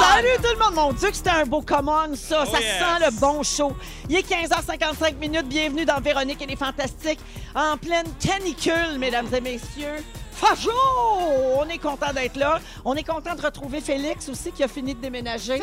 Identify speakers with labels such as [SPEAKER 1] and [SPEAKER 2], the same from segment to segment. [SPEAKER 1] Salut tout le monde! Mon Dieu, que c'était un beau commande, ça! ça
[SPEAKER 2] Ah! Oh, yes.
[SPEAKER 1] sent le bon show. Il est 15h55 minutes. Bienvenue dans Véronique et les Fantastiques en pleine canicule, mesdames et messieurs. Fajo! On est content d'être là. On est content de retrouver Félix aussi qui a fini de déménager.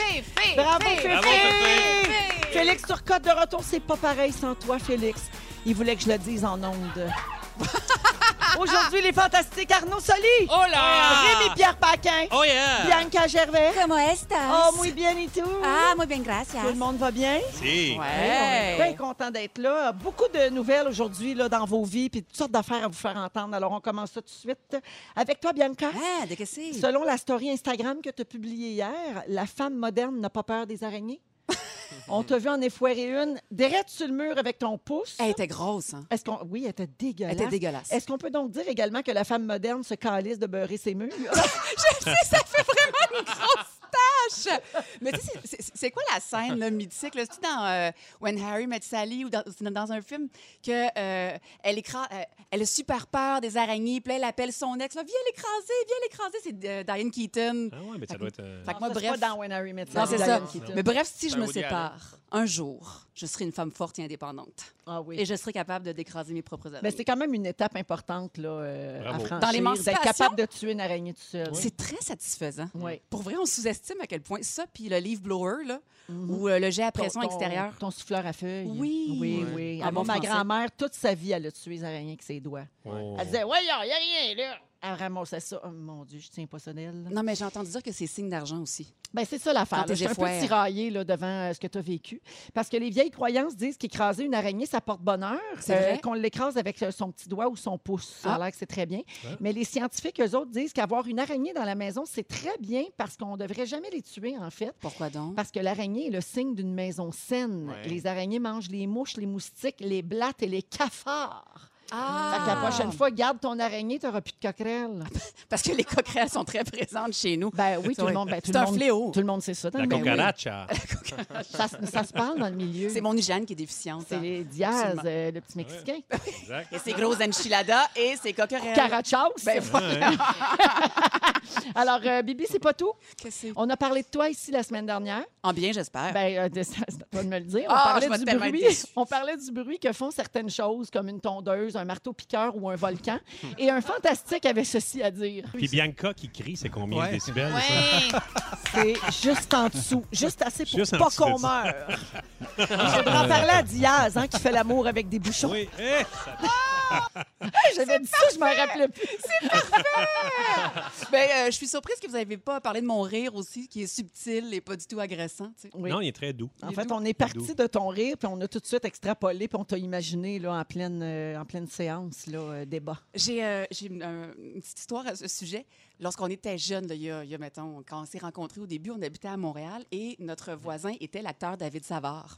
[SPEAKER 1] Bravo, Féfé!
[SPEAKER 2] Bravo, Féfé!
[SPEAKER 1] Félix Turcotte de retour, c'est pas pareil sans toi, Félix. Il voulait que je le dise en ondes. Aujourd'hui, les fantastiques Arnaud Soli!
[SPEAKER 2] Oh là!
[SPEAKER 3] Ah!
[SPEAKER 1] Rémi-Pierre Paquin!
[SPEAKER 2] Oh yeah!
[SPEAKER 1] Bianca Gervais!
[SPEAKER 3] ¿Cómo estás?
[SPEAKER 1] Oh, muy bien et tout!
[SPEAKER 3] Ah, muy bien,
[SPEAKER 1] Tout
[SPEAKER 3] gracias.
[SPEAKER 1] le monde va bien?
[SPEAKER 2] Si.
[SPEAKER 1] On est bien content d'être là. Beaucoup de nouvelles aujourd'hui là, dans vos vies, puis toutes sortes d'affaires à vous faire entendre. Alors, on commence ça tout de suite avec toi, Bianca.
[SPEAKER 3] Ah, ¿de qué sí?
[SPEAKER 1] Selon la story Instagram que tu as publiée hier, la femme moderne n'a pas peur des araignées. on t'a vu en effoirer une, direct sur le mur avec ton pouce.
[SPEAKER 3] Elle était grosse, hein?
[SPEAKER 1] Est-ce qu'on... Oui, elle était
[SPEAKER 3] Elle
[SPEAKER 1] dégueulasse.
[SPEAKER 3] était dégueulasse.
[SPEAKER 1] Est-ce qu'on peut donc dire également que la femme moderne se calisse de beurrer ses murs?
[SPEAKER 3] Je sais, ça fait vraiment une grosse tâche! Mais tu sais, c'est- c'est- c'est quoi la scène là, mythique? là? C'est-tu dans euh, When Harry Met Sally ou dans, c'est dans un film que euh, elle, écra- euh, elle a super peur des araignées, puis là, elle appelle son ex, là, viens l'écraser, viens l'écraser! C'est euh, Diane Keaton.
[SPEAKER 4] Ah ouais, mais ça doit être. euh,
[SPEAKER 3] Fait que
[SPEAKER 1] Non,
[SPEAKER 3] moi,
[SPEAKER 1] ça, c'est
[SPEAKER 3] bref.
[SPEAKER 1] pas dans When Harry Met
[SPEAKER 3] Non,
[SPEAKER 1] Sally,
[SPEAKER 3] c'est ça.
[SPEAKER 1] Diane Keaton.
[SPEAKER 3] Mais bref, si je
[SPEAKER 4] un
[SPEAKER 3] me
[SPEAKER 4] Woody
[SPEAKER 3] sépare, un jour, je serai une femme forte et indépendante.
[SPEAKER 1] Ah oui.
[SPEAKER 3] Et je serai capable de d'écraser mes propres araignées.
[SPEAKER 1] Mais c'est quand même une étape importante là, euh, à
[SPEAKER 4] Bravo.
[SPEAKER 1] franchir.
[SPEAKER 3] Dans
[SPEAKER 1] d'être
[SPEAKER 3] l'émancipation.
[SPEAKER 1] capable de tuer une araignée tout seul.
[SPEAKER 3] C'est très satisfaisant.
[SPEAKER 1] Oui.
[SPEAKER 3] Pour vrai, on sous-estime à quel point ça, puis le leaf blower, là, ou euh, le jet à pression
[SPEAKER 1] Ton- ton-
[SPEAKER 3] extérieure.
[SPEAKER 1] Ton souffleur à feuilles.
[SPEAKER 3] Oui.
[SPEAKER 1] Oui,
[SPEAKER 3] Ouais.
[SPEAKER 1] oui.
[SPEAKER 3] En
[SPEAKER 1] Ah, moi,
[SPEAKER 3] bon
[SPEAKER 1] ma
[SPEAKER 3] français.
[SPEAKER 1] grand-mère, toute sa vie, elle a tué les araignées avec ses doigts.
[SPEAKER 4] on-
[SPEAKER 1] Elle disait, voyons, il n'y a rien, là. Elle ramassait ça. Oh mon Dieu, je tiens pas ça d'elle.
[SPEAKER 3] Non, mais j'ai entendu dire que c'est signe d'argent aussi.
[SPEAKER 1] Ben, c'est ça l'affaire.
[SPEAKER 3] Quand
[SPEAKER 1] là.
[SPEAKER 3] tes
[SPEAKER 1] Je suis un peu
[SPEAKER 3] effoirs.
[SPEAKER 1] tiraillée là, devant euh, ce que tu as vécu. Parce que les vieilles croyances disent qu'écraser une araignée, ça porte bonheur.
[SPEAKER 3] C'est vrai.
[SPEAKER 1] Qu'on l'écrase avec euh, son petit doigt ou son pouce. Ça a
[SPEAKER 3] Ah.
[SPEAKER 1] l'air que c'est très bien.
[SPEAKER 4] Ah.
[SPEAKER 1] Mais les scientifiques, eux autres, disent qu'avoir une araignée dans la maison, c'est très bien parce qu'on ne devrait jamais les tuer, en fait.
[SPEAKER 3] Pourquoi donc?
[SPEAKER 1] Parce que l'araignée est le signe d'une maison saine.
[SPEAKER 4] Ouais.
[SPEAKER 1] Les araignées mangent les mouches, les moustiques, les blattes et les cafards. Fait que la
[SPEAKER 3] Ah!
[SPEAKER 1] prochaine fois, garde ton araignée, tu n'auras plus de coquerelles.
[SPEAKER 3] Parce que les coquerelles sont très présentes chez nous.
[SPEAKER 1] Ben oui, tout
[SPEAKER 3] C'est
[SPEAKER 1] le
[SPEAKER 3] vrai.
[SPEAKER 1] monde. ben, tout
[SPEAKER 3] C'est
[SPEAKER 1] le
[SPEAKER 3] un
[SPEAKER 1] monde-
[SPEAKER 3] fléau.
[SPEAKER 1] Tout le monde sait ça. Ben dans
[SPEAKER 4] La
[SPEAKER 1] le
[SPEAKER 3] ben
[SPEAKER 1] milieu.
[SPEAKER 4] cucaracha.
[SPEAKER 1] Ça, se- ça se parle dans le milieu.
[SPEAKER 3] C'est mon hygiène qui est déficiente.
[SPEAKER 1] C'est
[SPEAKER 3] hein.
[SPEAKER 1] les Diaz,
[SPEAKER 3] Absolument.
[SPEAKER 1] euh, le petit Mexicain.
[SPEAKER 4] Exact.
[SPEAKER 3] Et ses grosses enchiladas et ses coquerelles.
[SPEAKER 1] Carachos.
[SPEAKER 3] Ben voilà.
[SPEAKER 1] Alors, euh, Bibi, c'est pas tout.
[SPEAKER 3] Qu'est-ce que c'est?
[SPEAKER 1] On a parlé de toi ici la semaine dernière.
[SPEAKER 3] En bien, j'espère.
[SPEAKER 1] Ben, euh, de- ça, c'est à toi de me le dire. On,
[SPEAKER 3] Ah, je
[SPEAKER 1] parlait
[SPEAKER 3] vais
[SPEAKER 1] du
[SPEAKER 3] tellement être
[SPEAKER 1] bruit,
[SPEAKER 3] déçue.
[SPEAKER 1] on parlait du bruit que font certaines choses, comme une tondeuse, un marteau-piqueur ou un volcan. Et un fantastique avait ceci à dire.
[SPEAKER 4] Puis Bianca qui crie, c'est combien
[SPEAKER 5] Ouais.
[SPEAKER 4] de décibels? ça?
[SPEAKER 2] Ouais.
[SPEAKER 1] C'est juste en dessous, juste assez pour
[SPEAKER 4] Juste en
[SPEAKER 1] pas
[SPEAKER 4] dessous de
[SPEAKER 1] qu'on
[SPEAKER 4] ça.
[SPEAKER 1] meure. Je vais en parler à Diaz, hein, qui fait l'amour avec des bouchons.
[SPEAKER 4] Oui. Eh,
[SPEAKER 1] J'avais dit ça, je m'en rappelais plus.
[SPEAKER 3] Ben, euh, je suis surprise que vous n'avez pas parlé de mon rire aussi, qui est subtil et pas du tout agressant. tu sais.
[SPEAKER 1] Oui.
[SPEAKER 4] Non, il est très doux.
[SPEAKER 1] En fait, on est parti de ton rire, puis on a tout de suite extrapolé, puis on t'a imaginé là, en, pleine, euh, en pleine séance, là, euh, débat.
[SPEAKER 3] J'ai euh, j'ai une, euh, une petite histoire à ce sujet. Lorsqu'on était jeunes, là, il, y a, il y a, mettons, quand on s'est rencontrés au début, on habitait à Montréal et notre voisin était l'acteur David Savard,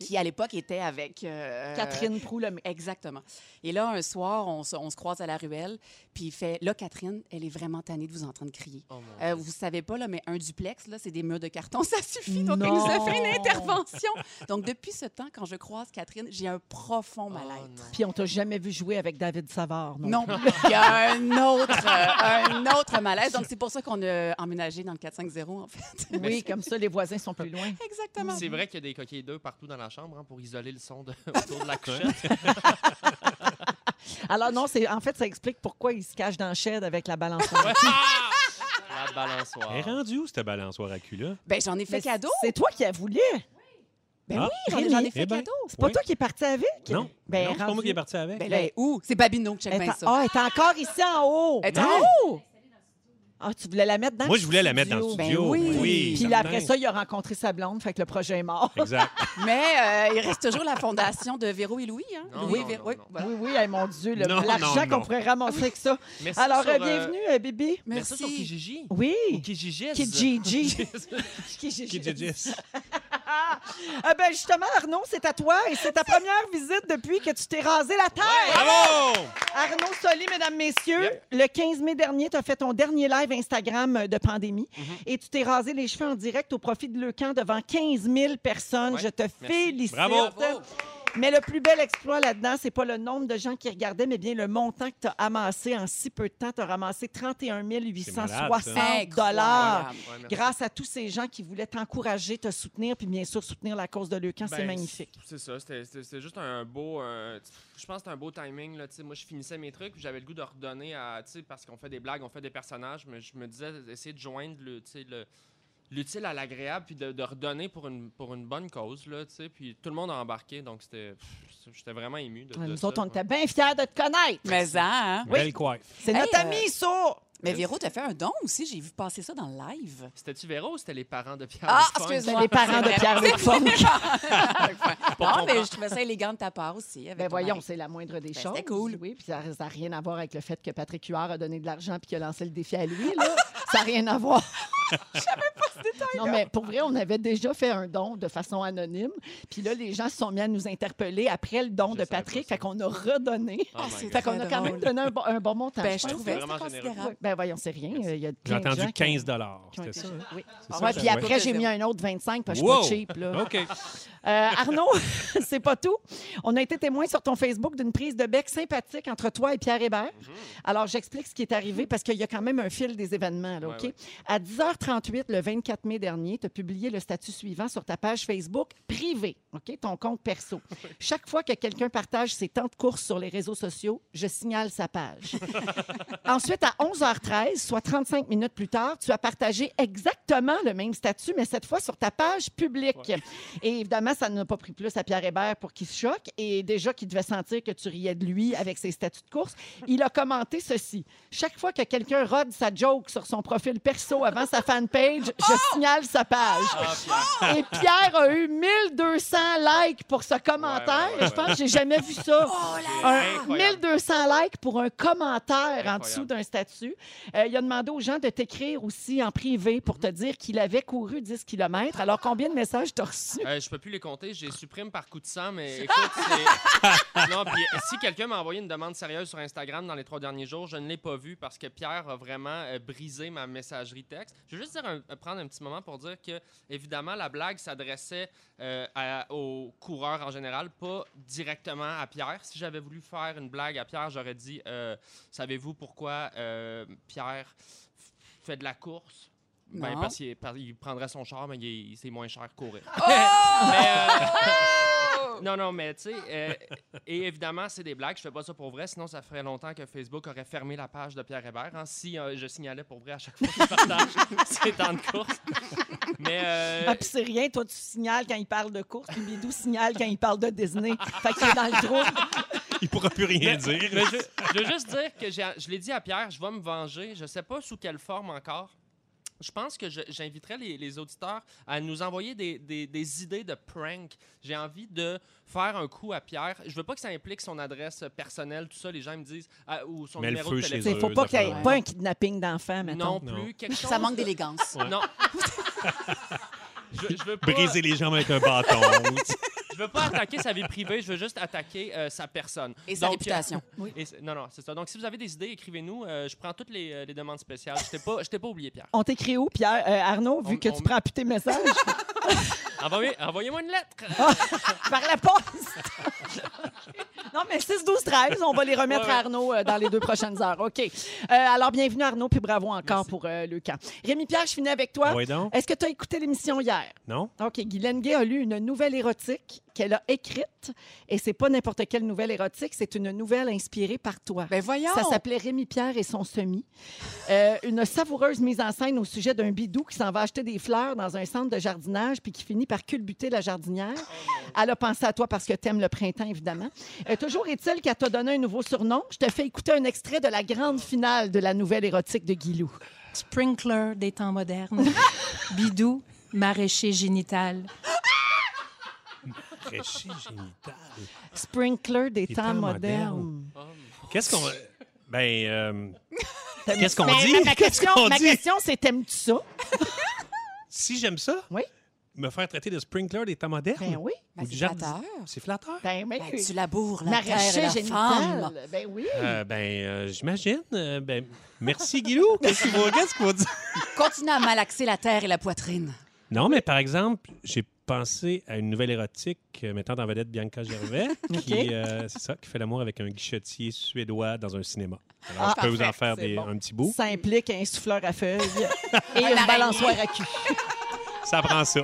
[SPEAKER 3] qui à l'époque était avec... euh,
[SPEAKER 1] Catherine Proulomé.
[SPEAKER 3] Exactement. Et là, un soir, on se, on se croise à la ruelle, puis il fait Là, Catherine, elle est vraiment tannée de vous entendre crier. Euh, vous savez pas, là, mais un duplex, là, c'est des murs de carton, ça suffit. Donc, il nous a fait une
[SPEAKER 1] Non.
[SPEAKER 3] intervention. Donc, depuis ce temps, quand je croise Catherine, j'ai un profond mal-être.
[SPEAKER 1] Puis on t'a jamais vu jouer avec David Savard. Non.
[SPEAKER 3] Non, il y a un autre, euh, un autre malaise. Donc, c'est pour ça qu'on a emménagé dans le 450, en fait.
[SPEAKER 1] Oui, comme ça, les voisins sont plus loin.
[SPEAKER 3] Exactement.
[SPEAKER 6] C'est vrai qu'il y a des coquilles d'œufs partout dans la chambre hein, pour isoler le son de- autour de la couchette.
[SPEAKER 1] Alors non, c'est en fait, ça explique pourquoi il se cache dans le shed avec la balançoire.
[SPEAKER 6] la balançoire.
[SPEAKER 4] Hein? Elle est rendue où, cette balançoire à cul-là?
[SPEAKER 3] Ben, j'en ai fait
[SPEAKER 1] Mais
[SPEAKER 3] cadeau.
[SPEAKER 1] C'est toi qui as voulu. Ben
[SPEAKER 4] Ah.
[SPEAKER 1] oui, j'en ai-
[SPEAKER 3] Rémi.
[SPEAKER 1] j'en ai fait
[SPEAKER 4] Eh ben,
[SPEAKER 1] cadeau. C'est pas
[SPEAKER 4] oui.
[SPEAKER 1] toi qui es parti avec?
[SPEAKER 4] Non,
[SPEAKER 1] Ben,
[SPEAKER 4] non c'est pas moi
[SPEAKER 1] rendu-
[SPEAKER 4] qui est parti avec.
[SPEAKER 3] Ben là, elle est où? C'est Babino qui check
[SPEAKER 1] Elle est
[SPEAKER 3] bien
[SPEAKER 1] en-
[SPEAKER 3] Eh ben, ça.
[SPEAKER 1] Ah, elle est encore ici en haut.
[SPEAKER 3] Elle est
[SPEAKER 1] Non.
[SPEAKER 3] en haut!
[SPEAKER 1] Ah, tu voulais la mettre dans
[SPEAKER 4] moi,
[SPEAKER 1] le
[SPEAKER 4] je voulais la mettre dans le
[SPEAKER 3] Ben
[SPEAKER 4] studio.
[SPEAKER 3] oui.
[SPEAKER 1] Puis là,
[SPEAKER 4] certain.
[SPEAKER 1] après ça, il a rencontré sa blonde, fait que le projet est mort.
[SPEAKER 4] Exact.
[SPEAKER 3] Mais euh, il reste toujours la fondation de Véro et Louis. Hein?
[SPEAKER 6] Non,
[SPEAKER 3] Louis
[SPEAKER 6] non,
[SPEAKER 3] Vé-
[SPEAKER 6] non,
[SPEAKER 3] oui,
[SPEAKER 6] non.
[SPEAKER 3] voilà.
[SPEAKER 1] Oui, oui, hey, mon Dieu, le-
[SPEAKER 4] Non,
[SPEAKER 1] l'argent
[SPEAKER 4] non, non.
[SPEAKER 1] qu'on pourrait ramasser avec ça.
[SPEAKER 6] Merci
[SPEAKER 1] Alors,
[SPEAKER 6] sur,
[SPEAKER 1] euh,
[SPEAKER 6] euh,
[SPEAKER 1] bienvenue, euh, bébé.
[SPEAKER 6] Merci sur
[SPEAKER 3] Merci.
[SPEAKER 6] Kijiji.
[SPEAKER 1] Oui.
[SPEAKER 6] Ou Kijigis.
[SPEAKER 1] Kijiji.
[SPEAKER 4] Qui dit yes?
[SPEAKER 1] Ah ben justement, Arnaud, c'est à toi et c'est ta première visite depuis que tu t'es rasé la tête.
[SPEAKER 4] Bravo!
[SPEAKER 1] Arnaud Soli, mesdames, messieurs, le 15 mai dernier, tu as fait ton dernier live Instagram euh, de pandémie
[SPEAKER 4] Mm-hmm.
[SPEAKER 1] et tu t'es rasé les cheveux en direct au profit de Leucan devant 15 000 personnes.
[SPEAKER 6] Ouais,
[SPEAKER 1] Je te
[SPEAKER 6] merci.
[SPEAKER 1] félicite.
[SPEAKER 4] Bravo.
[SPEAKER 1] Mais le plus bel exploit là-dedans, c'est pas le nombre de gens qui regardaient, mais bien le montant que tu as amassé en si peu de temps. Tu as ramassé 31 860 dollars
[SPEAKER 3] Incroyable.
[SPEAKER 1] grâce à tous ces gens qui voulaient t'encourager, te soutenir, puis bien sûr soutenir la cause de Leucan. c'est
[SPEAKER 6] Ben,
[SPEAKER 1] magnifique.
[SPEAKER 6] C'est ça, c'était- c'était c'était juste un beau. euh, je pense que c'était un beau timing. Là, tu sais. moi, je finissais mes trucs, puis j'avais le goût de redonner à. tu sais, Parce qu'on fait des blagues, on fait des personnages, mais je me disais d'essayer de joindre le. tu sais, le- L'utile à l'agréable, puis de, de redonner pour une, pour une bonne cause, là, tu sais. Puis tout le monde a embarqué, donc c'était. pff, J'étais vraiment ému de, de
[SPEAKER 1] Nous
[SPEAKER 6] ça,
[SPEAKER 1] autres, on
[SPEAKER 6] ouais.
[SPEAKER 1] était bien fiers de te connaître.
[SPEAKER 3] Mais ça, hein?
[SPEAKER 4] Belle coiffe.
[SPEAKER 1] C'est
[SPEAKER 3] Hey,
[SPEAKER 1] notre
[SPEAKER 3] euh,
[SPEAKER 1] ami, ça!
[SPEAKER 3] Mais Véro, t'as fait un don aussi. J'ai vu passer ça dans le live.
[SPEAKER 6] C'était-tu Véro ou c'était les parents de Pierre
[SPEAKER 3] Ah,
[SPEAKER 6] Lapointe?
[SPEAKER 3] excuse-moi.
[SPEAKER 1] Les parents de Pierre Lapointe.
[SPEAKER 3] non, mais je trouvais ça élégant de ta part aussi. Avec
[SPEAKER 1] Ben
[SPEAKER 3] ton
[SPEAKER 1] voyons,
[SPEAKER 3] mari.
[SPEAKER 1] c'est la moindre des
[SPEAKER 3] Ben,
[SPEAKER 1] choses.
[SPEAKER 3] c'était cool.
[SPEAKER 1] Oui, puis ça n'a rien à voir avec le fait que Patrick Huard a donné de l'argent puis qu'il a lancé le défi à lui. Là. ça n'a rien à voir. Je savais pas ce détail. Non, mais pour vrai, on avait déjà fait un don de façon anonyme. Puis là, les gens se sont mis à nous interpeller après le don
[SPEAKER 6] Je
[SPEAKER 1] de
[SPEAKER 6] savais pas
[SPEAKER 1] Patrick.
[SPEAKER 6] ça.
[SPEAKER 1] Fait qu'on a redonné.
[SPEAKER 6] Oh my
[SPEAKER 3] Ah, c'est
[SPEAKER 6] God.
[SPEAKER 1] Fait qu'on a
[SPEAKER 3] Très
[SPEAKER 1] quand même
[SPEAKER 3] drôle.
[SPEAKER 1] donné un bon, un bon montant.
[SPEAKER 3] Ben, je
[SPEAKER 1] pense.
[SPEAKER 3] trouvais que c'était
[SPEAKER 6] vraiment généreux.
[SPEAKER 3] considérable.
[SPEAKER 1] Oui, Ben voyons, c'est rien. Il y a
[SPEAKER 4] J'ai
[SPEAKER 1] plein de gens
[SPEAKER 4] entendu
[SPEAKER 1] qui-
[SPEAKER 4] 15
[SPEAKER 1] qui ont
[SPEAKER 4] C'était
[SPEAKER 1] été
[SPEAKER 4] ça. hein?
[SPEAKER 1] Oui. Ah,
[SPEAKER 4] C'est ça
[SPEAKER 1] Ouais,
[SPEAKER 4] que
[SPEAKER 1] puis
[SPEAKER 4] j'avais.
[SPEAKER 1] après, j'ai mis un autre 25 parce que je
[SPEAKER 4] Wow!
[SPEAKER 1] suis pas cheap. Là.
[SPEAKER 4] OK.
[SPEAKER 1] Euh, Arnaud, c'est pas tout. On a été témoin sur ton Facebook d'une prise de bec sympathique entre toi et Pierre Hébert.
[SPEAKER 4] Mhm.
[SPEAKER 1] Alors, j'explique ce qui est arrivé parce qu'il y a quand même un fil des événements. là,
[SPEAKER 6] Ouais,
[SPEAKER 1] OK?
[SPEAKER 6] ouais.
[SPEAKER 1] À 10h38, le 24 mai dernier, tu as publié le statut suivant sur ta page Facebook privée, OK? ton compte perso. Chaque fois que quelqu'un partage ses temps de course sur les réseaux sociaux, je signale sa page. Ensuite, à 11h13, soit 35 minutes plus tard, tu as partagé exactement le même statut, mais cette fois sur ta page publique. Et évidemment, ça n'a pas pris plus à Pierre Hébert pour qu'il se choque et déjà qu'il devait sentir que tu riais de lui avec ses statuts de course. Il a commenté ceci. Chaque fois que quelqu'un rode sa joke sur son profil perso avant sa fanpage, je signale sa page.
[SPEAKER 6] Oh! Ah, Pierre.
[SPEAKER 1] Et Pierre a eu 1200 likes pour ce commentaire.
[SPEAKER 6] Ouais, ouais, ouais,
[SPEAKER 1] Je pense que j'ai jamais vu ça. Un
[SPEAKER 6] Incroyable.
[SPEAKER 1] 1200 likes pour un commentaire en
[SPEAKER 6] Incroyable.
[SPEAKER 1] dessous d'un statut. Euh, il a demandé aux gens de t'écrire aussi en privé pour te dire qu'il avait couru 10 km. Alors, combien de messages t'as reçu?
[SPEAKER 6] Euh, je peux plus les compter, j'ai supprime par coup de sang, mais écoute, c'est. Non, puis euh, si quelqu'un m'a envoyé une demande sérieuse sur Instagram dans les trois derniers jours, je ne l'ai pas vue parce que Pierre a vraiment euh, brisé ma messagerie texte. Je veux juste dire un- euh, prendre un petit moment pour dire que, évidemment, la blague s'adressait euh, à- aux coureurs en général, pas directement à Pierre. Si j'avais voulu faire une blague à Pierre, j'aurais dit euh, Savez-vous pourquoi euh, Pierre f- fait de la course ben,
[SPEAKER 3] Non.
[SPEAKER 6] parce qu'il par- il prendrait son char, mais il, il- c'est moins cher que courir. Mais, euh, non, non, mais tu sais, euh, et évidemment, c'est des blagues. Je fais pas ça pour vrai, sinon ça ferait longtemps que Facebook aurait fermé la page de Pierre Hébert. hein, si euh, je signalais pour vrai à chaque fois que je partage ses temps de course. Mais euh,
[SPEAKER 1] Ah, puis c'est rien, toi tu signales quand il parle de course, puis Bidou signale quand il parle de Disney. Fait qu'il est dans le trou.
[SPEAKER 4] Il pourra plus rien dire.
[SPEAKER 6] Mais je, je veux juste dire que j'ai- je l'ai dit à Pierre, je vais me venger. Je sais pas sous quelle forme encore. Je pense que je- j'inviterais les, les auditeurs à nous envoyer des, des- des idées de prank. J'ai envie de faire un coup à Pierre. Je veux pas que ça implique son adresse personnelle, tout ça. Les gens me disent ah, ou son
[SPEAKER 4] Mets le
[SPEAKER 6] numéro
[SPEAKER 4] feu
[SPEAKER 6] de
[SPEAKER 4] chez
[SPEAKER 6] téléphone.
[SPEAKER 1] Il faut pas qu'il y ait
[SPEAKER 3] Ouais.
[SPEAKER 1] pas un kidnapping d'enfants, maintenant.
[SPEAKER 6] Non plus. Quelque chose.
[SPEAKER 3] Ça manque d'élégance.
[SPEAKER 6] Non. je, je veux pas,
[SPEAKER 4] Briser les jambes avec un bâton.
[SPEAKER 6] je veux pas attaquer sa vie privée. Je veux juste attaquer euh, sa personne.
[SPEAKER 3] Et sa
[SPEAKER 6] Donc, euh,
[SPEAKER 3] réputation.
[SPEAKER 6] Et c'est- non, non, c'est ça. Donc, si vous avez des idées, écrivez-nous. Euh, je prends toutes les, euh, les demandes spéciales. Je t'ai pas, je t'ai pas oublié, Pierre.
[SPEAKER 1] On t'écrit où, Pierre? Euh, Arnaud, vu
[SPEAKER 6] On-
[SPEAKER 1] que
[SPEAKER 6] on-
[SPEAKER 1] tu prends plus tes messages,
[SPEAKER 6] Envoyez- Envoyez-moi une lettre.
[SPEAKER 1] par la poste! Non, mais 6, 12, 13, on va les remettre
[SPEAKER 6] Ouais, ouais.
[SPEAKER 1] à Arnaud euh, dans les deux prochaines heures. OK. Euh, alors, bienvenue, Arnaud, puis bravo encore pour euh, le camp. Rémi-Pierre, je finis avec toi.
[SPEAKER 4] Oui, donc.
[SPEAKER 1] Est-ce que tu as écouté l'émission hier?
[SPEAKER 4] Non?
[SPEAKER 1] OK, Guylaine Gay a lu une nouvelle érotique qu'elle a écrite. Et c'est pas n'importe quelle nouvelle érotique, c'est une nouvelle inspirée par toi.
[SPEAKER 3] Ben voyons.
[SPEAKER 1] Ça s'appelait Rémi Pierre et son semi. Euh, une savoureuse mise en scène au sujet d'un bidou qui s'en va acheter des fleurs dans un centre de jardinage puis qui finit par culbuter la jardinière. Elle a pensé à toi parce que t'aimes le printemps, évidemment. Euh, toujours est-il qu'elle t'a donné un nouveau surnom. Je te fais écouter un extrait de la grande finale de la nouvelle érotique de Guilou.
[SPEAKER 7] Sprinkler des temps modernes. Bidou, maraîcher génital.
[SPEAKER 4] Rachis génital.
[SPEAKER 1] Sprinkler des
[SPEAKER 4] Des
[SPEAKER 1] temps,
[SPEAKER 4] temps
[SPEAKER 1] modernes.
[SPEAKER 4] Qu'est-ce qu'on. Ben. euh, Qu'est-ce qu'on
[SPEAKER 1] Ben, Mais-
[SPEAKER 4] dit?
[SPEAKER 1] mais ma
[SPEAKER 4] Qu'est-ce
[SPEAKER 1] question,
[SPEAKER 4] qu'on
[SPEAKER 1] ma
[SPEAKER 4] dit?
[SPEAKER 1] question, c'est t'aimes-tu ça?
[SPEAKER 4] Si j'aime ça,
[SPEAKER 1] Oui.
[SPEAKER 4] me faire traiter de sprinkler des temps modernes.
[SPEAKER 1] Ben oui.
[SPEAKER 3] Ben,
[SPEAKER 4] ou
[SPEAKER 3] c'est
[SPEAKER 4] du jardin-
[SPEAKER 3] flatteur.
[SPEAKER 4] C'est flatteur.
[SPEAKER 1] Ben oui.
[SPEAKER 3] Ben, tu laboures la terre et
[SPEAKER 1] Maraîcher
[SPEAKER 3] la
[SPEAKER 1] génital.
[SPEAKER 3] femme.
[SPEAKER 1] Ben oui.
[SPEAKER 4] Euh, ben, euh, j'imagine. euh, ben, merci, Guilou. Qu'est-ce qu'il faut- qu'est-ce qu'il faut dire?
[SPEAKER 3] Continue à malaxer la terre et la poitrine.
[SPEAKER 4] Non, mais par exemple, j'ai pensé à une nouvelle érotique euh, mettant en vedette Bianca Gervais, qui, euh, c'est ça, qui fait l'amour avec un guichetier suédois dans un cinéma. Alors,
[SPEAKER 1] Ah,
[SPEAKER 4] je peux vous en faire des- un petit bout.
[SPEAKER 1] Ça implique un souffleur à feuilles et
[SPEAKER 3] Un
[SPEAKER 1] une
[SPEAKER 3] araignée.
[SPEAKER 1] balançoire à cul.
[SPEAKER 4] Ça prend ça.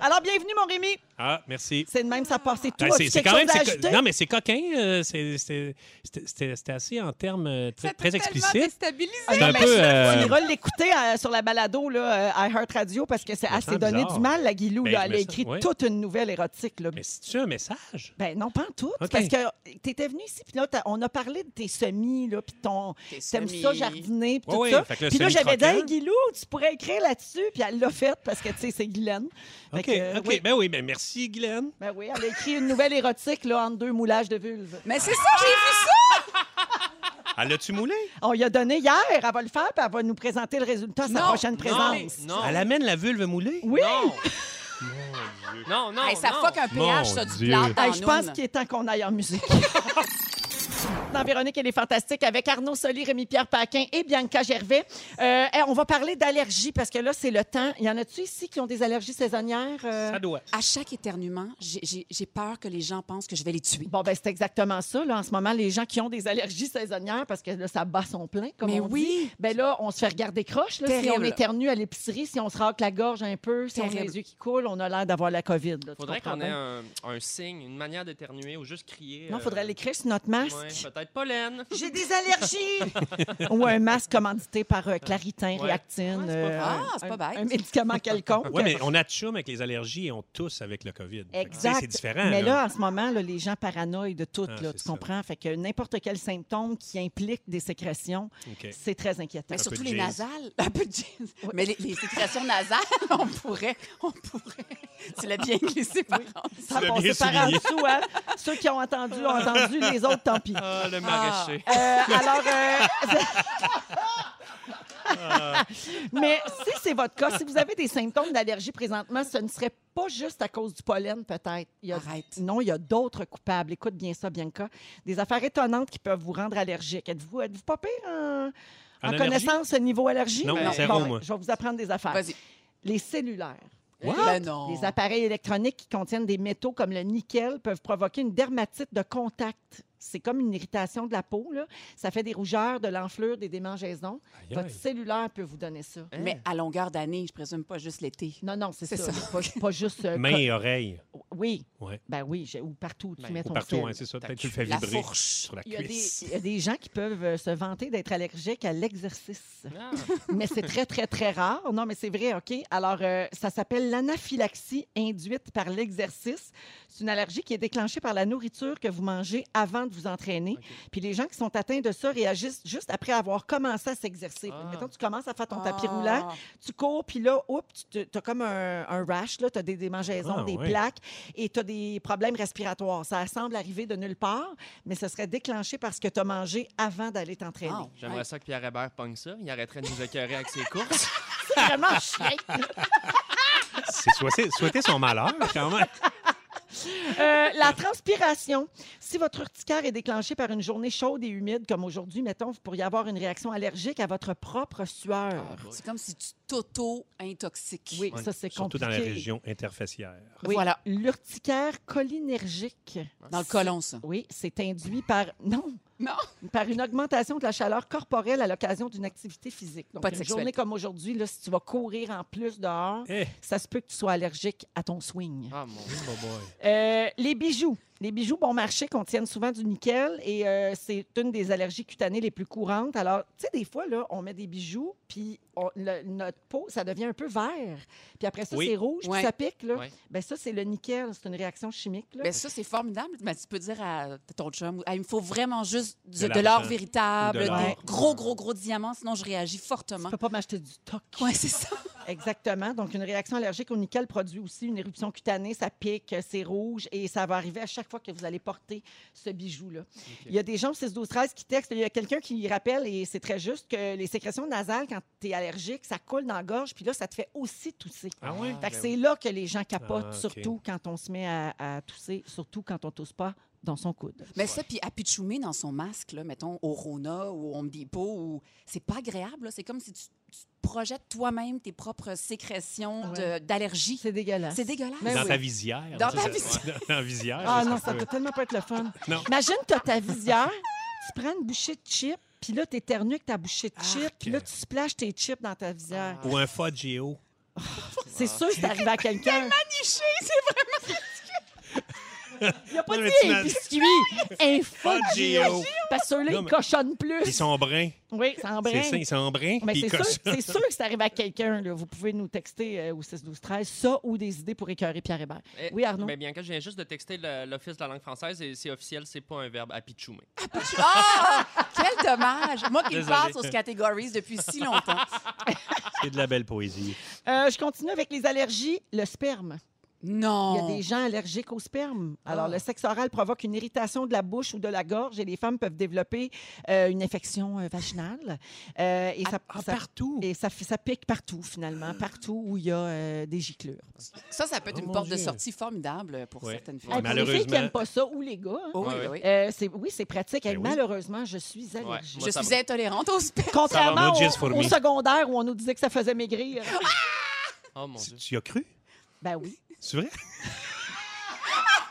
[SPEAKER 1] Alors, bienvenue, mon Rémi.
[SPEAKER 4] Ah, merci.
[SPEAKER 1] C'est de même, ça passe. C'est
[SPEAKER 4] Ben,
[SPEAKER 1] toi,
[SPEAKER 4] c'est-
[SPEAKER 1] tu
[SPEAKER 4] c'est
[SPEAKER 1] quelque chose
[SPEAKER 4] quand même.
[SPEAKER 1] à
[SPEAKER 4] c'est co-
[SPEAKER 1] ajouter?
[SPEAKER 4] Non, mais c'est coquin. euh, c'est- C'était c'était- c'était- c'était assez en termes euh, très, très explicites.
[SPEAKER 1] Ah,
[SPEAKER 4] c'est un
[SPEAKER 1] mais
[SPEAKER 4] peu,
[SPEAKER 1] On
[SPEAKER 4] euh,
[SPEAKER 1] ira l'écouter euh, sur la balado, là, euh, à Heart Radio, parce que c'est
[SPEAKER 4] me
[SPEAKER 1] assez
[SPEAKER 4] sens
[SPEAKER 1] donné
[SPEAKER 4] bizarre.
[SPEAKER 1] du mal, la Guilou.
[SPEAKER 4] Ben,
[SPEAKER 1] là.
[SPEAKER 4] je
[SPEAKER 1] Elle
[SPEAKER 4] me
[SPEAKER 1] a
[SPEAKER 4] sens-
[SPEAKER 1] écrit
[SPEAKER 4] ouais.
[SPEAKER 1] toute une nouvelle érotique. Là.
[SPEAKER 4] Mais c'est-tu un message?
[SPEAKER 1] Ben non, pas en tout.
[SPEAKER 4] OK.
[SPEAKER 1] Parce que tu étais venu ici, puis là, t'as- on a parlé de tes semis, là, puis ton. T'aimes ça, jardiner, puis
[SPEAKER 4] Ouais,
[SPEAKER 1] tout
[SPEAKER 4] ouais,
[SPEAKER 1] ça.
[SPEAKER 4] fait que là,
[SPEAKER 1] Puis là,
[SPEAKER 4] semi-croquant.
[SPEAKER 1] j'avais dit, hey, Guilou, tu pourrais écrire là-dessus, puis elle l'a fait, parce que, tu sais, c'est Guylaine. Fait
[SPEAKER 4] OK,
[SPEAKER 1] que, euh,
[SPEAKER 4] OK.
[SPEAKER 1] oui.
[SPEAKER 4] Ben oui, ben merci, Guylaine.
[SPEAKER 1] Ben oui, elle a écrit une nouvelle érotique, là, entre deux moulages de vulve.
[SPEAKER 3] Mais c'est ça, j'ai vu ça!
[SPEAKER 4] Elle l'a-tu moulé?
[SPEAKER 1] On lui a donné hier, elle va le faire, puis elle va nous présenter le résultat à sa
[SPEAKER 3] Non,
[SPEAKER 1] prochaine présence.
[SPEAKER 6] Non, non.
[SPEAKER 4] Elle amène la vulve moulée?
[SPEAKER 1] Oui!
[SPEAKER 6] Non. Non, non,
[SPEAKER 3] Hey, ça
[SPEAKER 6] non.
[SPEAKER 3] fuck un
[SPEAKER 4] Mon
[SPEAKER 3] péage, ça, du
[SPEAKER 4] Dieu.
[SPEAKER 3] plâtre
[SPEAKER 1] Ah! Oh, Hey,
[SPEAKER 3] en
[SPEAKER 1] je pense
[SPEAKER 3] une.
[SPEAKER 1] qu'il est temps qu'on aille en musique. Dans Véronique, elle est fantastique avec Arnaud Soli, Rémi-Pierre Paquin et Bianca Gervais. Euh, hey, on va parler d'allergies parce que là, c'est le temps. Y en a-tu ici qui ont des allergies saisonnières? euh?
[SPEAKER 4] Ça doit.
[SPEAKER 3] À chaque éternuement, j'ai- j'ai j'ai peur que les gens pensent que je vais les tuer.
[SPEAKER 1] Bon, ben c'est exactement ça. Là, en ce moment, les gens qui ont des allergies saisonnières, parce que là, ça bat son plein, comme
[SPEAKER 3] Mais
[SPEAKER 1] on dit.
[SPEAKER 3] oui,
[SPEAKER 1] Ben là, on se fait regarder croche. Là, si
[SPEAKER 3] Terrible.
[SPEAKER 1] on éternue à l'épicerie, si on se racle la gorge un peu, si on a
[SPEAKER 3] Terrible.
[SPEAKER 1] les yeux qui coulent, on a l'air d'avoir la COVID. là, tu
[SPEAKER 6] Faudrait
[SPEAKER 1] comprends
[SPEAKER 6] qu'on ait
[SPEAKER 1] bien?
[SPEAKER 6] un, un signe, une manière d'éternuer ou juste crier.
[SPEAKER 1] Non,
[SPEAKER 6] euh,
[SPEAKER 1] faudrait l'écrire sur notre masque.
[SPEAKER 6] ouais, peut-être pas laine.
[SPEAKER 1] J'ai des allergies! Ou un masque commandité par euh, Claritin,
[SPEAKER 6] Ouais.
[SPEAKER 1] Réactine.
[SPEAKER 6] Ouais, c'est pas
[SPEAKER 1] euh,
[SPEAKER 3] Ah, c'est pas
[SPEAKER 1] un-
[SPEAKER 3] bête.
[SPEAKER 1] Un médicament quelconque.
[SPEAKER 4] Oui, mais on a chum avec les allergies et on tousse avec le COVID. Fait que, tu sais,
[SPEAKER 1] Exact.
[SPEAKER 4] C'est différent.
[SPEAKER 1] Mais
[SPEAKER 4] là.
[SPEAKER 1] là, en ce moment, là, les gens paranoïent de tout,
[SPEAKER 4] Ah,
[SPEAKER 1] là,
[SPEAKER 4] c'est
[SPEAKER 1] tu
[SPEAKER 4] ça.
[SPEAKER 1] comprends? Fait que n'importe quel symptôme qui implique des sécrétions,
[SPEAKER 4] OK.
[SPEAKER 1] c'est très inquiétant.
[SPEAKER 3] Mais
[SPEAKER 4] peu
[SPEAKER 3] Ben, surtout
[SPEAKER 4] de
[SPEAKER 3] les
[SPEAKER 4] jeans.
[SPEAKER 3] nasales. Un peu de jeans. Mais les, les sécrétions nasales, on pourrait. On pourrait. Tu l'as bien glissé, par contre.
[SPEAKER 1] Ça
[SPEAKER 4] Tu l'as
[SPEAKER 1] passait
[SPEAKER 4] bien
[SPEAKER 1] par en
[SPEAKER 4] souligné.
[SPEAKER 1] dessous, hein? Ceux qui ont entendu ont entendu, les autres, tant pis.
[SPEAKER 6] Ah, le maraîcher.
[SPEAKER 1] Euh, alors, euh, mais si c'est votre cas, si vous avez des symptômes d'allergie présentement, ce ne serait pas juste à cause du pollen, peut-être. Il y a-
[SPEAKER 3] Arrête.
[SPEAKER 1] Non, il y a d'autres coupables. Écoute bien ça, Bianca. Des affaires étonnantes qui peuvent vous rendre allergique. Êtes-vous êtes pas pire en,
[SPEAKER 4] En
[SPEAKER 1] en
[SPEAKER 4] allergie?
[SPEAKER 1] connaissance niveau allergie?
[SPEAKER 4] Non,
[SPEAKER 6] Non.
[SPEAKER 4] zéro,
[SPEAKER 1] Bon,
[SPEAKER 4] moi.
[SPEAKER 1] Je vais vous apprendre des affaires.
[SPEAKER 3] Vas-y.
[SPEAKER 1] Les cellulaires.
[SPEAKER 3] Ben non.
[SPEAKER 4] Oh.
[SPEAKER 1] Les appareils électroniques qui contiennent des métaux comme le nickel peuvent provoquer une dermatite de contact. C'est comme une irritation de la peau. Là. Ça fait des rougeurs, de l'enflure, des démangeaisons.
[SPEAKER 4] Aïe,
[SPEAKER 1] Votre
[SPEAKER 4] aïe.
[SPEAKER 1] cellulaire peut vous donner ça.
[SPEAKER 3] Mais à longueur d'année, je présume pas juste l'été.
[SPEAKER 1] Non, non, c'est
[SPEAKER 3] C'est
[SPEAKER 1] ça.
[SPEAKER 3] ça.
[SPEAKER 1] là. Pas, pas juste. euh,
[SPEAKER 4] Main et oreille.
[SPEAKER 1] co- Oui.
[SPEAKER 4] Ouais.
[SPEAKER 1] Ben oui, j'ai- ou partout où tu
[SPEAKER 6] Ben,
[SPEAKER 1] mets
[SPEAKER 4] Ou
[SPEAKER 1] ton
[SPEAKER 4] partout,
[SPEAKER 1] sel.
[SPEAKER 4] hein, c'est ça.
[SPEAKER 6] Ta
[SPEAKER 4] Peut-être que tu le fais
[SPEAKER 3] La
[SPEAKER 4] vibrer
[SPEAKER 3] fourche.
[SPEAKER 4] sur la
[SPEAKER 1] Il y, a
[SPEAKER 4] cuisse.
[SPEAKER 1] des, il y a des gens qui peuvent euh, se vanter d'être allergiques à l'exercice.
[SPEAKER 6] Ah,
[SPEAKER 1] Mais c'est très, très, très rare. Non, mais c'est vrai, OK? Alors, euh, ça s'appelle l'anaphylaxie induite par l'exercice. C'est une allergie qui est déclenchée par la nourriture que vous mangez avant de vous entraîner.
[SPEAKER 6] OK.
[SPEAKER 1] Puis les gens qui sont atteints de ça réagissent juste après avoir commencé à s'exercer.
[SPEAKER 6] Ah.
[SPEAKER 1] Mettons, tu commences à faire ton tapis roulant, tu cours, puis là, oups, tu as comme un, un rash, tu as des démangeaisons,
[SPEAKER 4] Ah,
[SPEAKER 1] des
[SPEAKER 4] ouais.
[SPEAKER 1] plaques et tu as des problèmes respiratoires. Ça semble arriver de nulle part, mais ce serait déclenché par ce que tu as mangé avant d'aller t'entraîner.
[SPEAKER 3] Ah,
[SPEAKER 6] J'aimerais ça que Pierre Hébert pogne ça. Il arrêterait de nous écœurer avec ses courses.
[SPEAKER 1] C'est vraiment chiant.
[SPEAKER 4] C'est souhaiter, souhaiter son malheur, quand même.
[SPEAKER 1] Euh, la transpiration. Si votre urticaire est déclenchée par une journée chaude et humide, comme aujourd'hui, mettons, vous pourriez avoir une réaction allergique à votre propre sueur.
[SPEAKER 3] C'est comme si tu t'auto-intoxiques.
[SPEAKER 1] oui,
[SPEAKER 6] Ouais.
[SPEAKER 1] ça, c'est compliqué.
[SPEAKER 4] Ah, Surtout dans la région interfaciaire.
[SPEAKER 1] Oui.
[SPEAKER 3] Voilà.
[SPEAKER 1] L'urticaire cholinergique.
[SPEAKER 3] Dans le colon, ça.
[SPEAKER 1] Oui, c'est induit par... Non,
[SPEAKER 3] Non.
[SPEAKER 1] par une augmentation de la chaleur corporelle à l'occasion d'une activité physique. Donc,
[SPEAKER 3] Pas de
[SPEAKER 1] une
[SPEAKER 3] sexualité.
[SPEAKER 1] journée comme aujourd'hui, là, si tu vas courir en plus dehors,
[SPEAKER 4] Eh,
[SPEAKER 1] ça se peut que tu sois allergique à ton swing.
[SPEAKER 6] Ah, mon Dieu.
[SPEAKER 4] oh boy.
[SPEAKER 1] Euh, les bijoux. Les bijoux bon marché contiennent souvent du nickel et euh, c'est une des allergies cutanées les plus courantes. Alors, tu sais, des fois, là, on met des bijoux, puis on- le- notre peau, ça devient un peu vert. Puis après ça,
[SPEAKER 4] Oui.
[SPEAKER 1] c'est rouge, puis
[SPEAKER 3] Ouais.
[SPEAKER 1] ça pique. Là.
[SPEAKER 6] Ouais.
[SPEAKER 1] Ben, ça, c'est le nickel. C'est une réaction chimique. là.
[SPEAKER 3] Ben ça, c'est formidable. Mais tu peux dire à ton chum, Ah, il me faut vraiment juste du-
[SPEAKER 4] De
[SPEAKER 3] de l'or
[SPEAKER 4] l'argent.
[SPEAKER 3] véritable,
[SPEAKER 4] Ou de
[SPEAKER 3] des
[SPEAKER 4] l'or.
[SPEAKER 3] gros, gros, gros diamants, sinon je réagis
[SPEAKER 1] Tu
[SPEAKER 3] fortement.
[SPEAKER 1] peux pas m'acheter du toc.
[SPEAKER 3] Ouais, c'est ça.
[SPEAKER 1] Exactement. Donc, une réaction allergique au nickel produit aussi une éruption cutanée. Ça pique, c'est rouge et ça va arriver à chaque fois que vous allez porter ce bijou-là. Il y a des gens au 6, 12, 13 qui textent. Il y a quelqu'un qui rappelle, et c'est très juste, que les sécrétions nasales, quand tu es allergique, ça coule dans la gorge, puis là, ça te fait aussi tousser.
[SPEAKER 4] Ah oui?
[SPEAKER 1] Fait que
[SPEAKER 6] ben
[SPEAKER 1] c'est là que les gens capotent,
[SPEAKER 4] Ah, OK.
[SPEAKER 1] surtout quand on se met à, à tousser, surtout quand on tousse pas dans son coude.
[SPEAKER 3] Mais ça, puis à pitchoumer dans son masque, là, mettons, au Rona ou au Home Depot, ou... c'est pas agréable. là. C'est comme si tu, tu projettes toi-même tes propres sécrétions
[SPEAKER 1] Ouais.
[SPEAKER 3] de- d'allergie.
[SPEAKER 1] C'est dégueulasse.
[SPEAKER 3] Ah C'est dégueulasse.
[SPEAKER 1] Mais
[SPEAKER 4] Dans
[SPEAKER 1] Ben oui.
[SPEAKER 4] ta visière.
[SPEAKER 3] Dans
[SPEAKER 4] c'est
[SPEAKER 3] ta
[SPEAKER 4] ça.
[SPEAKER 3] visière.
[SPEAKER 4] Dans la visière.
[SPEAKER 1] Ah
[SPEAKER 4] ça,
[SPEAKER 1] non,
[SPEAKER 4] ça
[SPEAKER 1] ça
[SPEAKER 4] peut-
[SPEAKER 1] peut tellement pas être le fun.
[SPEAKER 4] Non.
[SPEAKER 1] Imagine, tu as ta visière, tu prends une bouchée de chips, puis là, tu éternues avec ta bouchée de chips,
[SPEAKER 4] Arc.
[SPEAKER 1] puis là, tu splashes tes chips dans ta visière.
[SPEAKER 6] Ah.
[SPEAKER 4] Ou un Foggio.
[SPEAKER 1] C'est sûr que c'est arrivé à quelqu'un.
[SPEAKER 3] Niché, c'est
[SPEAKER 1] Il a pas
[SPEAKER 4] Non,
[SPEAKER 1] dit
[SPEAKER 4] mais tu
[SPEAKER 1] un
[SPEAKER 4] m'as- Ah,
[SPEAKER 1] biscuit, un
[SPEAKER 4] Foggio.
[SPEAKER 1] foggio. Parce que ceux-là,
[SPEAKER 4] Non,
[SPEAKER 1] ils
[SPEAKER 4] mais-
[SPEAKER 1] cochonnent plus.
[SPEAKER 4] Ils sont bruns.
[SPEAKER 1] Oui, c'est en
[SPEAKER 4] C'est
[SPEAKER 1] brin.
[SPEAKER 4] ça, ils sont bruns.
[SPEAKER 1] Mais Ben, c'est
[SPEAKER 4] puis ils
[SPEAKER 1] sûr,
[SPEAKER 4] cossent.
[SPEAKER 1] c'est sûr que ça arrive à quelqu'un. là. Vous pouvez nous texter euh, au 6 12 13 ça ou des idées pour écœurer Pierre Hébert.
[SPEAKER 6] Eh,
[SPEAKER 1] Oui, Arnaud?
[SPEAKER 6] ben, Bianca, je viens juste de texter le- l'Office de la langue française et c'est officiel, c'est pas un verbe à pitchoumer.
[SPEAKER 3] Ah! Quel dommage! Moi qui me
[SPEAKER 4] Désolé.
[SPEAKER 3] passe aux catégories depuis si longtemps.
[SPEAKER 4] C'est de la belle poésie.
[SPEAKER 1] Euh, je continue avec les allergies. Le sperme. Il y a
[SPEAKER 3] Non!
[SPEAKER 1] des gens allergiques au sperme. Alors,
[SPEAKER 3] Oh. Ah.
[SPEAKER 1] le sexe oral provoque une irritation de la bouche ou de la gorge et les femmes peuvent développer euh, une infection euh, vaginale. Euh, et ça, ça-
[SPEAKER 4] partout.
[SPEAKER 1] et ça, ça pique partout, finalement, partout où il y a euh, des giclures.
[SPEAKER 3] Ça, ça peut être
[SPEAKER 4] Oh,
[SPEAKER 3] une
[SPEAKER 4] mon
[SPEAKER 3] porte de
[SPEAKER 4] Dieu.
[SPEAKER 3] sortie formidable pour
[SPEAKER 4] Ouais.
[SPEAKER 1] Ah,
[SPEAKER 3] certaines filles.
[SPEAKER 1] puis
[SPEAKER 4] Ouais,
[SPEAKER 1] Les filles qui
[SPEAKER 4] malheureusement-
[SPEAKER 1] n'aiment pas ça, ou les gars. hein.
[SPEAKER 3] Oh, oui,
[SPEAKER 6] Ouais,
[SPEAKER 3] oui.
[SPEAKER 1] Euh, c'est- oui, c'est pratique.
[SPEAKER 4] Ben
[SPEAKER 1] Et
[SPEAKER 4] oui.
[SPEAKER 1] Malheureusement, je suis
[SPEAKER 6] Ouais.
[SPEAKER 1] allergique.
[SPEAKER 6] Moi,
[SPEAKER 3] Je
[SPEAKER 6] ça
[SPEAKER 3] suis
[SPEAKER 6] va.
[SPEAKER 3] intolérante au sperme.
[SPEAKER 1] Contrairement
[SPEAKER 4] Ça va, no gist for
[SPEAKER 1] au, au
[SPEAKER 4] me.
[SPEAKER 1] secondaire où on nous disait que ça faisait maigrir.
[SPEAKER 6] Oh mon
[SPEAKER 4] Tu,
[SPEAKER 6] Dieu.
[SPEAKER 4] tu y as cru?
[SPEAKER 1] Ben oui,
[SPEAKER 4] C'est vrai?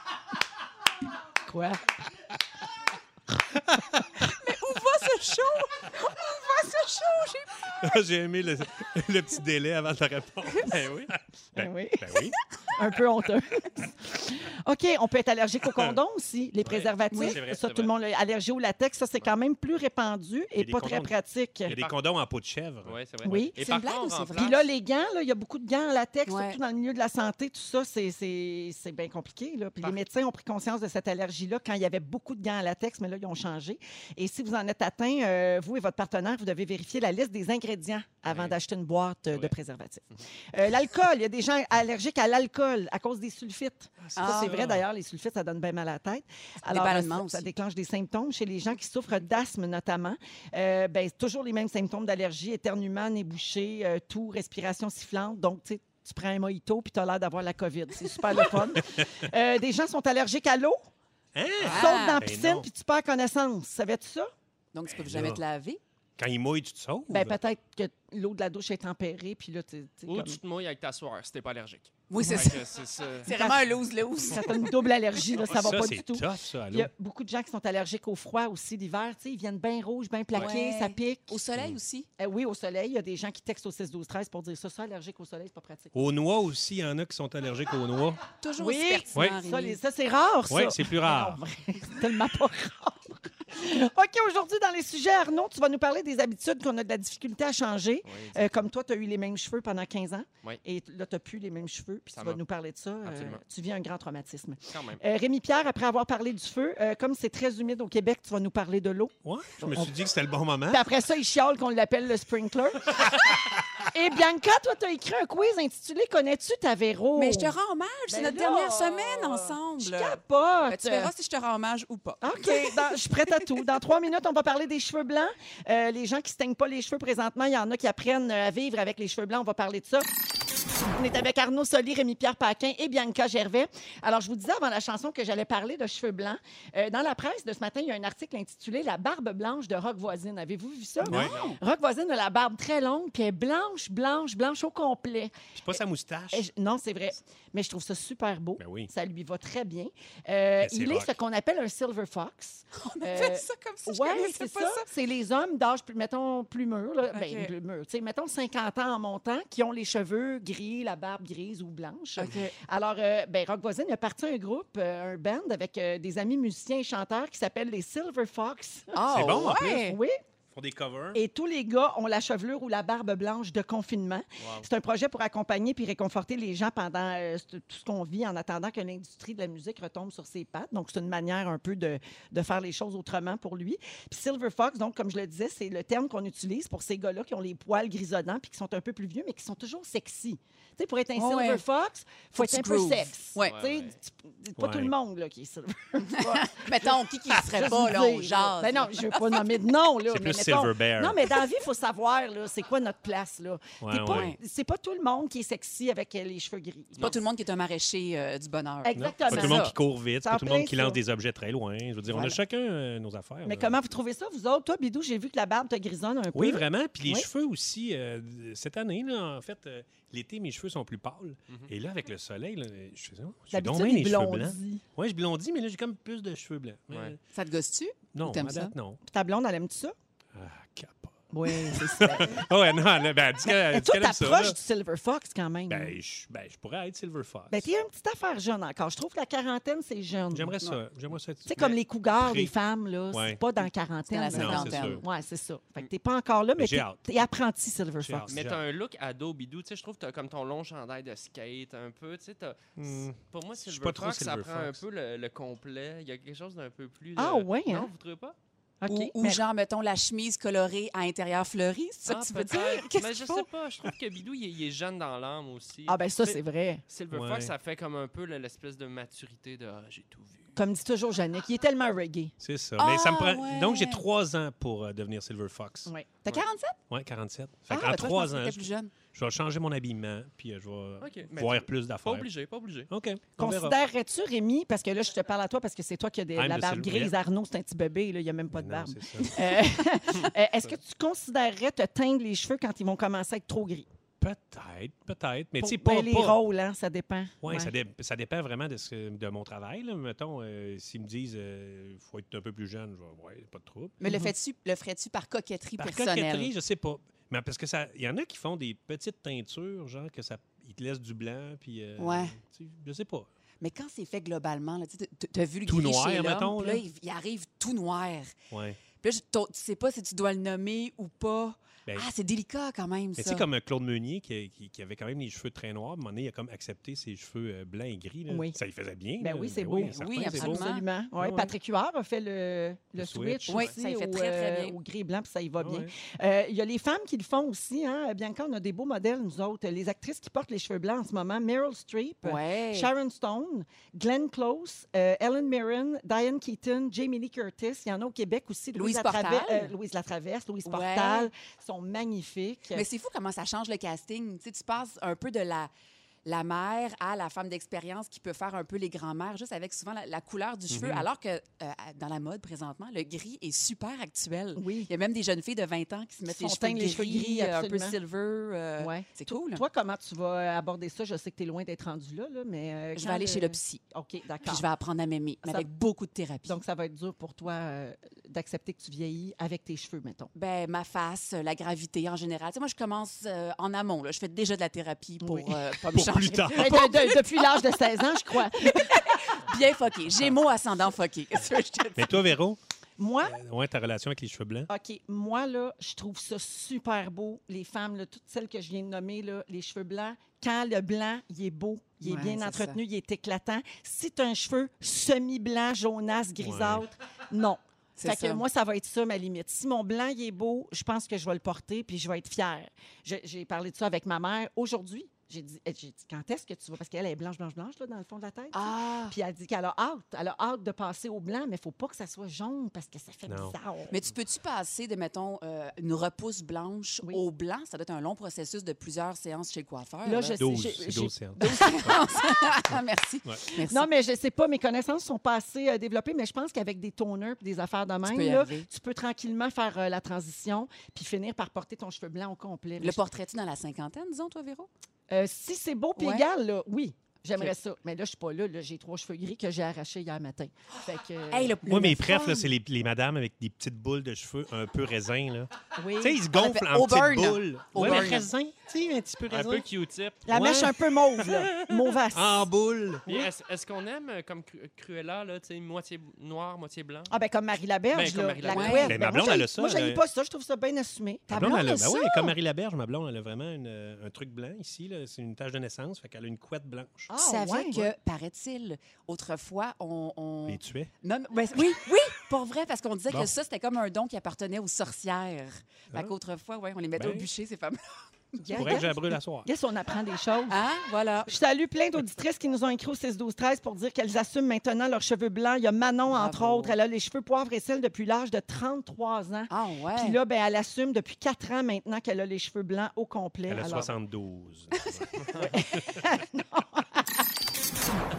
[SPEAKER 1] quoi?
[SPEAKER 3] Où va ce show? Où va ce show? J'ai-
[SPEAKER 4] J'ai aimé le, le petit délai avant ta réponse. Ben oui.
[SPEAKER 1] Ben oui,
[SPEAKER 4] Ben oui.
[SPEAKER 1] un peu honteux. OK, on peut être allergique aux condoms aussi, les préservatifs.
[SPEAKER 6] Oui, c'est vrai,
[SPEAKER 1] ça,
[SPEAKER 6] c'est
[SPEAKER 1] tout le monde, est allergique au latex, ça, c'est quand même plus répandu et
[SPEAKER 4] Et les
[SPEAKER 1] pas très
[SPEAKER 4] condoms.
[SPEAKER 1] pratique.
[SPEAKER 4] Il y a des condoms en peau de chèvre.
[SPEAKER 6] Ouais, c'est vrai.
[SPEAKER 1] Oui.
[SPEAKER 6] Et
[SPEAKER 3] C'est
[SPEAKER 6] par
[SPEAKER 3] une blague
[SPEAKER 6] contre,
[SPEAKER 3] ou c'est
[SPEAKER 6] en
[SPEAKER 3] vrai?
[SPEAKER 6] France-
[SPEAKER 1] Puis là, les gants, là, il y a beaucoup de gants en latex,
[SPEAKER 3] Ouais.
[SPEAKER 1] surtout dans le milieu de la santé, tout ça, c'est- c'est c'est bien compliqué. Là. Puis
[SPEAKER 6] Par-
[SPEAKER 1] les médecins ont pris conscience de cette allergie-là quand il y avait beaucoup de gants en latex, mais là, ils ont changé. Et si vous en êtes atteint, euh, vous et votre partenaire, vous devez vérifier la liste des ingrédients avant
[SPEAKER 6] Ouais.
[SPEAKER 1] d'acheter une boîte euh, de
[SPEAKER 6] Ouais.
[SPEAKER 1] préservatifs. Euh, l'alcool, il y a des gens allergiques à l'alcool à cause des sulfites. Ça,
[SPEAKER 3] Ah.
[SPEAKER 1] c'est vrai d'ailleurs, les sulfites, ça donne bien mal à la tête. Alors, ben,
[SPEAKER 3] ballonnements
[SPEAKER 1] ça,
[SPEAKER 3] aussi.
[SPEAKER 1] ça déclenche des symptômes chez les gens qui souffrent d'asthme notamment. Euh, ben, c'est toujours les mêmes symptômes d'allergie, éternuement, nez bouché, euh, toux, respiration sifflante. Donc, tu sais, tu prends un mojito puis tu as l'air d'avoir la COVID. C'est super le fun. Euh, des gens sont allergiques à l'eau,
[SPEAKER 3] Ah.
[SPEAKER 4] Hein?
[SPEAKER 1] sautent dans la
[SPEAKER 4] ben
[SPEAKER 1] piscine
[SPEAKER 4] non.
[SPEAKER 1] puis tu perds connaissance. Savais-tu ça?
[SPEAKER 3] Donc, tu peux
[SPEAKER 4] Ben
[SPEAKER 3] jamais
[SPEAKER 4] là.
[SPEAKER 3] te laver.
[SPEAKER 4] Quand il mouille, tu te sauves.
[SPEAKER 1] Ben, peut-être que l'eau de la douche est tempérée puis là, tu tu sais,
[SPEAKER 6] Ou
[SPEAKER 1] comme-
[SPEAKER 6] tu te mouilles avec ta soeur si t'es pas allergique.
[SPEAKER 3] Oui, c'est
[SPEAKER 6] Fait
[SPEAKER 3] ça.
[SPEAKER 6] que c'est ça.
[SPEAKER 3] C'est vraiment un lose-lose.
[SPEAKER 1] quand t'as une double allergie, là, ça va pas
[SPEAKER 4] c'est
[SPEAKER 1] du tout.
[SPEAKER 4] tough, ça, à
[SPEAKER 1] Il y
[SPEAKER 4] l'eau.
[SPEAKER 1] a beaucoup de gens qui sont allergiques au froid aussi l'hiver. Tu sais, ils viennent bien rouges, bien plaqués,
[SPEAKER 3] Ouais.
[SPEAKER 1] ça pique.
[SPEAKER 3] Au
[SPEAKER 4] Hmm.
[SPEAKER 3] soleil aussi.
[SPEAKER 1] Eh oui, au soleil. Il y a des gens qui textent au 6-12-13 pour dire ça, ça, allergique au soleil, c'est pas pratique.
[SPEAKER 4] Aux noix aussi, il y en a qui sont allergiques aux noix.
[SPEAKER 3] Toujours
[SPEAKER 1] Oui.
[SPEAKER 3] aussi pertinent,
[SPEAKER 4] Oui.
[SPEAKER 3] Rémi.
[SPEAKER 1] Ça, les- ça, c'est rare, ça.
[SPEAKER 4] Oui, c'est plus rare.
[SPEAKER 1] Non, vrai, c'est tellement pas rare. OK, aujourd'hui, dans les sujets, Arnaud, tu vas nous parler des habitudes qu'on a de la difficulté à changer.
[SPEAKER 6] Oui,
[SPEAKER 1] Euh, comme toi, tu as eu les mêmes cheveux pendant 15 ans.
[SPEAKER 6] Oui.
[SPEAKER 1] Et là, tu n'as plus les mêmes cheveux. Puis
[SPEAKER 6] Ça
[SPEAKER 1] tu vas
[SPEAKER 6] m'a-
[SPEAKER 1] nous parler de ça. Euh,
[SPEAKER 6] Absolument.
[SPEAKER 1] tu vis un grand traumatisme.
[SPEAKER 6] quand même.
[SPEAKER 1] Euh, Rémi Pierre, après avoir parlé du feu, euh, comme c'est très humide au Québec, tu vas nous parler de l'eau.
[SPEAKER 4] Ouais, je me suis dit que c'était le bon moment.
[SPEAKER 1] Puis après ça, il chiale qu'on l'appelle le sprinkler. Et Bianca, toi, t'as écrit un quiz intitulé Connais-tu ta Véro?
[SPEAKER 3] Mais je te rends hommage. C'est
[SPEAKER 1] Ben
[SPEAKER 3] notre
[SPEAKER 1] là,
[SPEAKER 3] dernière semaine ensemble.
[SPEAKER 1] Je Ah,
[SPEAKER 3] Ben,
[SPEAKER 1] capote.
[SPEAKER 3] tu verras si je te rends hommage ou pas.
[SPEAKER 1] OK, dans- je suis prête à tout. Dans trois minutes, on va parler des cheveux blancs. Euh, les gens qui ne se teignent pas les cheveux présentement, il y en a qui apprennent euh, à vivre avec les cheveux blancs. On va parler de ça. On est avec Arnaud Soli, Rémi-Pierre Paquin et Bianca Gervais. Alors, je vous disais avant la chanson que j'allais parler de cheveux blancs. Euh, dans la presse de ce matin, il y a un article intitulé La barbe blanche de Rock Voisine. Avez-vous vu ça?
[SPEAKER 4] Ouais.
[SPEAKER 1] Rock Voisine a la barbe très longue, puis elle est blanche, blanche, blanche au complet.
[SPEAKER 4] Puis pas sa moustache.
[SPEAKER 1] Et je- non, c'est vrai. Mais je trouve ça super beau.
[SPEAKER 4] Ben oui. Ben,
[SPEAKER 1] Ça lui va très bien. Euh,
[SPEAKER 4] c'est
[SPEAKER 1] il est
[SPEAKER 4] rock.
[SPEAKER 1] ce qu'on appelle un silver fox.
[SPEAKER 3] On
[SPEAKER 1] Euh,
[SPEAKER 3] fait ça comme si je
[SPEAKER 1] ouais,
[SPEAKER 3] connaissais
[SPEAKER 1] c'est
[SPEAKER 3] pas
[SPEAKER 1] ça.
[SPEAKER 3] ça.
[SPEAKER 1] C'est les hommes d'âge, plus, mettons, plus mûr, là. Ben,
[SPEAKER 3] OK.
[SPEAKER 1] plus mûr, tu sais, mettons 50 ans en montant, qui ont les cheveux gris, la barbe grise ou blanche.
[SPEAKER 3] OK.
[SPEAKER 1] Alors, euh, ben, Rock Voisine a parti un groupe, euh, un band avec euh, des amis musiciens et chanteurs qui s'appelle les Silver Fox.
[SPEAKER 3] Ah,
[SPEAKER 4] C'est bon, en
[SPEAKER 3] ouais.
[SPEAKER 1] Oui,
[SPEAKER 4] Ils font des covers.
[SPEAKER 1] et tous les gars ont la chevelure ou la barbe blanche de confinement. C'est un projet pour accompagner puis réconforter les gens pendant euh, c'est- tout ce qu'on vit en attendant que l'industrie de la musique retombe sur ses pattes. Donc, c'est une manière un peu de, de faire les choses autrement pour lui. Puis Silver Fox, donc, comme je le disais, c'est le terme qu'on utilise pour ces gars-là qui ont les poils grisonnants puis qui sont un peu plus vieux, mais qui sont toujours sexy. Tu sais, pour être un
[SPEAKER 3] Ouais.
[SPEAKER 1] Silver Fox, faut
[SPEAKER 3] que
[SPEAKER 1] être
[SPEAKER 3] tu
[SPEAKER 1] un peu
[SPEAKER 3] grooves.
[SPEAKER 1] sexe.
[SPEAKER 3] Ouais.
[SPEAKER 1] Tu sais,
[SPEAKER 6] Ouais, ouais.
[SPEAKER 1] tu- Pas tout
[SPEAKER 4] Ouais.
[SPEAKER 1] le monde là, qui est Silver Fox.
[SPEAKER 3] Mettons, qui qui serait
[SPEAKER 1] Ah, Juste
[SPEAKER 3] pas, là, on
[SPEAKER 1] dire,
[SPEAKER 3] jase.
[SPEAKER 1] Ben non, je veux pas nommer de nom, là.
[SPEAKER 4] C'est
[SPEAKER 1] mais
[SPEAKER 4] plus
[SPEAKER 1] mettons-
[SPEAKER 4] Silver Bear.
[SPEAKER 1] Non, mais dans la vie, il faut savoir, là, c'est quoi notre place, là.
[SPEAKER 4] Ouais,
[SPEAKER 1] T'es pas-
[SPEAKER 4] ouais.
[SPEAKER 1] C'est pas tout le monde qui est sexy avec euh, les cheveux gris.
[SPEAKER 3] C'est pas tout le monde qui est un maraîcher euh, du bonheur.
[SPEAKER 1] Exact.
[SPEAKER 4] Non,
[SPEAKER 1] exactement.
[SPEAKER 4] Pas tout le monde
[SPEAKER 3] Ça.
[SPEAKER 4] qui court vite,
[SPEAKER 1] Ça
[SPEAKER 4] pas tout le
[SPEAKER 1] en
[SPEAKER 4] monde qui
[SPEAKER 1] plein, ça.
[SPEAKER 4] lance des objets très loin. Je veux dire, on
[SPEAKER 1] Voilà.
[SPEAKER 4] a chacun euh, nos affaires.
[SPEAKER 1] Mais
[SPEAKER 4] là.
[SPEAKER 1] comment vous trouvez ça, vous autres? Toi, Bidou, j'ai vu que la barbe te grisonne un peu.
[SPEAKER 4] Oui, vraiment. Puis les
[SPEAKER 1] Oui.
[SPEAKER 4] cheveux aussi. euh, cette année, là, en fait, euh, l'été, mes cheveux sont plus pâles. Et là, avec le soleil, là, je fais ça. J'ai donc
[SPEAKER 1] D'habitude,
[SPEAKER 4] bien
[SPEAKER 1] il
[SPEAKER 4] les cheveux blancs.
[SPEAKER 1] blondit.
[SPEAKER 4] Oui, je blondis, mais là, j'ai comme plus de cheveux blancs. Mais,
[SPEAKER 6] Ouais.
[SPEAKER 4] euh,
[SPEAKER 3] Ça te gosse-tu?
[SPEAKER 4] Non,
[SPEAKER 3] T'aimes
[SPEAKER 4] à
[SPEAKER 3] ça?
[SPEAKER 4] date, non.
[SPEAKER 1] Puis ta blonde, elle aime-tu ça?
[SPEAKER 4] Ah, capote.
[SPEAKER 1] Oui, c'est ça.
[SPEAKER 4] Ah ouais, non, là, ben, elle dit qu'elle- elle
[SPEAKER 1] Mais
[SPEAKER 4] dit
[SPEAKER 1] toi,
[SPEAKER 4] qu'elle aime ça. là.
[SPEAKER 1] t'approches du Silver Fox quand même.
[SPEAKER 4] Ben, je, ben, je pourrais être Silver Fox.
[SPEAKER 1] Ben, t'es une petite affaire jeune encore. Je trouve que la quarantaine, c'est jeune.
[SPEAKER 4] J'aimerais ça. J'aimerais ça.
[SPEAKER 1] Tu sais, comme les cougars,
[SPEAKER 4] Pré.
[SPEAKER 1] les femmes, là,
[SPEAKER 4] Ouais.
[SPEAKER 1] c'est pas dans la quarantaine.
[SPEAKER 3] C'est dans la
[SPEAKER 1] là.
[SPEAKER 4] Non, c'est
[SPEAKER 3] cinquantaine.
[SPEAKER 4] sûr.
[SPEAKER 1] Ouais, c'est ça. Fait que t'es pas encore là, mais,
[SPEAKER 4] Mais j'ai
[SPEAKER 1] t'es-
[SPEAKER 4] hâte.
[SPEAKER 1] t'es apprenti Silver
[SPEAKER 4] J'ai hâte.
[SPEAKER 1] Fox.
[SPEAKER 6] Mais
[SPEAKER 4] Genre.
[SPEAKER 6] t'as un look ado bidou, tu sais, je trouve que t'as comme ton long chandail de skate un peu, tu sais, t'as-
[SPEAKER 4] Hmm.
[SPEAKER 6] Pour moi,
[SPEAKER 4] Je suis
[SPEAKER 6] Silver
[SPEAKER 4] pas trop
[SPEAKER 6] Fox, ça
[SPEAKER 4] Silver
[SPEAKER 6] prend un
[SPEAKER 4] Fox.
[SPEAKER 6] peu le, le complet. Il y a quelque chose d'un peu plus...
[SPEAKER 1] Ah,
[SPEAKER 6] euh,
[SPEAKER 1] ouais, hein?
[SPEAKER 6] Non, vous trouvez pas?
[SPEAKER 1] OK.
[SPEAKER 3] Ou, ou
[SPEAKER 1] Mais-
[SPEAKER 3] genre, mettons, la chemise colorée à intérieur fleurie, c'est ça
[SPEAKER 6] Ah,
[SPEAKER 3] que tu veux
[SPEAKER 6] peut-être.
[SPEAKER 3] dire? Qu'est-ce
[SPEAKER 6] Mais
[SPEAKER 3] qu'il
[SPEAKER 6] je
[SPEAKER 3] faut?
[SPEAKER 6] sais pas, je trouve que Bidou, il, est- il est jeune dans l'âme aussi.
[SPEAKER 1] Ah, ben ça,
[SPEAKER 6] Mais
[SPEAKER 1] c'est vrai.
[SPEAKER 6] Silver
[SPEAKER 4] Ouais.
[SPEAKER 6] Fox, ça fait comme un peu le- l'espèce de maturité de Ah, j'ai tout vu.
[SPEAKER 1] Comme dit toujours Jannick, il est tellement reggae.
[SPEAKER 4] C'est ça.
[SPEAKER 3] Ah,
[SPEAKER 4] Mais ça me prend...
[SPEAKER 3] ouais.
[SPEAKER 4] Donc, j'ai trois ans pour euh, devenir Silver Fox.
[SPEAKER 1] Oui.
[SPEAKER 3] T'as
[SPEAKER 6] Ouais.
[SPEAKER 3] 47?
[SPEAKER 4] Ouais, 47.
[SPEAKER 3] Ah,
[SPEAKER 4] Fait
[SPEAKER 3] ben,
[SPEAKER 4] qu'en
[SPEAKER 3] toi, je
[SPEAKER 4] trois
[SPEAKER 3] pensais que
[SPEAKER 4] ans,
[SPEAKER 3] t'étais
[SPEAKER 4] je,
[SPEAKER 3] plus jeune.
[SPEAKER 4] je vais changer mon habillement, puis euh, je vais
[SPEAKER 6] OK. Mais
[SPEAKER 4] voir
[SPEAKER 6] tu-
[SPEAKER 4] plus
[SPEAKER 6] Pas
[SPEAKER 4] d'affaires.
[SPEAKER 6] obligé, pas obligé.
[SPEAKER 4] OK. on verra.
[SPEAKER 1] Considérerais-tu, Rémi, parce que là, je te parle à toi parce que c'est toi qui as des-
[SPEAKER 4] I'm
[SPEAKER 1] la
[SPEAKER 4] the
[SPEAKER 1] barbe
[SPEAKER 4] silhouette.
[SPEAKER 1] grise. Arnaud, c'est un petit bébé, là, il n'y a même pas de
[SPEAKER 4] Non,
[SPEAKER 1] barbe.
[SPEAKER 4] c'est ça.
[SPEAKER 1] Euh, euh, Est-ce que tu considérerais te teindre les cheveux quand ils vont commencer à être trop gris?
[SPEAKER 4] Peut-être, peut-être. Mais tu sais,
[SPEAKER 1] Pour-
[SPEAKER 4] pas...
[SPEAKER 1] ben, les
[SPEAKER 4] pas-
[SPEAKER 1] rôles, hein, ça dépend.
[SPEAKER 4] Ouais,
[SPEAKER 1] Ouais.
[SPEAKER 4] Ça, dé- ça dépend vraiment de, ce- de mon travail. là. Mettons, euh, s'ils me disent euh, faut être un peu plus jeune, je vais, ouais, pas de trouble.
[SPEAKER 3] Mais le fais-tu- le ferais-tu par coquetterie
[SPEAKER 4] Par
[SPEAKER 3] personnelle?
[SPEAKER 4] coquetterie, je sais pas. Mais parce que ça, il y en a qui font des petites teintures, genre que ça, ils te laissent du blanc, puis. euh,
[SPEAKER 3] Ouais.
[SPEAKER 4] tu sais, Je sais pas.
[SPEAKER 3] Mais quand c'est fait globalement, là, tu sais, t'as- t'as vu le
[SPEAKER 4] Tout
[SPEAKER 3] gris
[SPEAKER 4] noir,
[SPEAKER 3] chez l'homme,
[SPEAKER 4] mettons,
[SPEAKER 3] puis là,
[SPEAKER 4] là.
[SPEAKER 3] il, il arrive tout noir.
[SPEAKER 4] Ouais.
[SPEAKER 3] Puis là, je- t'as- tu sais pas si tu dois le nommer ou pas.
[SPEAKER 4] Ben,
[SPEAKER 3] ah, c'est délicat quand même,
[SPEAKER 4] Mais tu
[SPEAKER 3] ça.
[SPEAKER 4] sais, comme euh, Claude Meunier, qui, qui- qui avait quand même les cheveux très noirs, à un moment donné, il a comme accepté ses cheveux euh, blancs et gris. là.
[SPEAKER 1] Oui.
[SPEAKER 4] Ça lui faisait bien.
[SPEAKER 1] Ben
[SPEAKER 4] là.
[SPEAKER 1] oui, c'est beau.
[SPEAKER 4] certain,
[SPEAKER 3] Oui,
[SPEAKER 4] c'est
[SPEAKER 3] absolument.
[SPEAKER 4] beau.
[SPEAKER 1] Absolument. Ouais,
[SPEAKER 4] Ah ouais.
[SPEAKER 1] Patrick Huard a fait le, le
[SPEAKER 4] Le
[SPEAKER 1] switch,
[SPEAKER 4] switch.
[SPEAKER 3] Oui,
[SPEAKER 1] aussi
[SPEAKER 3] ça y fait
[SPEAKER 1] au,
[SPEAKER 3] très, très
[SPEAKER 1] euh,
[SPEAKER 3] bien.
[SPEAKER 1] au gris et blanc, puis ça y va
[SPEAKER 4] Ah
[SPEAKER 1] bien.
[SPEAKER 4] ouais.
[SPEAKER 1] Euh, Il y a les femmes qui le font aussi. Hein? Bianca, on a des beaux modèles, nous autres. Les actrices qui portent les cheveux blancs en ce moment, Meryl Streep,
[SPEAKER 3] Ouais.
[SPEAKER 1] Sharon Stone, Glenn Close, euh, Ellen Mirren, Diane Keaton, Jamie Lee Curtis. Il y en a au Québec aussi.
[SPEAKER 3] Louise
[SPEAKER 1] Latraver-
[SPEAKER 3] Portal.
[SPEAKER 1] euh, Louise Latraverse, Louise
[SPEAKER 3] Ouais.
[SPEAKER 1] Portal. sont magnifiques.
[SPEAKER 3] Mais c'est fou comment ça change le casting. Tu sais, tu passes un peu de la, la mère à la femme d'expérience qui peut faire un peu les grands-mères, juste avec souvent la, la couleur du
[SPEAKER 1] Mhm.
[SPEAKER 3] cheveu, alors que euh, dans la mode présentement, le gris est super actuel.
[SPEAKER 1] Oui.
[SPEAKER 3] Il y a même des jeunes filles de 20 ans qui se mettent
[SPEAKER 1] se
[SPEAKER 3] les
[SPEAKER 1] font
[SPEAKER 3] cheveux,
[SPEAKER 1] teindre les cheveux
[SPEAKER 3] gris,
[SPEAKER 1] gris,
[SPEAKER 3] un peu
[SPEAKER 1] absolument.
[SPEAKER 3] silver. euh,
[SPEAKER 1] Ouais.
[SPEAKER 3] C'est cool.
[SPEAKER 1] Toi, comment tu vas aborder ça? Je sais que tu es loin d'être rendu là, là, mais. euh,
[SPEAKER 3] je vais
[SPEAKER 1] quand
[SPEAKER 3] aller
[SPEAKER 1] le-
[SPEAKER 3] chez le psy,
[SPEAKER 1] OK,
[SPEAKER 3] puis
[SPEAKER 1] d'accord.
[SPEAKER 3] je vais apprendre à m'aimer, mais
[SPEAKER 1] Ça-
[SPEAKER 3] avec beaucoup de thérapie.
[SPEAKER 1] Donc, ça va être dur pour toi euh, d'accepter que tu vieillis avec tes cheveux, mettons.
[SPEAKER 3] Ben, ma face, euh, la gravité en général. Tu sais, moi, je commence euh, en amont. là. Je fais déjà de la thérapie pour
[SPEAKER 1] Oui.
[SPEAKER 3] euh, pas me
[SPEAKER 4] Pour
[SPEAKER 3] changer.
[SPEAKER 4] plus tard.
[SPEAKER 1] Ben, de- de- depuis l'âge de 16 ans, je crois.
[SPEAKER 3] Bien foqué. Gémeaux ascendant foqué. Qu'est-ce que je te dis?
[SPEAKER 4] Mais toi, Véro,
[SPEAKER 1] Moi,
[SPEAKER 4] euh, ouais, ta relation avec les cheveux blancs?
[SPEAKER 1] OK, moi, là, je trouve ça super beau. Les femmes, là, toutes celles que je viens de nommer, là, les cheveux blancs, quand le blanc, il est beau, il est
[SPEAKER 3] Ouais,
[SPEAKER 1] bien
[SPEAKER 3] c'est
[SPEAKER 1] entretenu, il est éclatant. Si tu un cheveu semi-blanc, jaunasse, grisâtre, non.
[SPEAKER 3] C'est
[SPEAKER 1] Fait que
[SPEAKER 3] ça.
[SPEAKER 1] moi, ça va être ça, ma limite. Si mon blanc, il est beau, je pense que je vais le porter, puis je vais être fière. Je- J'ai parlé de ça avec ma mère aujourd'hui. J'ai dit, eh, j'ai dit, quand est-ce que tu vas? Parce qu'elle est blanche, blanche, blanche, là, dans le fond de la tête.
[SPEAKER 3] Ah!
[SPEAKER 1] Puis elle dit qu'elle a hâte. Elle a hâte de passer au blanc, mais faut pas que ça soit jaune parce que ça fait
[SPEAKER 4] Non.
[SPEAKER 1] bizarre.
[SPEAKER 3] Mais tu peux-tu passer de, mettons, euh, une repousse blanche
[SPEAKER 1] Oui.
[SPEAKER 3] au blanc? Ça doit être un long processus de plusieurs séances chez le coiffeur. Ah,
[SPEAKER 1] là, je sais.
[SPEAKER 4] 12,
[SPEAKER 1] j'ai-
[SPEAKER 4] c'est
[SPEAKER 1] j'ai-
[SPEAKER 4] 12 séances.
[SPEAKER 3] Merci.
[SPEAKER 4] Ouais.
[SPEAKER 3] Merci.
[SPEAKER 1] Non, mais je sais pas, mes connaissances sont pas assez euh, développées, mais je pense qu'avec des toners et des affaires de même,
[SPEAKER 3] peux y
[SPEAKER 1] là,
[SPEAKER 3] arriver.
[SPEAKER 1] tu peux tranquillement faire euh, la transition puis finir par porter ton cheveu blanc au complet. là.
[SPEAKER 3] Le portrait-tu dans la cinquantaine, disons, toi, Véro?
[SPEAKER 1] Euh, si c'est beau puis
[SPEAKER 3] Ouais.
[SPEAKER 1] égal, là, oui. J'aimerais
[SPEAKER 3] Ok.
[SPEAKER 1] ça. Mais là, je suis pas là. là. J'ai trois cheveux gris que j'ai arrachés hier matin. Fait que, euh,
[SPEAKER 3] Hey, le-
[SPEAKER 4] Moi,
[SPEAKER 3] le
[SPEAKER 4] mes prefs,
[SPEAKER 3] fun.
[SPEAKER 4] là, c'est les, les madames avec des petites boules de cheveux un peu raisin. Là.
[SPEAKER 1] oui.
[SPEAKER 4] Tu sais, ils se
[SPEAKER 3] On
[SPEAKER 4] gonflent
[SPEAKER 3] appelle
[SPEAKER 4] en petites
[SPEAKER 3] auburn.
[SPEAKER 4] boules.
[SPEAKER 3] Auburn.
[SPEAKER 4] Ouais, mais raisin, tu sais, un petit peu
[SPEAKER 6] Un
[SPEAKER 4] raisin.
[SPEAKER 6] peu Q-tip.
[SPEAKER 1] La
[SPEAKER 4] Ouais.
[SPEAKER 1] mèche un peu mauve, là. Mauvasse.
[SPEAKER 4] En boule.
[SPEAKER 6] Puis Est-ce est-ce qu'on aime euh, comme Cru- Cruella, là, tu sais, moitié noir, moitié blanc?
[SPEAKER 1] Ah, ben comme Marie Laberge,
[SPEAKER 6] Ben, comme
[SPEAKER 1] là,
[SPEAKER 6] Marie
[SPEAKER 1] la
[SPEAKER 3] Laberge.
[SPEAKER 1] couette.
[SPEAKER 4] Ben,
[SPEAKER 1] Ben,
[SPEAKER 4] ma
[SPEAKER 1] moi,
[SPEAKER 4] blonde, elle
[SPEAKER 1] j'haïs-
[SPEAKER 4] a ça,
[SPEAKER 1] Moi,
[SPEAKER 4] elle
[SPEAKER 1] je
[SPEAKER 4] a-
[SPEAKER 1] pas ça. Je trouve ça bien assumé.
[SPEAKER 3] Ta
[SPEAKER 4] Ma blonde,
[SPEAKER 3] blonde
[SPEAKER 4] elle a-
[SPEAKER 3] a
[SPEAKER 4] ben
[SPEAKER 3] ça?
[SPEAKER 4] oui, comme Marie Laberge, ma blonde, elle a vraiment une, euh, un truc blanc ici. là. C'est une tache de naissance, fait qu'elle a une couette blanche.
[SPEAKER 1] Ah,
[SPEAKER 3] Tu savais
[SPEAKER 1] ouais.
[SPEAKER 3] que, paraît-il, autrefois, on... on-
[SPEAKER 4] Les tuets.
[SPEAKER 3] Non, mais- ben, oui, oui, pour vrai, parce qu'on disait
[SPEAKER 4] Bon.
[SPEAKER 3] que ça, c'était comme un don qui appartenait aux sorcières. Fait
[SPEAKER 4] Ah.
[SPEAKER 3] qu'autrefois, ouais, on les mettait
[SPEAKER 4] Ben.
[SPEAKER 3] au bûcher, ces femmes
[SPEAKER 1] Yeah,
[SPEAKER 4] Pourrait que
[SPEAKER 1] yeah.
[SPEAKER 4] je la brûle la soir.
[SPEAKER 1] Yes, on apprend des choses.
[SPEAKER 3] Hein? Voilà.
[SPEAKER 1] Je salue plein d'auditrices qui nous ont écrit au 6 12 13 pour dire qu'elles assument maintenant leurs cheveux blancs. Il y a Manon, entre
[SPEAKER 3] Bravo.
[SPEAKER 1] autres. Elle a les cheveux poivre et sel depuis l'âge de 33 ans.
[SPEAKER 3] Ah ouais.
[SPEAKER 1] Puis là, ben, elle assume depuis 4 ans maintenant qu'elle a les cheveux blancs au complet.
[SPEAKER 4] Elle a
[SPEAKER 1] Alors,
[SPEAKER 4] 72.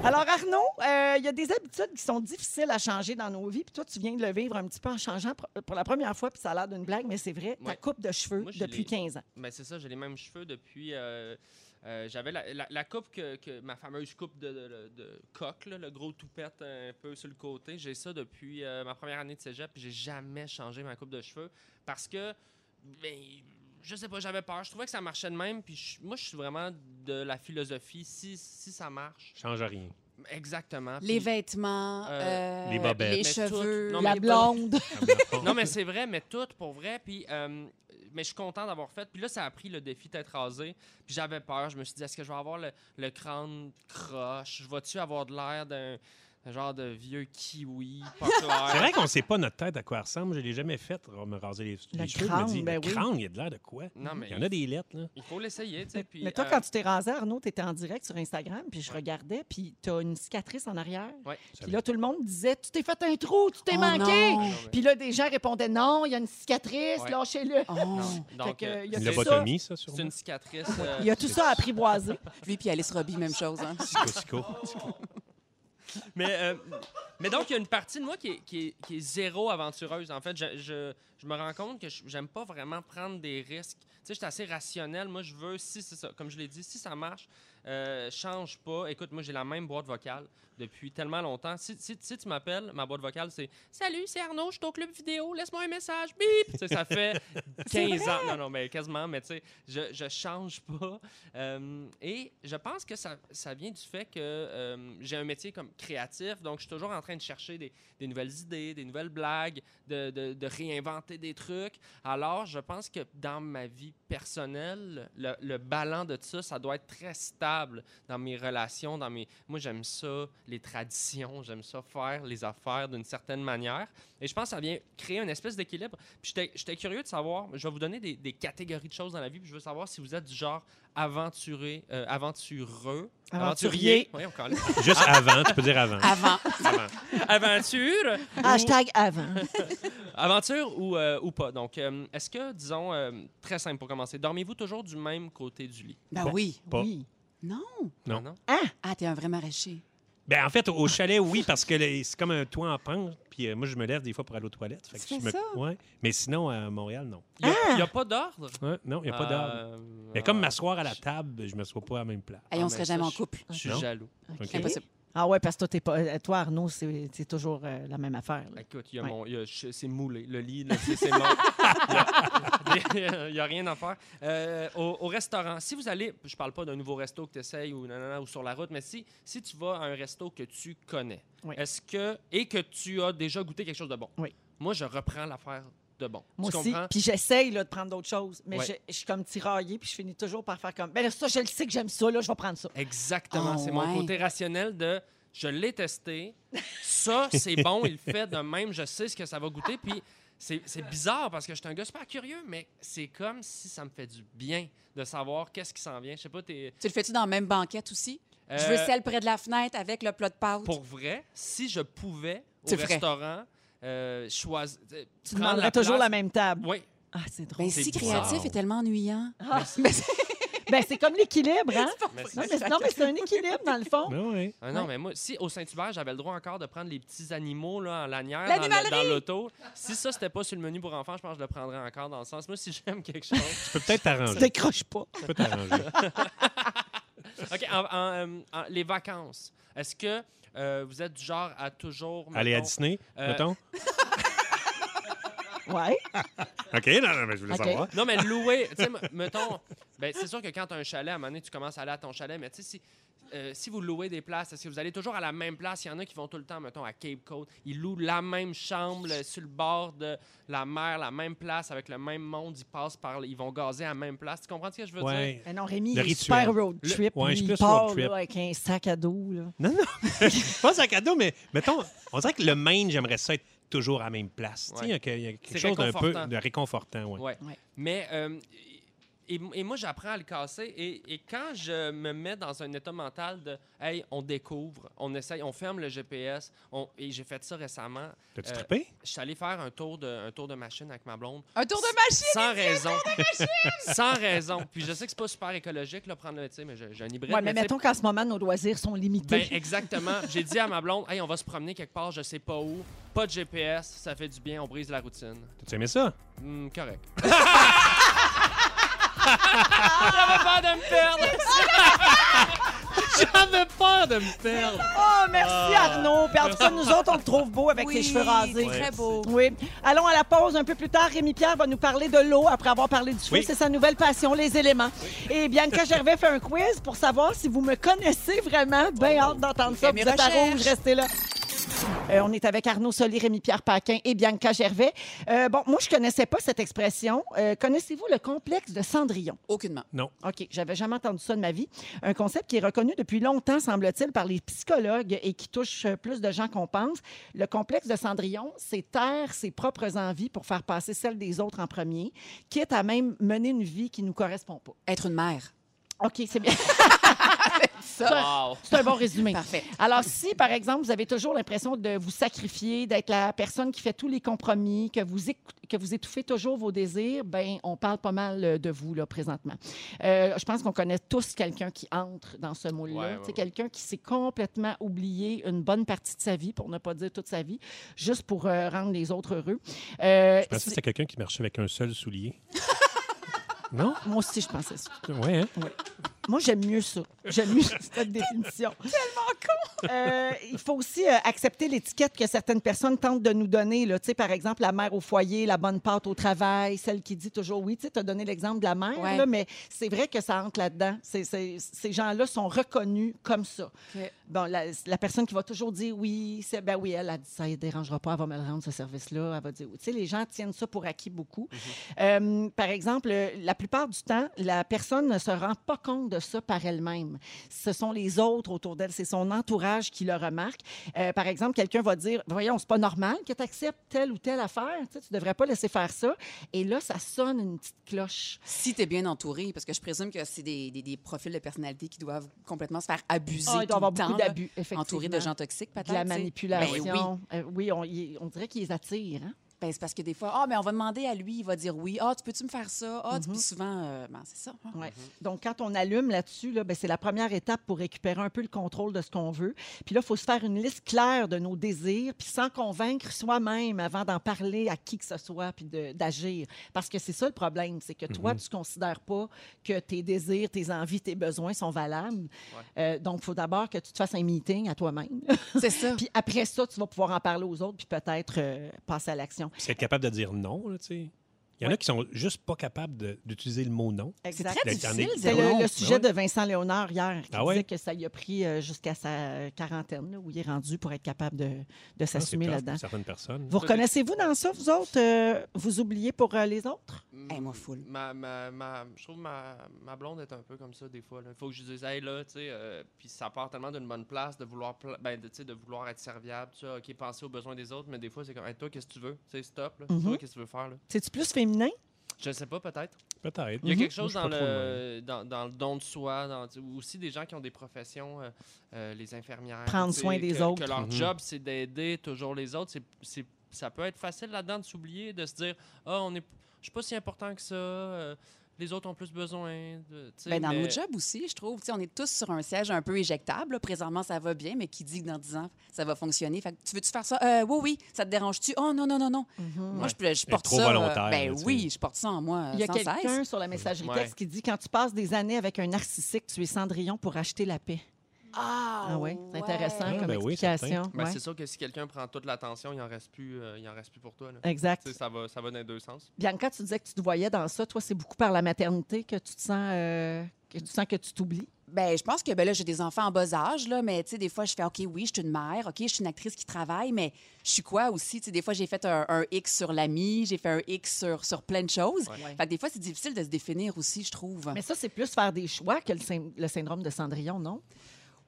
[SPEAKER 1] alors, Arnaud, euh, il y a des habitudes qui sont difficiles à changer dans nos vies. Puis toi, tu viens de le vivre un petit peu en changeant pour, euh, pour la première fois. Puis ça a l'air d'une blague, mais c'est vrai. Ta
[SPEAKER 6] Ouais.
[SPEAKER 1] coupe de cheveux
[SPEAKER 6] Moi, je
[SPEAKER 1] depuis
[SPEAKER 6] l'ai-
[SPEAKER 1] 15 ans.
[SPEAKER 6] Ben c'est ça, j'ai les mêmes cheveux depuis. euh, euh, J'avais la, la- la coupe que, que- ma fameuse coupe de, de- de coq, là, le gros toupette un peu sur le côté. J'ai ça depuis euh, ma première année de cégep, puis j'ai jamais changé ma coupe de cheveux parce que, ben, je sais pas, j'avais peur. Je trouvais que ça marchait de même, puis je- moi, je suis vraiment de la philosophie si, si ça marche,
[SPEAKER 4] Change rien.
[SPEAKER 6] exactement.
[SPEAKER 3] Les
[SPEAKER 6] puis-
[SPEAKER 3] vêtements,
[SPEAKER 6] Euh,
[SPEAKER 3] euh,
[SPEAKER 4] les bobettes.
[SPEAKER 3] les
[SPEAKER 6] Mais
[SPEAKER 3] cheveux,
[SPEAKER 6] tout- non,
[SPEAKER 3] la
[SPEAKER 6] mais-
[SPEAKER 3] blonde.
[SPEAKER 6] Non, mais c'est vrai, mais tout pour vrai. Puis, euh, mais je suis content d'avoir fait. Puis là, ça a pris le défi d'être rasé. Puis j'avais peur. Je me suis dit, est-ce que je vais avoir le, le crâne croche? Je vais-tu avoir de l'air d'un d'un genre de vieux kiwi? Pas clair.
[SPEAKER 4] C'est vrai qu'on sait pas notre tête à quoi elle ressemble. Je l'ai jamais faite, me raser les, les
[SPEAKER 1] Le
[SPEAKER 4] cheveux. je
[SPEAKER 1] crâne,
[SPEAKER 4] me dis,
[SPEAKER 1] ben
[SPEAKER 4] le
[SPEAKER 1] oui.
[SPEAKER 4] crâne, il y a de l'air de quoi?
[SPEAKER 6] Non, mais
[SPEAKER 4] Il y en a des lettres, là.
[SPEAKER 6] il faut l'essayer, tu sais. Puis,
[SPEAKER 1] mais toi,
[SPEAKER 6] euh,
[SPEAKER 1] quand tu t'es rasé, Arnaud, tu étais en direct sur Instagram, puis je regardais, puis tu as une cicatrice en arrière.
[SPEAKER 6] Ouais.
[SPEAKER 1] Puis là, tout le monde disait Tu t'es fait un trou, tu t'es
[SPEAKER 3] Oh
[SPEAKER 1] manqué.
[SPEAKER 3] non.
[SPEAKER 6] Ah, non, mais-
[SPEAKER 1] Puis là, des gens répondaient Non, il y a une cicatrice,
[SPEAKER 6] Ouais.
[SPEAKER 1] lâchez-le.
[SPEAKER 3] Oh.
[SPEAKER 1] Fait
[SPEAKER 6] Donc,
[SPEAKER 1] que,
[SPEAKER 6] euh,
[SPEAKER 1] il y a
[SPEAKER 4] Une
[SPEAKER 1] tout ça.
[SPEAKER 4] lobotomie, ça, sûrement.
[SPEAKER 6] c'est une cicatrice. euh,
[SPEAKER 1] Il y a tout ça à apprivoiser.
[SPEAKER 3] Lui puis Alice Robbie, même chose. Hein?
[SPEAKER 4] Psycho, psycho.
[SPEAKER 6] mais, euh, mais donc, il y a une partie de moi qui est, qui est- qui est zéro aventureuse. En fait, je, je- je me rends compte que je- j'aime pas vraiment prendre des risques. Tu sais, je suis assez rationnel. Moi, je veux, si c'est ça, comme je l'ai dit, si ça marche, euh, change pas. Écoute, moi, j'ai la même boîte vocale depuis tellement longtemps. Si, si- si tu m'appelles, ma boîte vocale, c'est Salut, c'est Arnaud, je suis au club vidéo, laisse-moi un message. Bip! Tu sais, ça fait 15 ans. Non, non, mais quasiment, mais tu sais, je, je change pas. Euh, et je pense que ça, ça vient du fait que euh, j'ai un métier comme créatif, donc je suis toujours en train de chercher des, des nouvelles idées, des nouvelles blagues, de, de- de réinventer des trucs. Alors, je pense que dans ma vie personnelle, le, le ballon de ça, ça doit être très stable dans mes relations, dans mes... Moi, j'aime ça, les traditions, j'aime ça faire les affaires d'une certaine manière. Et je pense que ça vient créer une espèce d'équilibre. Puis j'étais- j'étais curieux de savoir, je vais vous donner des, des catégories de choses dans la vie, puis je veux savoir si vous êtes du genre aventuré, euh, aventureux.
[SPEAKER 1] Aventurier.
[SPEAKER 6] Oui, on colle.
[SPEAKER 4] Juste avant, tu peux dire avant.
[SPEAKER 3] Avant.
[SPEAKER 4] Avant.
[SPEAKER 6] Aventure. ou-
[SPEAKER 1] Hashtag avant.
[SPEAKER 6] Aventure ou, euh, ou pas. Donc, euh, est-ce que, disons, euh, très simple pour commencer, dormez-vous toujours du même côté du lit?
[SPEAKER 3] Ben oui.
[SPEAKER 4] Pas.
[SPEAKER 1] Oui.
[SPEAKER 3] Non.
[SPEAKER 4] Non.
[SPEAKER 6] Ah non?
[SPEAKER 3] Ah, t'es un vrai maraîcher.
[SPEAKER 4] Ben, en fait, au chalet, oui, parce que les- c'est comme un toit en pente. Puis euh, moi, je me lève des fois pour aller aux toilettes. Fait que
[SPEAKER 3] Tu
[SPEAKER 4] je
[SPEAKER 3] fais
[SPEAKER 4] me...
[SPEAKER 3] ça?
[SPEAKER 4] Ouais. Mais sinon, à Montréal, non.
[SPEAKER 6] Il
[SPEAKER 1] Ah!
[SPEAKER 6] n'y a, pas d'ordre?
[SPEAKER 4] Hein? Non, il n'y a pas d'arbre.
[SPEAKER 6] Euh,
[SPEAKER 4] Mais comme
[SPEAKER 6] ah,
[SPEAKER 4] m'asseoir à la table, je ne m'assois pas à la même place.
[SPEAKER 3] Hey,
[SPEAKER 6] Ah,
[SPEAKER 3] on
[SPEAKER 6] mais
[SPEAKER 3] serait
[SPEAKER 6] ça,
[SPEAKER 3] jamais en
[SPEAKER 6] je-
[SPEAKER 3] couple.
[SPEAKER 6] Je suis
[SPEAKER 4] Non?
[SPEAKER 6] jaloux.
[SPEAKER 4] OK.
[SPEAKER 3] Impossible.
[SPEAKER 1] Ah ouais, parce que toi, t'es pas, euh, toi Arnaud, c'est c'est toujours euh, la même affaire. là.
[SPEAKER 6] Écoute, il y a
[SPEAKER 1] Ouais.
[SPEAKER 6] mon- il y a- je- c'est moulé. Le lit, là, c'est c'est mort. Il n'y a rien à faire. Euh, au, au restaurant, si vous allez, je parle pas d'un nouveau resto que tu essayes ou, nanana, ou sur la route, mais si, si tu vas à un resto que tu connais,
[SPEAKER 1] Oui.
[SPEAKER 6] est-ce que et que tu as déjà goûté quelque chose de bon,
[SPEAKER 1] Oui.
[SPEAKER 6] moi, je reprends l'affaire de bon.
[SPEAKER 1] Moi
[SPEAKER 6] tu
[SPEAKER 1] aussi.
[SPEAKER 6] comprends?
[SPEAKER 1] Puis j'essaye là, de prendre d'autres choses, mais
[SPEAKER 6] Ouais.
[SPEAKER 1] je, je suis comme tiraillée, puis je finis toujours par faire comme Ben là, ça, je le sais que j'aime ça, là, je vais prendre ça.
[SPEAKER 6] Exactement.
[SPEAKER 1] Ah
[SPEAKER 3] Oh,
[SPEAKER 6] c'est
[SPEAKER 3] ouais.
[SPEAKER 6] mon côté rationnel de je l'ai testé. Ça, c'est bon, il le fait de même, je sais ce que ça va goûter. Puis C'est c'est bizarre parce que je suis un gars super curieux, mais c'est comme si ça me fait du bien de savoir qu'est-ce qui s'en vient. Je sais pas, t'es.
[SPEAKER 3] Tu le fais-tu dans la même banquette aussi? Je veux
[SPEAKER 6] Euh,
[SPEAKER 3] celle près de la fenêtre avec le plat de pâtes.
[SPEAKER 6] Pour vrai, si je pouvais, au
[SPEAKER 3] C'est vrai.
[SPEAKER 6] restaurant, euh, choisir.
[SPEAKER 1] Tu demanderais toujours la même table.
[SPEAKER 6] Oui.
[SPEAKER 1] Ah, c'est drôle.
[SPEAKER 3] Ben,
[SPEAKER 6] C'est
[SPEAKER 3] si
[SPEAKER 6] bizarre.
[SPEAKER 3] créatif est tellement ennuyant.
[SPEAKER 1] Ah,
[SPEAKER 3] Mais c'est-
[SPEAKER 1] ben, c'est comme l'équilibre, hein?
[SPEAKER 6] Mais c'est-
[SPEAKER 1] Non, mais, non, mais c'est un équilibre, dans le fond.
[SPEAKER 4] Ben ouais.
[SPEAKER 6] Ah non, mais moi, si au Saint-Hubert, j'avais le droit encore de prendre les petits animaux là, en lanière dans le-
[SPEAKER 3] L'animalerie!
[SPEAKER 6] dans l'auto, si ça, c'était pas sur le menu pour enfants, je pense que je le prendrais encore dans le sens. Moi, si j'aime quelque chose.
[SPEAKER 4] Tu peux peut-être
[SPEAKER 1] Tu
[SPEAKER 4] t'arranger.
[SPEAKER 1] décroches pas.
[SPEAKER 4] Tu peux t'arranger.
[SPEAKER 6] OK, en- en, euh, en- les vacances. Est-ce que euh, vous êtes du genre à toujours.
[SPEAKER 4] Aller à
[SPEAKER 6] mettons,
[SPEAKER 4] Disney,
[SPEAKER 6] euh,
[SPEAKER 4] mettons.
[SPEAKER 1] Ouais.
[SPEAKER 4] OK, non, non, mais je voulais
[SPEAKER 1] OK.
[SPEAKER 4] savoir.
[SPEAKER 6] Non, mais louer, tu sais, m- mettons, ben, c'est sûr que quand tu as un chalet, à un moment donné, tu commences à aller à ton chalet, mais tu sais, si, euh, si vous louez des places, est-ce que vous allez toujours à la même place? Il y en a qui vont tout le temps, mettons, à Cape Cod. Ils louent la même chambre le- sur le bord de la mer, la même place, avec le même monde. Ils passent par... Ils vont gazer à la même place. Tu comprends ce que je veux dire?
[SPEAKER 4] Ouais.
[SPEAKER 1] Mais non, Rémi,
[SPEAKER 4] Le
[SPEAKER 1] il est
[SPEAKER 4] rituel.
[SPEAKER 1] super road
[SPEAKER 4] Le-
[SPEAKER 1] trip.
[SPEAKER 4] Ouais,
[SPEAKER 1] lui,
[SPEAKER 4] je suis
[SPEAKER 1] il
[SPEAKER 4] plus road
[SPEAKER 1] part,
[SPEAKER 4] trip.
[SPEAKER 1] là, avec un sac à dos. Là.
[SPEAKER 4] Non, non. pas sac à dos, mais mettons, on dirait que le Maine, j'aimerais ça être toujours à la même place. Tu sais, Il y a que- il y a quelque
[SPEAKER 6] C'est
[SPEAKER 4] chose d'un peu
[SPEAKER 6] réconfortant.
[SPEAKER 4] de réconfortant. Ouais.
[SPEAKER 6] Ouais.
[SPEAKER 3] Ouais.
[SPEAKER 6] Mais... euh, et, et moi, j'apprends à le casser. Et, et quand je me mets dans un état mental de « Hey, on découvre, on essaye, on ferme le GPS. on- et j'ai fait ça récemment.
[SPEAKER 4] T'as-tu
[SPEAKER 6] Euh,
[SPEAKER 4] trippé?
[SPEAKER 6] Je suis allé faire un tour, de, un tour de machine avec ma blonde.
[SPEAKER 3] Un tour de machine!
[SPEAKER 6] Sans raison. Sans raison. Puis je sais que c'est pas super écologique, là, prendre le. Tu sais, mais j'ai j'ai un hybride.
[SPEAKER 1] Ouais, mais
[SPEAKER 6] mais tu sais,
[SPEAKER 1] mettons qu'en ce moment, nos loisirs sont
[SPEAKER 6] ben,
[SPEAKER 1] limités.
[SPEAKER 6] exactement. J'ai dit à ma blonde, hey, on va se promener quelque part, je sais pas où. Pas de GPS, ça fait du bien, on brise la routine.
[SPEAKER 4] T'as-tu aimé ça?
[SPEAKER 6] Hmm, correct. J'avais peur de me perdre. J'avais peur de me perdre.
[SPEAKER 1] oh, merci
[SPEAKER 4] Ah.
[SPEAKER 1] Arnaud. Puis en tout cas, nous autres, on le trouve beau avec ses
[SPEAKER 3] Oui,
[SPEAKER 1] cheveux rasés.
[SPEAKER 3] Très beau.
[SPEAKER 1] Oui. Allons à la pause un peu plus tard. Rémi Pierre va nous parler de l'eau après avoir parlé du feu.
[SPEAKER 4] Oui.
[SPEAKER 1] C'est sa nouvelle passion, les éléments. Et Bianca Gervais fait un quiz pour savoir si vous me connaissez vraiment. Bien hâte d'entendre ça. Vous
[SPEAKER 3] mes
[SPEAKER 1] êtes à
[SPEAKER 3] recherches.
[SPEAKER 1] rouge, restez là. Euh, on est avec Arnaud Soli, Rémi-Pierre Paquin et Bianca Gervais. Euh, bon, moi, je connaissais pas cette expression. Euh, Connaissez-vous le complexe de Cendrillon?
[SPEAKER 3] Aucunement.
[SPEAKER 1] OK, j'avais jamais entendu ça de ma vie. Un concept qui est reconnu depuis longtemps, semble-t-il, par les psychologues et qui touche euh, plus de gens qu'on pense. Le complexe de Cendrillon, c'est taire ses propres envies pour faire passer celles des autres en premier, quitte à même mener une vie qui ne nous correspond pas.
[SPEAKER 3] Être une mère.
[SPEAKER 1] OK, c'est bien.
[SPEAKER 3] Ça,
[SPEAKER 6] Wow.
[SPEAKER 1] C'est un bon résumé.
[SPEAKER 3] parfait.
[SPEAKER 1] Alors, si, par exemple, vous avez toujours l'impression de vous sacrifier, d'être la personne qui fait tous les compromis, que vous, écou- que vous étouffez toujours vos désirs, ben on parle pas mal euh, de vous, là, présentement. Euh, je pense qu'on connaît tous quelqu'un qui entre dans ce
[SPEAKER 6] Ouais,
[SPEAKER 1] moule-là.
[SPEAKER 6] ouais,
[SPEAKER 1] Tu sais,
[SPEAKER 6] ouais.
[SPEAKER 1] Quelqu'un qui s'est complètement oublié une bonne partie de sa vie, pour ne pas dire toute sa vie, juste pour euh, rendre les autres heureux. Euh,
[SPEAKER 4] Je pensais que c'était quelqu'un qui marchait avec un seul soulier. non?
[SPEAKER 1] moi aussi, je pensais ça.
[SPEAKER 4] Ouais, hein?
[SPEAKER 1] Moi, j'aime mieux ça. J'aime mieux cette définition. Tellement con! il faut aussi euh, accepter l'étiquette que certaines personnes tentent de nous donner. Là. Tu sais, Par exemple, la mère au foyer, la bonne pâte au travail, celle qui dit toujours oui. Tu as donné l'exemple de la mère,
[SPEAKER 3] Ouais.
[SPEAKER 1] là, mais c'est vrai que ça entre là-dedans. C'est- c'est- Ces gens-là sont reconnus comme ça.
[SPEAKER 3] Ok.
[SPEAKER 1] Bon, la, la personne qui va toujours dire oui, c'est ben oui, elle a dit ça, ne dérangera pas, elle va me le rendre ce service-là, elle va dire oui. Tu sais, les gens tiennent ça pour acquis beaucoup. Euh, par exemple, euh, la plupart du temps, la personne ne se rend pas compte de ça par elle-même. Ce sont les autres autour d'elle, c'est son entourage qui le remarque. Euh, par exemple, quelqu'un va dire Voyons, c'est pas normal que tu acceptes telle ou telle affaire, tu ne devrais pas laisser faire ça. Et là, ça sonne une petite cloche.
[SPEAKER 3] Si t'es bien entouré, parce que je présume que c'est des, des- des profils de personnalité qui doivent complètement se faire abuser
[SPEAKER 1] Ah, il
[SPEAKER 3] tout
[SPEAKER 1] doit avoir
[SPEAKER 3] le temps,
[SPEAKER 1] beaucoup
[SPEAKER 3] là.
[SPEAKER 1] d'abus, effectivement.
[SPEAKER 3] Entouré de gens toxiques, peut-être.
[SPEAKER 1] De la
[SPEAKER 3] tu sais.
[SPEAKER 1] manipulation.
[SPEAKER 3] Ben oui.
[SPEAKER 1] Euh, oui, on, y- on dirait qu'ils les attirent. hein?
[SPEAKER 3] Ben, c'est parce que des fois, ah, mais on va demander à lui, il va dire oui. Ah, tu peux-tu me faire ça? Ah, tu peux souvent. euh, ben, c'est ça. hein.
[SPEAKER 1] Mhm. Ouais. Donc, quand on allume là-dessus, là, ben, c'est la première étape pour récupérer un peu le contrôle de ce qu'on veut. Puis là, il faut se faire une liste claire de nos désirs, puis sans convaincre soi-même avant d'en parler à qui que ce soit, puis de- d'agir. Parce que c'est ça le problème, c'est que toi, tu ne considères pas que tes désirs, tes envies, tes besoins sont valables. Euh, donc, il faut d'abord que tu te fasses un meeting à toi-même.
[SPEAKER 3] C'est ça.
[SPEAKER 1] puis après ça, tu vas pouvoir en parler aux autres, puis peut-être euh, passer à l'action.
[SPEAKER 4] Puis c'est être capable de dire non, là, tu sais. Il Il y en a qui sont juste pas capables de- d'utiliser le mot non. Hein,
[SPEAKER 3] C'est
[SPEAKER 1] Exact.
[SPEAKER 3] très
[SPEAKER 4] D'être
[SPEAKER 3] difficile.
[SPEAKER 4] en-
[SPEAKER 3] de
[SPEAKER 1] C'est
[SPEAKER 3] dire non.
[SPEAKER 1] le, le
[SPEAKER 4] Ben
[SPEAKER 1] sujet
[SPEAKER 4] ouais.
[SPEAKER 1] de Vincent Léonard hier, qui
[SPEAKER 4] Ah ouais?
[SPEAKER 1] disait que ça lui a pris euh, jusqu'à sa quarantaine, là, où il est rendu pour être capable de, de
[SPEAKER 4] Ça
[SPEAKER 1] s'assumer là-dedans.
[SPEAKER 4] Certaines personnes.
[SPEAKER 1] Vous reconnaissez-vous dans ça, vous autres? euh, vous oubliez pour euh, les autres?
[SPEAKER 3] Eh, moi, full.
[SPEAKER 6] Hmm, Ma, ma, ma- je trouve ma, ma blonde est un peu comme ça des fois. Il faut que je dise, hey là, tu sais, euh, puis ça part tellement d'une bonne place de vouloir, pla- ben, de, tu sais, de vouloir être serviable, tu sais, ok, penser aux besoins des autres, mais des fois c'est comme, hey, toi, qu'est-ce que tu veux, tu sais, stop, là.
[SPEAKER 1] Mhm.
[SPEAKER 6] toi, qu'est-ce que tu veux faire là.
[SPEAKER 1] C'est-tu plus féminin?
[SPEAKER 3] Euh,
[SPEAKER 6] Je sais pas, peut-être.
[SPEAKER 4] Peut-être.
[SPEAKER 6] Il y a quelque
[SPEAKER 4] Moi,
[SPEAKER 6] chose
[SPEAKER 4] je suis
[SPEAKER 6] dans
[SPEAKER 4] pas trop de
[SPEAKER 6] le, dans, dans le don de soi, dans, tu- ou aussi des gens qui ont des professions, euh, euh, les infirmières.
[SPEAKER 1] Prendre
[SPEAKER 6] tu sais,
[SPEAKER 1] soin des
[SPEAKER 6] que-
[SPEAKER 1] autres.
[SPEAKER 6] Que leur
[SPEAKER 4] Mhm.
[SPEAKER 6] job, c'est d'aider toujours les autres. C'est- c'est- ça peut être facile là-dedans de s'oublier, de se dire Ah, on est, je suis pas si important que ça, euh, les autres ont plus besoin. de- tu sais,
[SPEAKER 3] Ben, dans
[SPEAKER 6] mais-
[SPEAKER 3] nos jobs aussi, je trouve. Tu sais, On est tous sur un siège un peu éjectable. là. Présentement, ça va bien, mais qui dit que dans 10 ans, ça va fonctionner? Fait que, tu veux-tu faire ça? Euh, oui, oui. Ça te dérange-tu? Oh non, non, non, non. Moi, je, je porte
[SPEAKER 4] trop
[SPEAKER 3] ça. euh,
[SPEAKER 4] volontaire,
[SPEAKER 3] ben
[SPEAKER 4] là, tu
[SPEAKER 3] oui, je porte ça en moi euh,
[SPEAKER 1] Mhm. Il y a
[SPEAKER 3] sans
[SPEAKER 1] quelqu'un
[SPEAKER 3] cesse.
[SPEAKER 1] sur la messagerie
[SPEAKER 6] Ouais.
[SPEAKER 1] texte qui dit quand tu passes des années avec un narcissique, tu es Cendrillon pour acheter la paix.
[SPEAKER 3] Ah,
[SPEAKER 1] Ah oui, c'est intéressant
[SPEAKER 4] Ah,
[SPEAKER 1] comme
[SPEAKER 4] ben oui,
[SPEAKER 1] explication.
[SPEAKER 6] Ben,
[SPEAKER 1] Ouais.
[SPEAKER 6] C'est sûr que si quelqu'un prend toute l'attention, il en reste plus, euh, il en reste plus pour toi. là.
[SPEAKER 1] Exact.
[SPEAKER 6] Tu sais, Ça va, ça va dans les deux sens.
[SPEAKER 1] Bianca, tu disais que tu te voyais dans ça. Toi, c'est beaucoup par la maternité que tu te sens euh, que tu sens que tu t'oublies.
[SPEAKER 3] Ben, je pense que ben là, j'ai des enfants en bas âge, là, mais tu sais, des fois, je fais OK, oui, je suis une mère, OK, je suis une actrice qui travaille, mais je suis quoi aussi? Tu sais, des fois, j'ai fait un, un X sur l'ami, j'ai fait un X sur, sur plein de choses.
[SPEAKER 6] Ouais.
[SPEAKER 3] Fait que des fois, c'est difficile de se définir aussi, je trouve.
[SPEAKER 1] Mais ça, c'est plus faire des choix que le, syn- le syndrome de Cendrillon, non?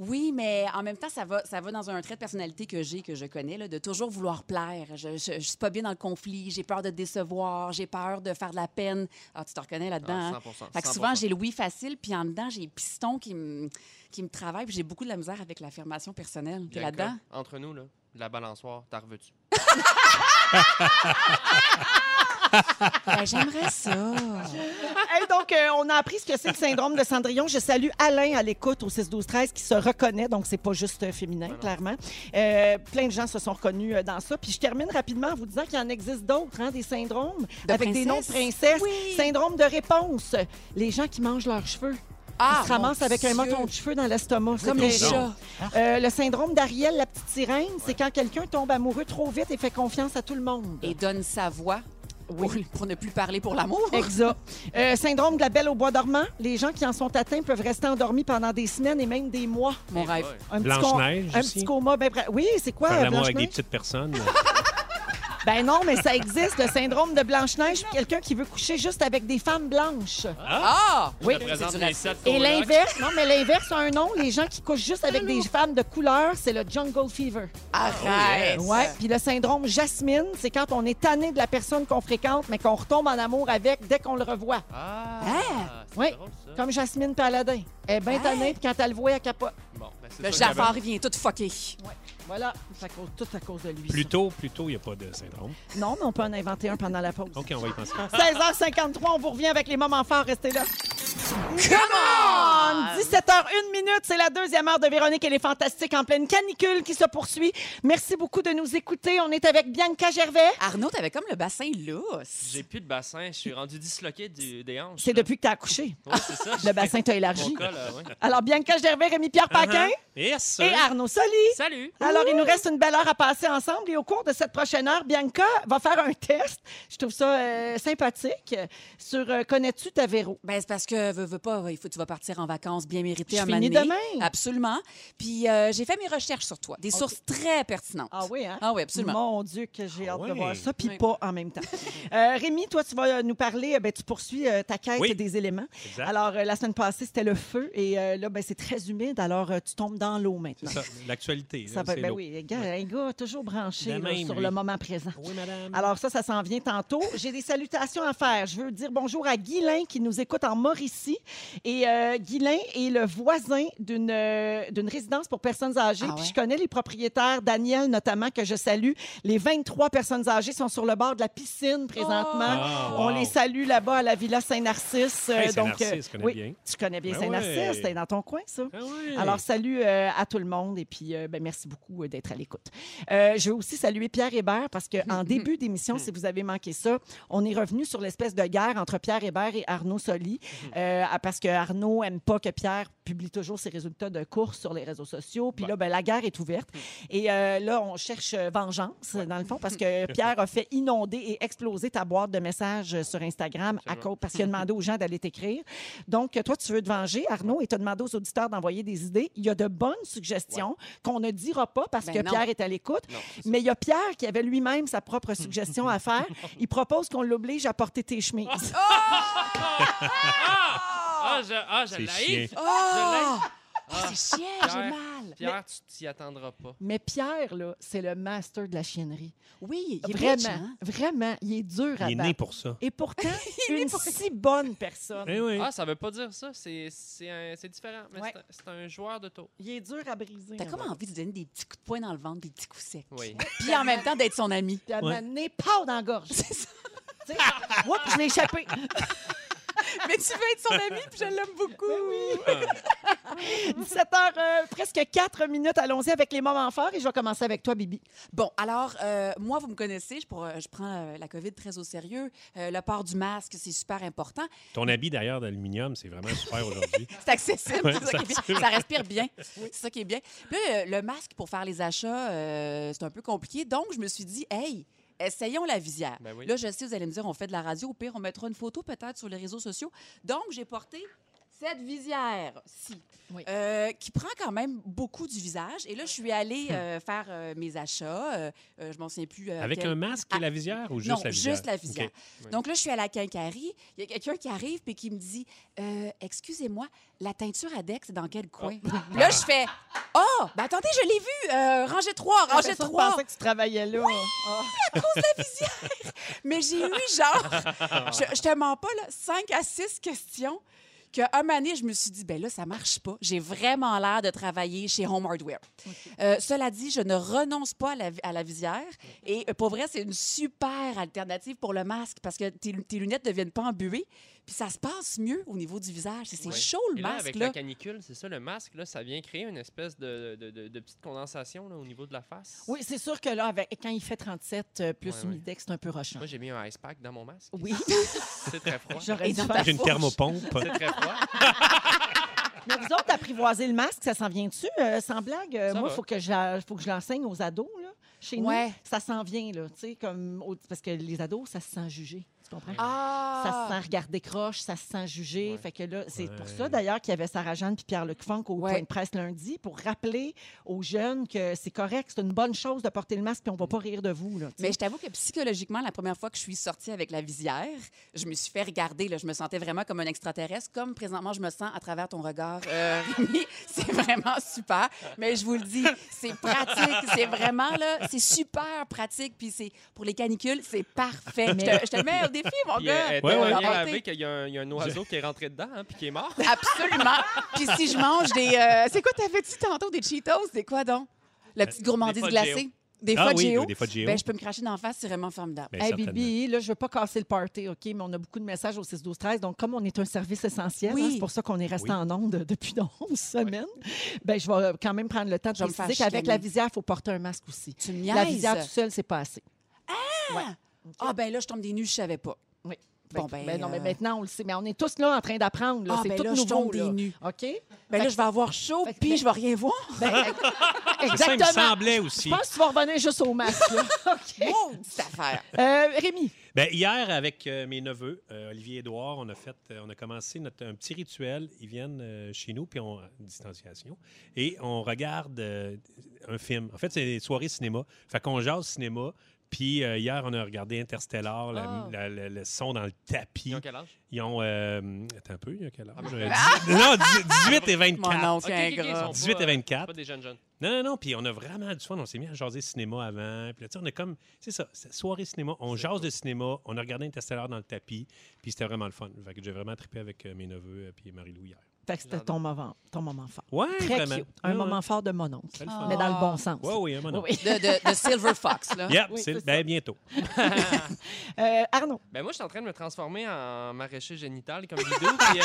[SPEAKER 3] Oui, mais en même temps, ça va, ça va dans un trait de personnalité que j'ai, que je connais, là, de toujours vouloir plaire. Je, je, je suis pas bien dans le conflit, j'ai peur de te décevoir, j'ai peur de faire de la peine. Alors, tu te reconnais là-dedans.
[SPEAKER 6] Ah,
[SPEAKER 3] hein?
[SPEAKER 6] 100%,
[SPEAKER 3] Fait que souvent,
[SPEAKER 6] 100%.
[SPEAKER 3] j'ai le oui facile, puis en dedans, j'ai les pistons qui me, qui me travaillent, puis j'ai beaucoup de la misère avec l'affirmation personnelle. T'es
[SPEAKER 6] Bianca,
[SPEAKER 3] là-dedans?
[SPEAKER 6] Entre nous, là, de la balançoire, t'as revu-tu?
[SPEAKER 3] Ben, j'aimerais ça.
[SPEAKER 1] Hey, donc, euh, on a appris ce que c'est le syndrome de Cendrillon. Je salue Alain à l'écoute au 6-12-13 qui se reconnaît, donc c'est pas juste euh, féminin, clairement. Euh, plein de gens se sont reconnus euh, dans ça. Puis je termine rapidement en vous disant qu'il en existe d'autres, hein, des syndromes
[SPEAKER 3] De
[SPEAKER 1] avec des noms de
[SPEAKER 3] princesse?
[SPEAKER 1] princesses.
[SPEAKER 3] Oui.
[SPEAKER 1] Syndrome de réponse. Les gens qui mangent leurs cheveux.
[SPEAKER 3] Ah,
[SPEAKER 1] Ils se ramassent
[SPEAKER 3] mon
[SPEAKER 1] avec un
[SPEAKER 3] Dieu.
[SPEAKER 1] menton de cheveux dans l'estomac. C'est
[SPEAKER 3] Comme les
[SPEAKER 1] terrible.
[SPEAKER 3] chats.
[SPEAKER 1] Euh, le syndrome d'Ariel, la petite sirène, c'est quand quelqu'un tombe amoureux trop vite et fait confiance à tout le monde.
[SPEAKER 3] Et donne sa voix
[SPEAKER 1] Oui.
[SPEAKER 3] pour, pour ne plus parler pour l'amour.
[SPEAKER 1] Exact. Euh, syndrome de la belle au bois dormant. Les gens qui en sont atteints peuvent rester endormis pendant des semaines et même des mois.
[SPEAKER 3] Mon
[SPEAKER 6] Eh
[SPEAKER 3] rêve.
[SPEAKER 6] boy.
[SPEAKER 1] Un petit, com-
[SPEAKER 4] Blanche-Neige
[SPEAKER 1] un
[SPEAKER 4] aussi.
[SPEAKER 1] petit coma. ben bra- oui, c'est quoi,
[SPEAKER 4] Faire
[SPEAKER 1] euh,
[SPEAKER 4] l'amour avec des
[SPEAKER 1] Blanche-Neige?
[SPEAKER 4] petites personnes.
[SPEAKER 1] Ben non, mais ça existe, le syndrome de Blanche-Neige. Quelqu'un qui veut coucher juste avec des femmes blanches.
[SPEAKER 3] Ah!
[SPEAKER 1] Oui.
[SPEAKER 6] Je te présente
[SPEAKER 3] C'est du
[SPEAKER 6] les
[SPEAKER 3] racisme.
[SPEAKER 6] sept
[SPEAKER 1] Et
[SPEAKER 6] colocs.
[SPEAKER 1] l'inverse, non, mais l'inverse a un nom. Les gens qui couchent juste avec des femmes de couleur, c'est le jungle fever.
[SPEAKER 3] Arrête!
[SPEAKER 6] Oh,
[SPEAKER 1] Ouais. Puis le syndrome Jasmine, c'est quand on est tanné de la personne qu'on fréquente, mais qu'on retombe en amour avec dès qu'on le revoit.
[SPEAKER 6] Ah! c'est
[SPEAKER 1] Oui.
[SPEAKER 6] drôle, ça.
[SPEAKER 1] Comme Jasmine Paladin. Elle est bien
[SPEAKER 3] Hein?
[SPEAKER 1] tannée, puis quand elle le voit, elle capote.
[SPEAKER 6] Bon, ben, c'est
[SPEAKER 3] Le
[SPEAKER 6] ça que j'avais-
[SPEAKER 3] Jafar, il vient tout fucké.
[SPEAKER 1] Voilà, c'est à cause- tout à cause de lui.
[SPEAKER 4] Plutôt, plutôt, il n'y a pas de syndrome.
[SPEAKER 1] ça. Non, mais on peut en inventer un pendant la pause. hein.
[SPEAKER 4] OK, on va y penser.
[SPEAKER 6] Oh. Ah.
[SPEAKER 1] 16h53, on vous revient avec les moments forts, restez là. Come on! 17h01 minute, c'est la deuxième heure de Véronique et les Fantastiques en pleine canicule qui se poursuit. Merci beaucoup de nous écouter. On est avec Bianca Gervais.
[SPEAKER 3] Arnaud, t'avais comme le bassin lousse.
[SPEAKER 6] J'ai plus de bassin, je suis rendu disloqué du- des hanches.
[SPEAKER 1] C'est
[SPEAKER 6] là.
[SPEAKER 1] depuis que t'as accouché.
[SPEAKER 6] Ouais, c'est ça.
[SPEAKER 1] Le bassin t'a
[SPEAKER 6] Mon Uh-huh.
[SPEAKER 1] élargi.
[SPEAKER 6] cas, là, ouais.
[SPEAKER 1] Alors, Bianca Gervais, Rémi-Pierre Paquin
[SPEAKER 4] Yes, sir.
[SPEAKER 1] et Arnaud Soli.
[SPEAKER 6] Salut!
[SPEAKER 1] Alors, il nous reste une belle heure à passer ensemble et au cours de cette prochaine heure, Bianca va faire un test. Je trouve ça euh, sympathique. Sur euh, connais-tu ta Véro?
[SPEAKER 3] Ben, c'est parce que veux, veux pas, il faut, tu vas partir en vacances bien méritées
[SPEAKER 1] Je
[SPEAKER 3] un
[SPEAKER 1] finis
[SPEAKER 3] moment donné.
[SPEAKER 1] demain.
[SPEAKER 3] Absolument. Puis euh, j'ai fait mes recherches sur toi, des sources très pertinentes.
[SPEAKER 1] Ah oui, hein?
[SPEAKER 3] Ah oui, absolument.
[SPEAKER 1] Mon Dieu, que j'ai
[SPEAKER 4] Ah
[SPEAKER 1] hâte de
[SPEAKER 4] oui.
[SPEAKER 1] voir ça, puis
[SPEAKER 3] Oui.
[SPEAKER 1] pas en même temps. Euh, Rémi, toi, tu vas euh, nous parler, euh, ben, tu poursuis euh, ta quête
[SPEAKER 4] Oui.
[SPEAKER 1] des éléments.
[SPEAKER 4] Exact.
[SPEAKER 1] Alors, euh, la semaine passée, c'était le feu, et euh, là, ben, c'est très humide, alors euh, tu tombes dans l'eau maintenant.
[SPEAKER 4] C'est ça, l'actualité.
[SPEAKER 1] Ça
[SPEAKER 4] là,
[SPEAKER 1] va-
[SPEAKER 4] c'est
[SPEAKER 1] ben
[SPEAKER 4] l'eau.
[SPEAKER 1] oui, gars, un gars toujours branché
[SPEAKER 4] La
[SPEAKER 1] là,
[SPEAKER 4] même,
[SPEAKER 1] sur
[SPEAKER 4] lui.
[SPEAKER 1] le moment présent.
[SPEAKER 4] Oui,
[SPEAKER 3] Euh,
[SPEAKER 4] madame.
[SPEAKER 1] Alors ça, ça s'en vient tantôt. J'ai des salutations à faire. Je veux dire bonjour à Guilain qui nous écoute en Mauricie. Et euh, Guilain est le voisin d'une euh, d'une résidence pour personnes âgées.
[SPEAKER 3] Ah
[SPEAKER 1] Puis
[SPEAKER 3] ouais?
[SPEAKER 1] je connais les propriétaires, Daniel notamment, que je salue. Les 23 personnes âgées sont sur le bord de la piscine
[SPEAKER 3] Oh!
[SPEAKER 1] présentement.
[SPEAKER 4] Ah,
[SPEAKER 1] On
[SPEAKER 4] wow.
[SPEAKER 1] les salue là-bas à la Villa Saint-Narcisse.
[SPEAKER 4] Hey,
[SPEAKER 1] Euh,
[SPEAKER 4] Saint-Narcisse, je connais
[SPEAKER 1] oui,
[SPEAKER 4] bien.
[SPEAKER 1] Tu connais bien
[SPEAKER 4] Ben ouais.
[SPEAKER 1] Saint-Narcisse. T'es dans ton coin, ça?
[SPEAKER 4] Ah oui.
[SPEAKER 1] Alors, salut euh, à tout le monde et puis euh, ben, merci beaucoup euh, d'être à l'écoute. Euh, je veux aussi saluer Pierre Hébert parce qu'en début d'émission, si vous avez manqué ça, on
[SPEAKER 3] Mhm.
[SPEAKER 1] est revenu sur l'espèce de guerre entre Pierre Hébert et Arnaud Soli euh, parce que Arnaud aime pas que Pierre guerre publie toujours ses résultats de course sur les réseaux sociaux. Puis
[SPEAKER 6] Ouais.
[SPEAKER 1] là, ben, la guerre est ouverte.
[SPEAKER 3] Mhm.
[SPEAKER 1] Et euh, là, on cherche euh, vengeance, dans le fond, parce que Pierre a fait inonder et exploser ta boîte de messages sur Instagram à
[SPEAKER 6] Absolument.
[SPEAKER 1] cause, parce qu'il a demandé aux gens d'aller t'écrire. Donc, toi, tu veux te venger, Arnaud, et tu as demandé aux auditeurs d'envoyer des idées. Il y a de bonnes suggestions qu'on ne dira pas parce
[SPEAKER 3] Ben
[SPEAKER 1] que
[SPEAKER 3] non.
[SPEAKER 1] Pierre est à l'écoute.
[SPEAKER 6] Non, c'est ça.
[SPEAKER 1] Mais il y a Pierre qui avait lui-même sa propre suggestion à faire. Il propose qu'on l'oblige à porter tes chemises.
[SPEAKER 6] Ah, je, ah, je
[SPEAKER 4] C'est
[SPEAKER 6] l'haïs.
[SPEAKER 4] chiant.
[SPEAKER 3] Oh!
[SPEAKER 6] Ah,
[SPEAKER 3] C'est chiant, j'ai
[SPEAKER 6] Pierre.
[SPEAKER 3] mal.
[SPEAKER 6] Pierre, tu t'y attendras pas.
[SPEAKER 1] Mais Pierre, là, c'est le master de la chiennerie.
[SPEAKER 3] Oui, il est
[SPEAKER 1] vraiment,
[SPEAKER 3] bitch, hein?
[SPEAKER 1] vraiment, il est dur à
[SPEAKER 4] Il est né
[SPEAKER 1] battre.
[SPEAKER 4] pour ça.
[SPEAKER 1] Et pourtant, une si bonne personne.
[SPEAKER 4] Eh oui.
[SPEAKER 6] Ah, ça veut pas dire ça. C'est c'est un- c'est différent. Mais
[SPEAKER 1] Ouais.
[SPEAKER 6] c'est un- c'est un joueur de tour.
[SPEAKER 1] Il est dur à briser.
[SPEAKER 3] T'as
[SPEAKER 1] hein.
[SPEAKER 3] comme envie de lui donner des petits coups de poing dans le ventre, des petits coups secs.
[SPEAKER 6] Oui.
[SPEAKER 3] Puis en même temps, d'être son ami.
[SPEAKER 1] Puis à
[SPEAKER 4] Ouais.
[SPEAKER 1] m'amener pas dans la gorge. C'est ça. Oups, je l'ai échappé.
[SPEAKER 3] Mais tu veux être son ami, puis je l'aime beaucoup.
[SPEAKER 1] 17 h euh, presque 4 minutes. Allons-y avec les moments forts et je vais commencer avec toi, Bibi.
[SPEAKER 3] Bon, alors, euh, moi, vous me connaissez, je, pourrais- je prends euh, la COVID très au sérieux. Euh, le port du masque, c'est super important.
[SPEAKER 4] Ton habit d'ailleurs d'aluminium, c'est vraiment super aujourd'hui.
[SPEAKER 3] C'est accessible,
[SPEAKER 4] Ouais,
[SPEAKER 3] c'est ça, qui est bien. Ça respire bien. C'est ça qui est bien. Puis là, le, le masque pour faire les achats, euh, c'est un peu compliqué. Donc, je me suis dit, hey, essayons la visière.
[SPEAKER 6] Ben oui.
[SPEAKER 3] Là, je sais, vous allez me dire, on fait de la radio. Au pire, on mettra une photo peut-être sur les réseaux sociaux. Donc, j'ai porté cette visière-ci,
[SPEAKER 7] Oui.
[SPEAKER 3] euh, qui prend quand même beaucoup du visage. Et là, je suis allée euh, faire euh, mes achats. Euh, euh, je m'en souviens plus. euh,
[SPEAKER 4] Avec
[SPEAKER 3] quel-
[SPEAKER 4] un masque et
[SPEAKER 3] Ah.
[SPEAKER 4] la visière ou juste
[SPEAKER 3] non,
[SPEAKER 4] la visière?
[SPEAKER 3] juste la visière.
[SPEAKER 6] Oui.
[SPEAKER 3] Donc là, je suis à la quincaillerie. Il y a quelqu'un qui arrive puis qui me dit Euh, Excusez-moi, la teinture Adex, c'est dans quel coin Puis Là, je fais Oh, ben attendez, je l'ai vue. Euh, rangée 3, rangée
[SPEAKER 1] Ça, je
[SPEAKER 3] 3.
[SPEAKER 1] pensais que tu travaillais là. Ah.
[SPEAKER 3] Mais j'ai eu, genre, je, je te mens pas, là, 5 à 6 questions que un moment donné, je me suis dit, ben là, ça marche pas. J'ai vraiment l'air de travailler chez Home Hardware. Euh, cela dit, je ne renonce pas à la, vi- à la visière. Et euh, pour vrai, c'est une super alternative pour le masque parce que tes, lu- tes lunettes ne deviennent pas embuées. Puis ça se passe mieux au niveau du visage. C'est c'est
[SPEAKER 6] Ouais.
[SPEAKER 3] chaud, le
[SPEAKER 6] Et là,
[SPEAKER 3] masque,
[SPEAKER 6] avec
[SPEAKER 3] là.
[SPEAKER 6] la canicule, c'est ça, le masque, là, ça vient créer une espèce de, de- de- de petite condensation là, au niveau de la face.
[SPEAKER 1] Oui, c'est sûr que là, avec, quand il fait 37 euh, plus
[SPEAKER 6] Ouais, ouais.
[SPEAKER 1] humidex, c'est un peu rochant.
[SPEAKER 6] Moi, j'ai mis un ice pack dans mon masque.
[SPEAKER 1] Oui,
[SPEAKER 6] C'est très froid.
[SPEAKER 1] Oh. j'aurais
[SPEAKER 3] Et
[SPEAKER 1] dû
[SPEAKER 3] dans ta
[SPEAKER 1] faire
[SPEAKER 4] Ah, J'ai une
[SPEAKER 3] fourche.
[SPEAKER 4] thermopompe.
[SPEAKER 6] C'est très froid.
[SPEAKER 1] Mais vous autres, apprivoiser le masque, ça s'en vient-tu? Euh, sans blague, euh,
[SPEAKER 6] Ça
[SPEAKER 1] moi, il
[SPEAKER 6] va.
[SPEAKER 1] faut que je la- faut que je l'enseigne aux ados, là, chez
[SPEAKER 3] Ouais.
[SPEAKER 1] nous. Ça s'en vient, là, tu sais, comme... au- Parce que les ados, ça se sent jugé, tu comprends? Ça
[SPEAKER 3] Ah!
[SPEAKER 1] se sent regarder croche, ça se sent jugé.
[SPEAKER 6] Ouais.
[SPEAKER 1] Fait que là, c'est
[SPEAKER 4] Ouais.
[SPEAKER 1] pour ça d'ailleurs qu'il y avait Sarah Jeanne puis Pierre Luc Funk au
[SPEAKER 3] Ouais.
[SPEAKER 1] point de presse lundi pour rappeler aux jeunes que c'est correct, c'est une bonne chose de porter le masque puis on
[SPEAKER 6] Mm.
[SPEAKER 1] va pas rire de vous là. tu sais.
[SPEAKER 3] Mais je t'avoue que psychologiquement, la première fois que je suis sortie avec la visière, je me suis fait regarder. Là, je me sentais vraiment comme un extraterrestre, comme présentement je me sens à travers ton regard, euh, Rémi. C'est vraiment super. Mais je vous le dis, c'est pratique. C'est vraiment là, c'est super pratique. Puis c'est pour les canicules, c'est parfait. Je te, je te mets au défi, mon
[SPEAKER 6] Puis,
[SPEAKER 3] gars.
[SPEAKER 4] Ouais, ouais.
[SPEAKER 6] euh, tellement bien
[SPEAKER 3] Inventé.
[SPEAKER 6] lavé qu'il y, a un- il y a un oiseau qui est rentré dedans, hein, puis qui est mort.
[SPEAKER 3] Absolument. Puis si je mange des, euh, c'est quoi t'avais-tu tantôt des Cheetos, des quoi donc La petite gourmandise
[SPEAKER 6] Fudge
[SPEAKER 3] glacée, des
[SPEAKER 4] Ah
[SPEAKER 3] fois
[SPEAKER 4] oui, des fois Géo.
[SPEAKER 3] Ben, je peux me cracher d'en face, c'est vraiment formidable.
[SPEAKER 4] Ben,
[SPEAKER 1] Hey,
[SPEAKER 4] certainement.
[SPEAKER 1] Bibi, là, je veux pas casser le party, OK, mais on a beaucoup de messages au 6 12 13 Donc, comme on est un service essentiel,
[SPEAKER 3] Oui.
[SPEAKER 1] hein, c'est pour ça qu'on est resté
[SPEAKER 4] Oui.
[SPEAKER 1] en onde depuis 11 semaines, ben, je vais quand même prendre le temps de
[SPEAKER 3] Je vais me
[SPEAKER 1] préciser
[SPEAKER 3] faire
[SPEAKER 1] qu'avec la
[SPEAKER 3] chicaner.
[SPEAKER 1] visière, il faut porter un masque aussi.
[SPEAKER 3] Tu me
[SPEAKER 1] La
[SPEAKER 3] niaises.
[SPEAKER 1] visière tout seul, c'est pas assez.
[SPEAKER 3] Ah ben là, je tombe des nues, je savais pas.
[SPEAKER 1] Oui.
[SPEAKER 3] Bon, ben,
[SPEAKER 1] non, mais
[SPEAKER 3] euh,
[SPEAKER 1] maintenant, on le sait. Mais on est tous là en train d'apprendre. là.
[SPEAKER 3] Ah,
[SPEAKER 1] c'est
[SPEAKER 3] ben
[SPEAKER 1] tout
[SPEAKER 3] là, je
[SPEAKER 1] nouveau.
[SPEAKER 3] tombe des
[SPEAKER 1] là.
[SPEAKER 3] nues.
[SPEAKER 1] OK?
[SPEAKER 3] Ben là, je vais avoir chaud,
[SPEAKER 1] Fait que-
[SPEAKER 3] puis je vais rien voir.
[SPEAKER 1] Ben,
[SPEAKER 4] C'est Ah, ça, il me
[SPEAKER 1] exactement.
[SPEAKER 4] semblait
[SPEAKER 1] Je
[SPEAKER 4] aussi.
[SPEAKER 1] pense que tu vas revenir juste au masque. là. OK.
[SPEAKER 3] Maudite affaire.
[SPEAKER 1] Euh, Rémi,
[SPEAKER 4] Ben, hier, avec euh, mes neveux, euh, Olivier et Édouard, on a fait, euh, on a commencé notre, un petit rituel. Ils viennent euh, chez nous, puis on distanciation, et on regarde euh, un film. En fait, c'est des soirées cinéma. Fait qu'on jase cinéma. Puis euh, hier, on a regardé Interstellar, la-
[SPEAKER 3] Ah.
[SPEAKER 4] la- la- le son dans le tapis.
[SPEAKER 6] Ils ont quel âge?
[SPEAKER 4] Ils ont, euh, attends un peu, il y a quel âge?
[SPEAKER 6] Ah,
[SPEAKER 4] Euh, dix- non, dix- 18 et
[SPEAKER 3] Mon
[SPEAKER 4] 24.
[SPEAKER 3] oncle,
[SPEAKER 6] Ok,
[SPEAKER 3] un
[SPEAKER 6] ok, ok,
[SPEAKER 3] gras.
[SPEAKER 6] ils sont pas,
[SPEAKER 4] 18 et
[SPEAKER 6] euh,
[SPEAKER 4] 24.
[SPEAKER 6] Pas des jeunes jeunes.
[SPEAKER 4] Non, non, non. Puis on a vraiment du fun. On s'est mis à jaser cinéma avant. Puis là, tu sais, on est comme. C'est ça, c'est soirée cinéma. On jase de cinéma. On a regardé Interstellar dans le tapis. Puis c'était vraiment le fun. Fait que j'ai vraiment trippé avec euh, mes neveux et Marie-Lou hier.
[SPEAKER 1] fait que c'était
[SPEAKER 6] J'adore.
[SPEAKER 1] ton moment, ton moment fort.
[SPEAKER 4] Ouais,
[SPEAKER 1] Très
[SPEAKER 4] vraiment.
[SPEAKER 1] cute. Un
[SPEAKER 4] Ouais,
[SPEAKER 1] moment
[SPEAKER 4] ouais.
[SPEAKER 1] fort de mon oncle,
[SPEAKER 4] C'était le fun.
[SPEAKER 1] mais dans le
[SPEAKER 3] Ah.
[SPEAKER 1] bon sens.
[SPEAKER 4] Ouais, oui, un moment.
[SPEAKER 1] Oui, oui.
[SPEAKER 3] De, de- de Silver Fox, là.
[SPEAKER 4] Yep,
[SPEAKER 1] Oui,
[SPEAKER 4] c'est-
[SPEAKER 1] c'est ça.
[SPEAKER 4] ben, bientôt.
[SPEAKER 1] Euh, Arnaud.
[SPEAKER 6] Ben moi, je suis en train de me transformer en maraîcher génital comme vidéo. puis, euh,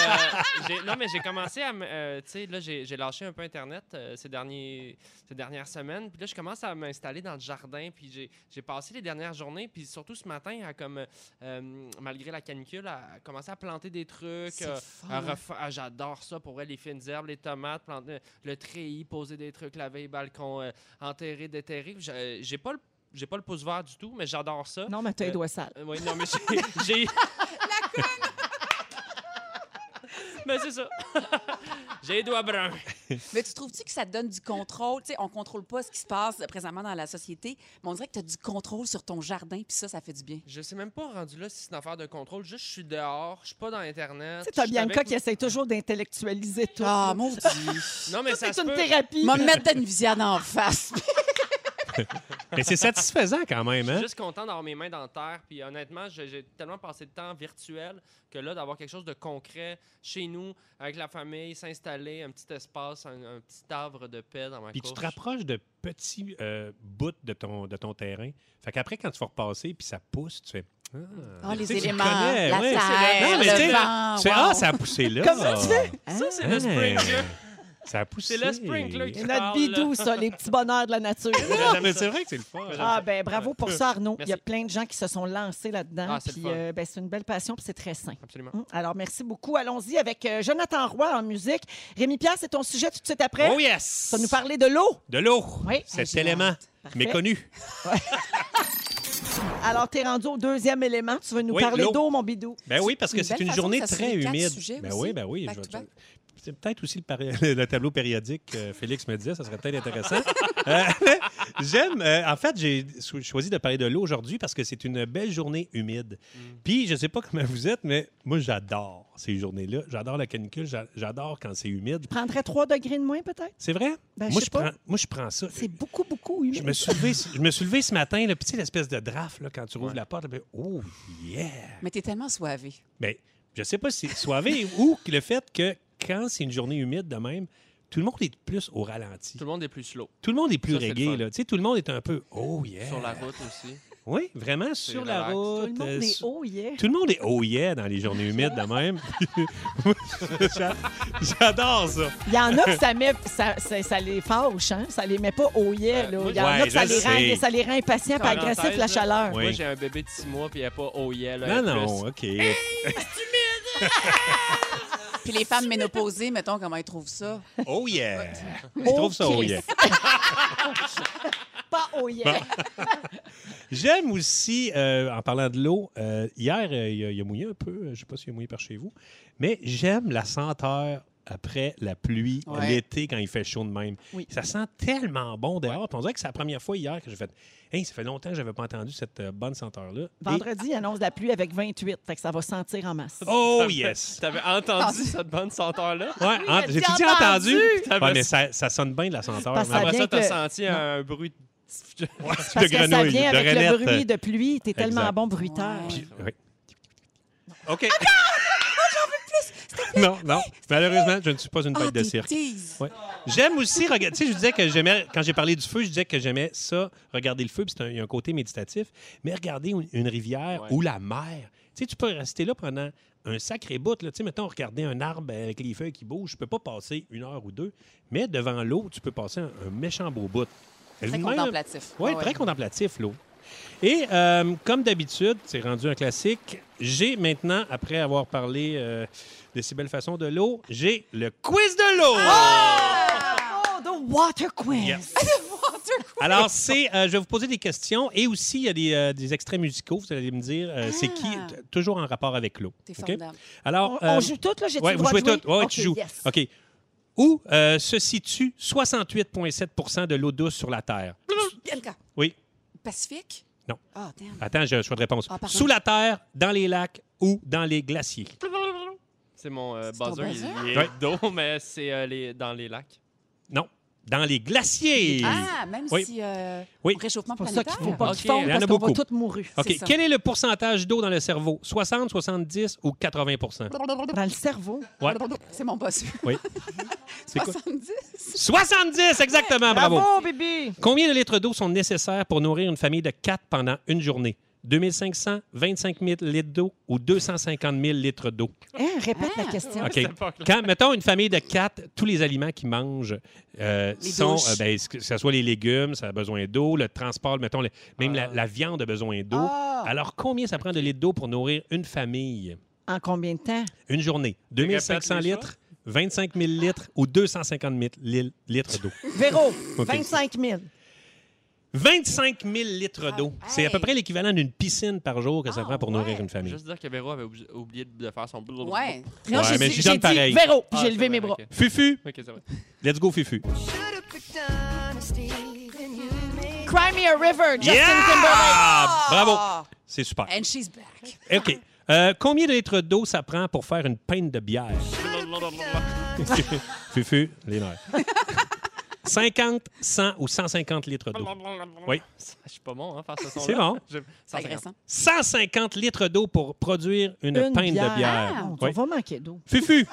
[SPEAKER 6] j'ai- non, mais j'ai commencé à... me- euh, tu sais, là, j'ai j'ai lâché un peu Internet euh, ces, derniers, ces dernières semaines. Puis là, je commence à m'installer dans le jardin. Puis j'ai- j'ai passé les dernières journées. Puis surtout ce matin, à comme euh, malgré la canicule, à commencer à planter des trucs.
[SPEAKER 3] C'est
[SPEAKER 6] euh,
[SPEAKER 3] fun,
[SPEAKER 6] à
[SPEAKER 3] hein?
[SPEAKER 6] refa- ah, J'adore ça pour elle, les fines herbes, les tomates, planter, le treillis, poser des trucs, laver les balcons, euh, enterrer, déterrer. Puis J'ai j'ai pas le j'ai pas le pouce vert du tout, mais j'adore ça.
[SPEAKER 1] Non, mais t'as les
[SPEAKER 6] Euh,
[SPEAKER 1] doigts sales.
[SPEAKER 6] Euh, oui, non, mais j'ai- j'ai. La Mais Ben, c'est ça. J'ai les doigts bruns.
[SPEAKER 3] Mais tu trouves-tu que ça te donne du contrôle? Tu sais, on contrôle pas ce qui se passe présentement dans la société, mais on dirait que tu as du contrôle sur ton jardin, puis ça, ça fait du bien.
[SPEAKER 6] Je sais même pas rendu là si c'est une affaire de contrôle. Juste, je suis dehors, je suis pas dans Internet.
[SPEAKER 1] Tu sais, t'as
[SPEAKER 6] Euh, je suis
[SPEAKER 1] Bianca
[SPEAKER 6] avec-
[SPEAKER 1] qui essaie toujours d'intellectualiser tout.
[SPEAKER 3] Ah, maudit!
[SPEAKER 6] Non, mais
[SPEAKER 1] Ça,
[SPEAKER 6] ça
[SPEAKER 1] c'est
[SPEAKER 6] se
[SPEAKER 1] une
[SPEAKER 6] peut.
[SPEAKER 1] thérapie.
[SPEAKER 3] M'a mettre une visière en face.
[SPEAKER 4] Mais c'est satisfaisant quand même,
[SPEAKER 6] Je suis
[SPEAKER 4] hein?
[SPEAKER 6] juste content d'avoir mes mains dans la terre. Puis honnêtement, j'ai j'ai tellement passé de temps virtuel que là, d'avoir quelque chose de concret chez nous, avec la famille, s'installer, un petit espace, un, un petit havre de paix dans ma
[SPEAKER 4] Puis tu
[SPEAKER 6] cour.
[SPEAKER 4] te rapproches de petits euh, bouts de ton, de ton terrain. Fait qu'après, quand tu vas repasser, puis ça pousse, tu fais... Ah,
[SPEAKER 3] Ah,
[SPEAKER 4] Tu
[SPEAKER 3] les
[SPEAKER 4] sais, tu le
[SPEAKER 3] éléments,
[SPEAKER 4] connais,
[SPEAKER 3] la
[SPEAKER 4] ouais.
[SPEAKER 3] terre,
[SPEAKER 4] Non, mais tu sais,
[SPEAKER 3] le vent.
[SPEAKER 4] Tu fais,
[SPEAKER 3] wow.
[SPEAKER 4] ah, ça a poussé là.
[SPEAKER 1] Comme ça, tu fais.
[SPEAKER 6] Ça, c'est
[SPEAKER 4] Eh.
[SPEAKER 6] le sprinkler.
[SPEAKER 4] Ça a poussé.
[SPEAKER 6] C'est le sprinkler qui-
[SPEAKER 1] C'est notre
[SPEAKER 6] parle.
[SPEAKER 1] bidou, ça, les petits bonheurs de la nature.
[SPEAKER 4] Non, mais c'est vrai que c'est le fun.
[SPEAKER 1] Ah ben bravo pour ça Arnaud. Il y a
[SPEAKER 6] Merci.
[SPEAKER 1] plein de gens qui se sont lancés là-dedans.
[SPEAKER 6] Ah, c'est le
[SPEAKER 1] puis
[SPEAKER 6] fun.
[SPEAKER 1] euh, ben, c'est une belle passion puis c'est très sain.
[SPEAKER 6] Absolument.
[SPEAKER 1] Hum, Alors merci beaucoup. Allons-y avec euh, Jonathan Roy en musique. Rémi Pierre, c'est ton sujet tout de suite après.
[SPEAKER 4] Oh yes!
[SPEAKER 1] Tu vas nous parler de l'eau.
[SPEAKER 4] De l'eau.
[SPEAKER 1] Oui.
[SPEAKER 4] Cet
[SPEAKER 3] Ah,
[SPEAKER 4] élément
[SPEAKER 1] Parfait.
[SPEAKER 4] méconnu.
[SPEAKER 1] Alors t'es rendu au deuxième élément. Tu vas nous
[SPEAKER 4] Oui,
[SPEAKER 1] parler
[SPEAKER 4] l'eau.
[SPEAKER 1] d'eau, mon bidou.
[SPEAKER 4] Ben oui, parce
[SPEAKER 3] une
[SPEAKER 4] que c'est
[SPEAKER 3] belle
[SPEAKER 4] une
[SPEAKER 3] façon de
[SPEAKER 4] journée
[SPEAKER 3] s'assurer
[SPEAKER 4] très
[SPEAKER 3] quatre
[SPEAKER 4] humide.
[SPEAKER 3] sujets
[SPEAKER 4] Ben
[SPEAKER 3] aussi,
[SPEAKER 4] oui, ben oui.
[SPEAKER 3] back
[SPEAKER 4] je vais-
[SPEAKER 3] to back.
[SPEAKER 4] C'est peut-être aussi le, pari- le tableau périodique que Félix me disait, ça serait peut-être intéressant. Euh, J'aime, euh, en fait, j'ai sou- choisi de parler de l'eau aujourd'hui parce que c'est une belle journée humide.
[SPEAKER 3] Mm.
[SPEAKER 4] Puis, je ne sais pas comment vous êtes, mais moi, j'adore ces journées-là. J'adore la canicule, j'a- j'adore quand c'est humide.
[SPEAKER 1] Je prendrais 3 degrés de moins peut-être.
[SPEAKER 4] C'est vrai?
[SPEAKER 1] Ben, je
[SPEAKER 4] moi,
[SPEAKER 1] sais
[SPEAKER 4] je
[SPEAKER 1] pas.
[SPEAKER 4] prends, moi, je prends ça.
[SPEAKER 1] C'est beaucoup, beaucoup humide.
[SPEAKER 4] Je me, suis levé, je me suis levé ce matin, là, puis tu sais, l'espèce de draft, là, quand tu rouvres la porte, là, puis, oh yeah!
[SPEAKER 3] Mais t'es tellement soivé.
[SPEAKER 4] Mais Ben, je sais pas si c'est soivé ou que le fait que quand c'est une journée humide de même, tout le monde est plus au ralenti.
[SPEAKER 6] Tout le monde est plus slow.
[SPEAKER 4] Tout le monde est plus
[SPEAKER 6] Ça, c'est le
[SPEAKER 4] reggae.
[SPEAKER 6] fun.
[SPEAKER 4] Là. Tu sais, Tout le monde est un peu oh yeah.
[SPEAKER 6] Sur la route aussi.
[SPEAKER 4] Oui, vraiment sur la
[SPEAKER 6] relax.
[SPEAKER 4] route.
[SPEAKER 1] Tout le monde
[SPEAKER 4] euh,
[SPEAKER 1] est
[SPEAKER 4] sur-
[SPEAKER 1] haut hier.
[SPEAKER 4] tout le monde est oh yeah dans les journées humides de même. Moi, j'a- J'adore ça.
[SPEAKER 1] Il y en a que ça, met, ça, ça, ça les fâche, hein? ça les met pas au hier.
[SPEAKER 6] Euh,
[SPEAKER 1] là.
[SPEAKER 6] moi,
[SPEAKER 1] Il y en
[SPEAKER 4] Ouais,
[SPEAKER 1] a que ça
[SPEAKER 4] je
[SPEAKER 1] les,
[SPEAKER 4] sais.
[SPEAKER 1] rend, ça les rend impatients et
[SPEAKER 6] Parenthèse,
[SPEAKER 1] agressifs, la
[SPEAKER 6] là.
[SPEAKER 1] chaleur.
[SPEAKER 4] Oui.
[SPEAKER 6] Moi, j'ai un bébé de 6 mois, puis il n'y a pas oh yeah. Là,
[SPEAKER 4] Non,
[SPEAKER 6] elle est
[SPEAKER 4] non,
[SPEAKER 6] plus-
[SPEAKER 4] OK.
[SPEAKER 3] Puis les femmes ménopausées, mettons, comment ils trouvent ça?
[SPEAKER 4] Oh yeah. Je trouve ça oh
[SPEAKER 1] Chris.
[SPEAKER 4] yeah.
[SPEAKER 1] Pas au hier.
[SPEAKER 4] J'aime aussi, euh, en parlant de l'eau, euh, hier, euh, il a- il a, mouillé un peu. euh, Je ne sais pas s'il a mouillé par chez vous. Mais j'aime la senteur après la pluie,
[SPEAKER 3] Ouais.
[SPEAKER 4] l'été, quand il fait chaud de même.
[SPEAKER 1] Oui.
[SPEAKER 4] Ça sent tellement bon dehors. Puis on dirait que c'est la première fois hier que j'ai fait Hey, ça fait longtemps que je n'avais pas entendu cette euh, bonne senteur-là. Et-
[SPEAKER 1] Vendredi, il annonce la pluie avec 28, fait que ça va sentir en masse.
[SPEAKER 4] Oh
[SPEAKER 1] Ah
[SPEAKER 4] yes!
[SPEAKER 6] T'avais entendu cette bonne senteur-là?
[SPEAKER 4] Ouais, en-
[SPEAKER 1] j'ai
[SPEAKER 4] J'ai-tu dit
[SPEAKER 1] entendu.
[SPEAKER 4] entendu?
[SPEAKER 6] T'avais-
[SPEAKER 4] Ouais, mais ça, ça sonne Ah, bien de la senteur.
[SPEAKER 1] Parce que
[SPEAKER 4] mais-
[SPEAKER 6] Après
[SPEAKER 1] vient
[SPEAKER 6] ça, t'as
[SPEAKER 1] que-
[SPEAKER 6] senti un bruit de...
[SPEAKER 1] Parce
[SPEAKER 4] de
[SPEAKER 1] que ça
[SPEAKER 4] grenouille, de
[SPEAKER 1] vient avec le
[SPEAKER 4] renette.
[SPEAKER 1] bruit de pluie. T'es tellement
[SPEAKER 4] Exact.
[SPEAKER 1] bon bruiteur.
[SPEAKER 3] Ouais.
[SPEAKER 4] Oui. OK. Non, non. Malheureusement, je ne suis pas une
[SPEAKER 3] Ah,
[SPEAKER 4] bête de
[SPEAKER 3] t'es
[SPEAKER 4] cirque.
[SPEAKER 3] tease.
[SPEAKER 4] Ouais. J'aime aussi regarder. Tu sais, je disais que j'aimais, quand j'ai parlé du feu, je disais que j'aimais ça, regarder le feu, puis c'est un- il y a un côté méditatif. Mais regarder une, une rivière
[SPEAKER 6] Ouais.
[SPEAKER 4] ou la mer, tu sais, tu peux rester là pendant un sacré bout. Là. Tu sais, mettons, regarder un arbre avec les feuilles qui bougent, je peux pas passer une heure ou deux, mais devant l'eau, tu peux passer un, un méchant beau bout.
[SPEAKER 3] Très
[SPEAKER 4] Même, là,
[SPEAKER 3] contemplatif.
[SPEAKER 4] oui,
[SPEAKER 3] Ah ouais.
[SPEAKER 4] très contemplatif, l'eau. Et euh, comme d'habitude, c'est rendu un classique. J'ai maintenant, après avoir parlé euh, de ces belles façons de l'eau, j'ai le quiz de l'eau.
[SPEAKER 1] Oh, the water quiz.
[SPEAKER 4] Yes. Alors, c'est, euh, je vais vous poser des questions et aussi il y a des, euh, des extraits musicaux. Vous allez me dire, euh, c'est qui,
[SPEAKER 3] Ah.
[SPEAKER 4] t- toujours en rapport avec l'eau.
[SPEAKER 3] T'es
[SPEAKER 4] OK?
[SPEAKER 3] formidable.
[SPEAKER 4] Alors,
[SPEAKER 1] On,
[SPEAKER 4] euh,
[SPEAKER 1] on joue toutes, là? J'ai-tu
[SPEAKER 4] ouais,
[SPEAKER 1] le
[SPEAKER 4] vous
[SPEAKER 1] droit
[SPEAKER 4] jouez
[SPEAKER 1] de jouer?
[SPEAKER 4] toutes. Ouais, ouais,
[SPEAKER 1] OK,
[SPEAKER 4] tu joues.
[SPEAKER 1] yes.
[SPEAKER 4] OK. Où euh, se situe 68,7 de l'eau douce sur la Terre?
[SPEAKER 3] Bianca.
[SPEAKER 4] Oui.
[SPEAKER 3] Pacifique?
[SPEAKER 4] Non.
[SPEAKER 3] Ah, damn.
[SPEAKER 4] Attends, j'ai un choix de réponse.
[SPEAKER 3] Ah, pardon.
[SPEAKER 4] Sous la terre, dans les lacs ou dans les glaciers.
[SPEAKER 6] C'est mon euh,
[SPEAKER 3] C'est ton
[SPEAKER 6] buzzer, il,
[SPEAKER 3] buzzer?
[SPEAKER 6] il est
[SPEAKER 4] Ouais.
[SPEAKER 6] d'eau, mais c'est euh, les- dans les lacs.
[SPEAKER 4] Non, dans les glaciers.
[SPEAKER 3] Ah, même
[SPEAKER 4] Oui.
[SPEAKER 3] si euh,
[SPEAKER 4] Oui.
[SPEAKER 3] réchauffement
[SPEAKER 1] C'est pour ça
[SPEAKER 3] planétaire.
[SPEAKER 1] qu'il ne faut pas
[SPEAKER 6] Ok,
[SPEAKER 1] qu'ils fondent,
[SPEAKER 6] il y en
[SPEAKER 4] a
[SPEAKER 1] parce qu'on va
[SPEAKER 4] beaucoup.
[SPEAKER 1] toutes mourir.
[SPEAKER 4] OK,
[SPEAKER 3] c'est ça.
[SPEAKER 4] quel est le pourcentage d'eau dans le cerveau? 60, 70 ou 80
[SPEAKER 1] Dans le cerveau.
[SPEAKER 4] Ouais.
[SPEAKER 3] C'est mon boss.
[SPEAKER 4] Oui. C'est quoi?
[SPEAKER 3] 70.
[SPEAKER 4] 70, exactement, Ah, bravo.
[SPEAKER 1] Bravo, bébé!
[SPEAKER 4] Combien de litres d'eau sont nécessaires pour nourrir une famille de 4 pendant une journée? 2500, 25 000 litres d'eau ou 250 000 litres d'eau?
[SPEAKER 1] Hein, répète la
[SPEAKER 3] Ah,
[SPEAKER 1] question.
[SPEAKER 4] OK. Quand, mettons, une famille de quatre, tous les aliments qu'ils mangent euh,
[SPEAKER 3] Les
[SPEAKER 4] sont,
[SPEAKER 3] douches.
[SPEAKER 4] euh, ben, ce que que ce soit les légumes, ça a besoin d'eau, le transport, mettons, le- même la,
[SPEAKER 6] Ah.
[SPEAKER 4] la viande a besoin d'eau.
[SPEAKER 3] Ah.
[SPEAKER 4] Alors, combien ça prend de litres d'eau pour nourrir une famille?
[SPEAKER 1] En combien de temps?
[SPEAKER 4] Une journée. 2500
[SPEAKER 6] Répète les
[SPEAKER 4] litres, 25 000 litres ou 250 000 li- litres d'eau.
[SPEAKER 1] Véro,
[SPEAKER 4] Ok.
[SPEAKER 1] 25 000.
[SPEAKER 4] 25 000 litres d'eau.
[SPEAKER 3] Ah,
[SPEAKER 4] C'est à peu
[SPEAKER 3] hey.
[SPEAKER 4] près l'équivalent d'une piscine par jour que ça
[SPEAKER 3] Ah,
[SPEAKER 4] prend pour nourrir
[SPEAKER 3] ouais.
[SPEAKER 4] une famille.
[SPEAKER 6] Juste dire que Véro avait obli- oublié de faire son blablabla.
[SPEAKER 3] Ouais.
[SPEAKER 1] Non,
[SPEAKER 4] Ouais,
[SPEAKER 1] j'ai
[SPEAKER 4] mais
[SPEAKER 1] dit-
[SPEAKER 4] j'y
[SPEAKER 1] j'ai
[SPEAKER 4] donne
[SPEAKER 1] dit
[SPEAKER 4] pareil.
[SPEAKER 1] Véro, puis
[SPEAKER 6] Ah,
[SPEAKER 1] j'ai
[SPEAKER 6] c'est
[SPEAKER 1] levé mes
[SPEAKER 6] vrai,
[SPEAKER 1] bras.
[SPEAKER 6] ok.
[SPEAKER 4] Fufu,
[SPEAKER 6] Ok, c'est vrai.
[SPEAKER 4] let's go Fufu.
[SPEAKER 2] Should've picked honesty, then you made
[SPEAKER 1] Cry me a river, Justin
[SPEAKER 4] Yeah!
[SPEAKER 1] Timberlake.
[SPEAKER 4] Bravo. C'est super.
[SPEAKER 3] And she's back.
[SPEAKER 4] OK. Euh, combien de litres d'eau ça prend pour faire une pinte de bière? Fufu, les nerfs. 50, 100 ou 150 litres d'eau. Oui.
[SPEAKER 6] Je suis pas bon, hein, faire ce son-là.
[SPEAKER 4] C'est bon.
[SPEAKER 6] J'ai-
[SPEAKER 3] C'est agressant.
[SPEAKER 4] 150 litres d'eau pour produire une,
[SPEAKER 1] Une
[SPEAKER 4] pinte
[SPEAKER 1] bière.
[SPEAKER 4] de bière.
[SPEAKER 3] Ah,
[SPEAKER 1] On
[SPEAKER 4] Oui.
[SPEAKER 1] va manquer d'eau.
[SPEAKER 4] Fufu!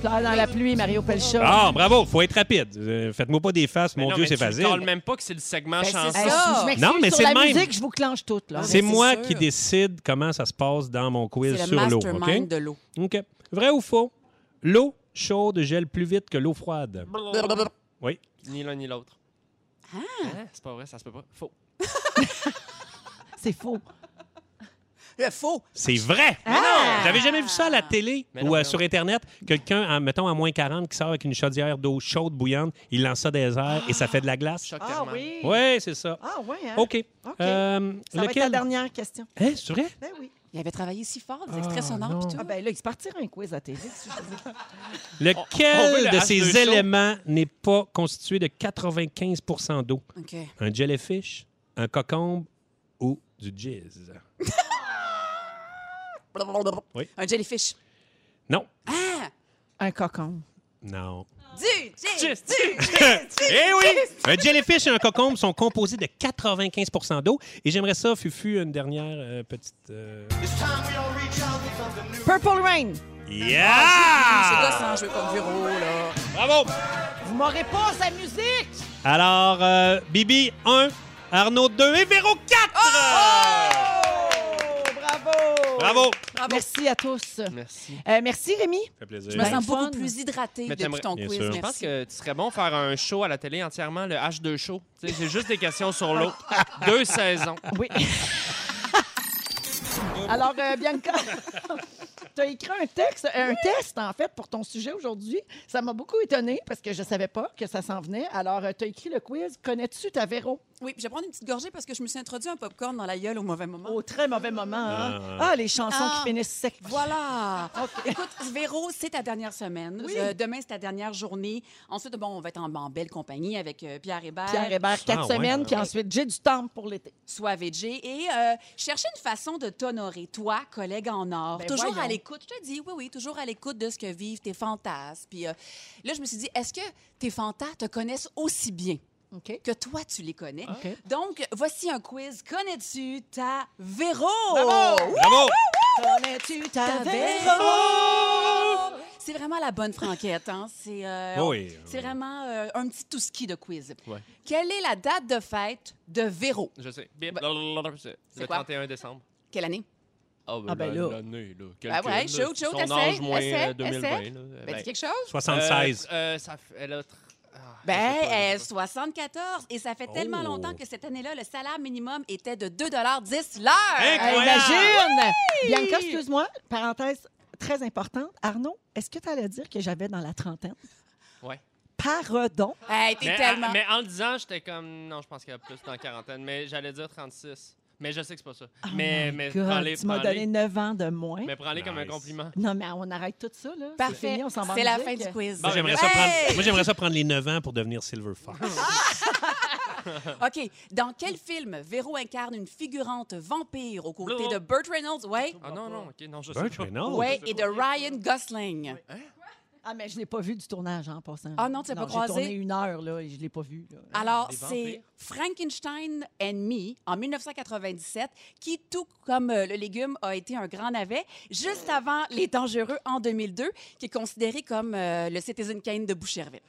[SPEAKER 1] Pleure dans la pluie, Mario Pelcha.
[SPEAKER 4] Ah, bravo! Faut être rapide. Euh, Faites-moi pas des faces,
[SPEAKER 6] Mais
[SPEAKER 4] mon
[SPEAKER 6] non,
[SPEAKER 4] Dieu,
[SPEAKER 6] mais
[SPEAKER 4] c'est
[SPEAKER 6] tu
[SPEAKER 4] facile.
[SPEAKER 6] parles même pas que c'est le segment
[SPEAKER 3] Ben, c'est
[SPEAKER 6] chanson.
[SPEAKER 3] ça.
[SPEAKER 1] Hey, si
[SPEAKER 3] Ah!
[SPEAKER 1] je m'excuse
[SPEAKER 4] Non, mais
[SPEAKER 1] sur
[SPEAKER 4] c'est
[SPEAKER 1] la
[SPEAKER 4] le même.
[SPEAKER 1] musique, je vous clenche toutes. Là.
[SPEAKER 4] C'est
[SPEAKER 3] Mais c'est
[SPEAKER 4] moi
[SPEAKER 3] sûr.
[SPEAKER 4] qui décide comment ça se passe dans mon quiz
[SPEAKER 3] C'est le
[SPEAKER 4] sur l'eau. OK?
[SPEAKER 3] mastermind de l'eau.
[SPEAKER 4] OK. Vrai ou faux? L'eau chaude gèle plus vite que l'eau froide. Oui.
[SPEAKER 6] Ni l'un ni l'autre.
[SPEAKER 3] Ah.
[SPEAKER 6] Hein? C'est pas vrai, ça se peut pas. Faux.
[SPEAKER 1] C'est faux.
[SPEAKER 3] Le faux.
[SPEAKER 4] C'est vrai! Mais non! Vous avez jamais vu ça à la télé
[SPEAKER 6] Mais
[SPEAKER 4] ou
[SPEAKER 6] non,
[SPEAKER 4] euh,
[SPEAKER 6] mais non.
[SPEAKER 4] sur Internet? Quelqu'un, en- mettons, à moins 40, qui sort avec une chaudière d'eau chaude, bouillante, il lance ça des airs et ça fait de la glace?
[SPEAKER 6] Choc
[SPEAKER 1] Ah
[SPEAKER 6] thermal.
[SPEAKER 1] oui.
[SPEAKER 4] Oui, c'est ça.
[SPEAKER 1] Ah oui, hein?
[SPEAKER 4] OK.
[SPEAKER 1] OK. Ça
[SPEAKER 4] Euh,
[SPEAKER 1] va être la
[SPEAKER 4] lequel?
[SPEAKER 1] dernière question.
[SPEAKER 4] Hein, c'est vrai?
[SPEAKER 1] Ben oui.
[SPEAKER 3] Il avait travaillé si fort, des
[SPEAKER 4] Ah,
[SPEAKER 3] extraits sonores
[SPEAKER 4] non.
[SPEAKER 3] pis tout.
[SPEAKER 1] Ah ben là, il se partira un quiz à télé. si je veux dire.
[SPEAKER 6] On- on veut
[SPEAKER 4] Lequel
[SPEAKER 6] le
[SPEAKER 4] de
[SPEAKER 6] H2O?
[SPEAKER 4] ces éléments n'est pas constitué de 95 d'eau?
[SPEAKER 3] OK.
[SPEAKER 4] Un jellyfish, un cocombe ou du jizz? Oui.
[SPEAKER 3] Un jellyfish.
[SPEAKER 4] Non.
[SPEAKER 3] Ah!
[SPEAKER 1] Un cocon.
[SPEAKER 4] Non.
[SPEAKER 3] Du jellyfish.
[SPEAKER 4] Eh oui! Un jellyfish et un cocombe sont composés de 95 d'eau. Et j'aimerais ça, Fufu, une dernière euh, petite... euh,
[SPEAKER 1] Purple Rain.
[SPEAKER 3] C'est
[SPEAKER 4] Yeah!
[SPEAKER 3] gossant, je veux comme Véro, là.
[SPEAKER 4] Bravo!
[SPEAKER 1] Vous m'aurez pas sa musique.
[SPEAKER 4] Alors, euh, Bibi 1, Arnaud 2 et Véro 4!
[SPEAKER 1] Oh, bravo.
[SPEAKER 4] Bravo!
[SPEAKER 1] Merci à tous. Euh,
[SPEAKER 6] Merci.
[SPEAKER 1] merci, Rémi.
[SPEAKER 4] Ça fait plaisir.
[SPEAKER 3] Je me
[SPEAKER 1] Ben,
[SPEAKER 3] sens beaucoup
[SPEAKER 1] fun.
[SPEAKER 3] plus hydratée
[SPEAKER 6] Mais
[SPEAKER 3] depuis
[SPEAKER 6] t'aimerais-
[SPEAKER 3] ton
[SPEAKER 4] Bien
[SPEAKER 3] quiz.
[SPEAKER 4] sûr.
[SPEAKER 6] Je pense
[SPEAKER 3] Merci.
[SPEAKER 6] que tu serais bon faire un show à la télé entièrement, le H2 show. Tu sais, C'est juste des questions sur l'eau. Deux saisons.
[SPEAKER 1] Oui. Alors, euh, Bianca, tu as écrit un texte, euh, un test, en fait, pour ton sujet aujourd'hui. Ça m'a beaucoup étonnée parce que je ne savais pas que ça s'en venait. Alors, tu as écrit le quiz Connais-tu ta Véro
[SPEAKER 3] Oui, puis je vais prendre une petite gorgée parce que je me suis introduit un popcorn dans la gueule au mauvais moment.
[SPEAKER 1] Au très mauvais moment. hein?
[SPEAKER 4] Ah.
[SPEAKER 1] Ah, les chansons
[SPEAKER 3] Ah.
[SPEAKER 1] qui finissent sec.
[SPEAKER 3] Voilà.
[SPEAKER 1] Ah,
[SPEAKER 3] Écoute, Véro, c'est ta dernière semaine. Euh, demain, c'est ta dernière journée. Ensuite, bon, on va être en, en belle compagnie avec euh, Pierre Hébert,
[SPEAKER 1] Pierre Hébert, quatre
[SPEAKER 4] Ah, ouais.
[SPEAKER 1] semaines, puis ensuite, j'ai du temps pour l'été.
[SPEAKER 3] Soave et Jay. Et euh, chercher une façon de t'honorer, toi, collègue en or.
[SPEAKER 1] Ben,
[SPEAKER 3] toujours
[SPEAKER 1] voyons.
[SPEAKER 3] à l'écoute, je te dis, oui, oui, toujours à l'écoute de ce que vivent tes fantasmes. Puis euh, là, je me suis dit, est-ce que tes fantasmes te connaissent aussi bien
[SPEAKER 1] OK.
[SPEAKER 3] que toi, tu les connais?
[SPEAKER 1] OK.
[SPEAKER 3] Donc, voici un quiz. Connais-tu ta Véro?
[SPEAKER 4] Bravo!
[SPEAKER 1] Oh! Connais-tu ta
[SPEAKER 3] Ta
[SPEAKER 1] Véro
[SPEAKER 3] Véro! C'est vraiment la bonne franquette. Hein? C'est euh,
[SPEAKER 4] Oui.
[SPEAKER 3] c'est vraiment euh, un petit tout ski de quiz.
[SPEAKER 6] Ouais.
[SPEAKER 3] Quelle est la date de fête de Véro?
[SPEAKER 6] Je sais. Bip,
[SPEAKER 3] Ben,
[SPEAKER 6] blablabla, c'est
[SPEAKER 3] c'est
[SPEAKER 6] Le
[SPEAKER 3] quoi?
[SPEAKER 6] 31 décembre.
[SPEAKER 3] Quelle année?
[SPEAKER 1] Ah, ben là.
[SPEAKER 6] L'année, là.
[SPEAKER 3] Ah ouais,
[SPEAKER 6] Calcule, là,
[SPEAKER 3] shoot, shoot,
[SPEAKER 6] Son âge
[SPEAKER 3] essaie,
[SPEAKER 6] moins
[SPEAKER 3] essaie,
[SPEAKER 6] euh, 2020.
[SPEAKER 3] essaie.
[SPEAKER 6] là.
[SPEAKER 3] Ben,
[SPEAKER 6] Ben,
[SPEAKER 3] dis quelque chose?
[SPEAKER 4] 76.
[SPEAKER 6] Euh, euh, ça fait- elle a. tr- ah,
[SPEAKER 3] Ben,
[SPEAKER 6] je sais pas,
[SPEAKER 3] euh,
[SPEAKER 6] je sais
[SPEAKER 3] 74. Et ça fait tellement
[SPEAKER 4] Oh.
[SPEAKER 3] longtemps que cette année-là, le salaire minimum était de 2,10 l'heure.
[SPEAKER 4] Hey!
[SPEAKER 1] Hey,
[SPEAKER 4] Incroyable.
[SPEAKER 1] Imagine! ben, Bianca, excuse-moi, parenthèse très importante. Arnaud, est-ce que tu allais dire que j'avais dans la trentaine?
[SPEAKER 6] Ouais.
[SPEAKER 1] Parodon.
[SPEAKER 3] Hey,
[SPEAKER 6] pas.
[SPEAKER 3] t'es
[SPEAKER 6] Mais,
[SPEAKER 3] tellement...
[SPEAKER 6] ah, mais en le disant, j'étais comme. Non, je pense qu'il y a plus dans la quarantaine. Mais j'allais dire 36. Mais je sais que c'est pas ça. mais
[SPEAKER 1] Oh my
[SPEAKER 6] mais
[SPEAKER 1] God,
[SPEAKER 6] prends-les.
[SPEAKER 1] tu m'as
[SPEAKER 6] prends-les.
[SPEAKER 1] donné 9 ans de moins.
[SPEAKER 6] Mais prends-les comme un
[SPEAKER 4] Nice.
[SPEAKER 6] compliment.
[SPEAKER 1] Non, mais on arrête tout ça, là. C'est
[SPEAKER 3] Parfait.
[SPEAKER 1] fini, on s'en va en
[SPEAKER 3] C'est la fin
[SPEAKER 1] musique.
[SPEAKER 3] du quiz.
[SPEAKER 4] Moi, j'aimerais ça,
[SPEAKER 3] Hey!
[SPEAKER 4] prendre... Moi, j'aimerais ça prendre les 9 ans pour devenir Silver Fox.
[SPEAKER 3] OK. Dans quel film Véro incarne une figurante vampire aux côtés de Burt Reynolds? Ouais.
[SPEAKER 6] Ah non, non, ok, non, je sais
[SPEAKER 4] Burt
[SPEAKER 6] pas.
[SPEAKER 4] Reynolds?
[SPEAKER 3] Ouais, et de Ryan Gosling.
[SPEAKER 1] Ah, mais je l'ai pas vu du tournage, hein, en passant.
[SPEAKER 3] Ah non, tu l'as pas croisé? Ah.
[SPEAKER 1] J'ai tourné une heure, là, et je l'ai pas vu. là.
[SPEAKER 3] Alors,
[SPEAKER 6] Des
[SPEAKER 3] c'est
[SPEAKER 6] vampires.
[SPEAKER 3] Frankenstein and Me en 1997, qui, tout comme euh, le légume, a été un grand navet, juste avant Les Dangereux en 2002, qui est considéré comme euh, le Citizen Kane de Boucherville.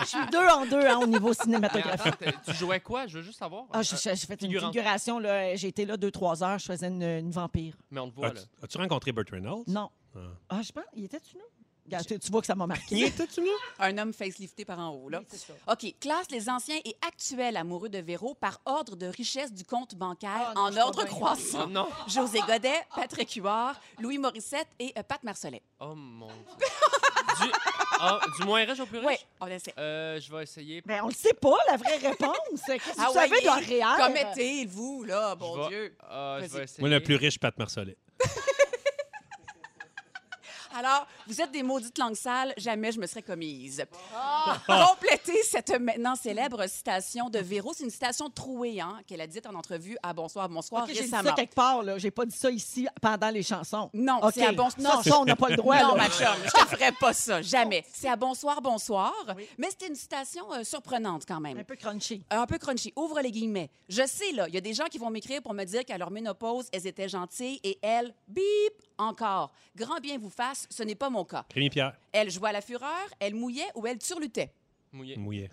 [SPEAKER 1] Je suis deux en deux, hein, au niveau
[SPEAKER 6] Mais
[SPEAKER 1] cinématographique.
[SPEAKER 6] attends, t'es- tu jouais quoi? Je veux juste savoir.
[SPEAKER 1] Ah, je- je- j'ai fait une
[SPEAKER 6] Figurante.
[SPEAKER 1] figuration, là. J'ai été là deux, trois heures, je faisais une, une vampire.
[SPEAKER 4] Ah,
[SPEAKER 6] Mais on te voit, là.
[SPEAKER 4] As-tu as-tu rencontré Burt Reynolds?
[SPEAKER 1] Non.
[SPEAKER 4] Ah.
[SPEAKER 1] Ah, je pense, il était-tu là? Regarde, tu- tu vois que ça m'a
[SPEAKER 4] Il
[SPEAKER 1] marqué.
[SPEAKER 4] était-tu là?
[SPEAKER 3] Un homme facelifté par en haut, là. OK. Classe les anciens et actuels amoureux de Véro par ordre de richesse du compte bancaire
[SPEAKER 1] Ah, non, je
[SPEAKER 3] en
[SPEAKER 1] suis
[SPEAKER 3] ordre
[SPEAKER 1] pas bien.
[SPEAKER 3] croissant.
[SPEAKER 6] Oh non!
[SPEAKER 3] José Godet, Patrick Huard, Louis Morissette et euh, Pat Marcellet.
[SPEAKER 6] Oh mon Dieu! du... ah, du moins riche au plus riche?
[SPEAKER 3] Oui, on essaie.
[SPEAKER 6] Euh, je vais essayer.
[SPEAKER 1] Ben, on le sait pas, la vraie réponse. Qu'est-ce que
[SPEAKER 3] Ah
[SPEAKER 1] vous savez de réel?
[SPEAKER 3] Commettez-vous, là, bon
[SPEAKER 6] Je vais-
[SPEAKER 3] Dieu.
[SPEAKER 6] Ah, je
[SPEAKER 3] Vas-y.
[SPEAKER 6] vais essayer.
[SPEAKER 4] Moi, le plus riche, Pat Marcellet.
[SPEAKER 3] Alors, vous êtes des maudites langues sales, jamais je me serais commise.
[SPEAKER 1] Ah!
[SPEAKER 3] Complétez cette maintenant célèbre citation de Véro. C'est une citation trouée, hein, qu'elle a dite en entrevue à Bonsoir, Bonsoir
[SPEAKER 1] Ok, J'ai dit ça
[SPEAKER 3] récemment.
[SPEAKER 1] quelque part, là. J'ai pas dit ça ici pendant les chansons.
[SPEAKER 3] Non,
[SPEAKER 1] OK.
[SPEAKER 3] c'est à bon...
[SPEAKER 1] Non, ça, on n'a pas le droit.
[SPEAKER 3] non,
[SPEAKER 1] là.
[SPEAKER 3] ma chum, je te ferai pas ça, jamais. C'est à bonsoir, bonsoir. Mais c'était une citation euh, surprenante quand même.
[SPEAKER 1] Un peu crunchy.
[SPEAKER 3] Un peu crunchy. Ouvre les guillemets. Je sais, là, il y a des gens qui vont m'écrire pour me dire qu'à leur ménopause, elles étaient gentilles et elles, bip, encore. Grand bien vous fasse, ce n'est pas mon cas.
[SPEAKER 4] Rémi Pierre,
[SPEAKER 3] Elles jouaient à la fureur, elles mouillaient ou elles turlutaient.
[SPEAKER 6] Mouillé.
[SPEAKER 4] mouillé.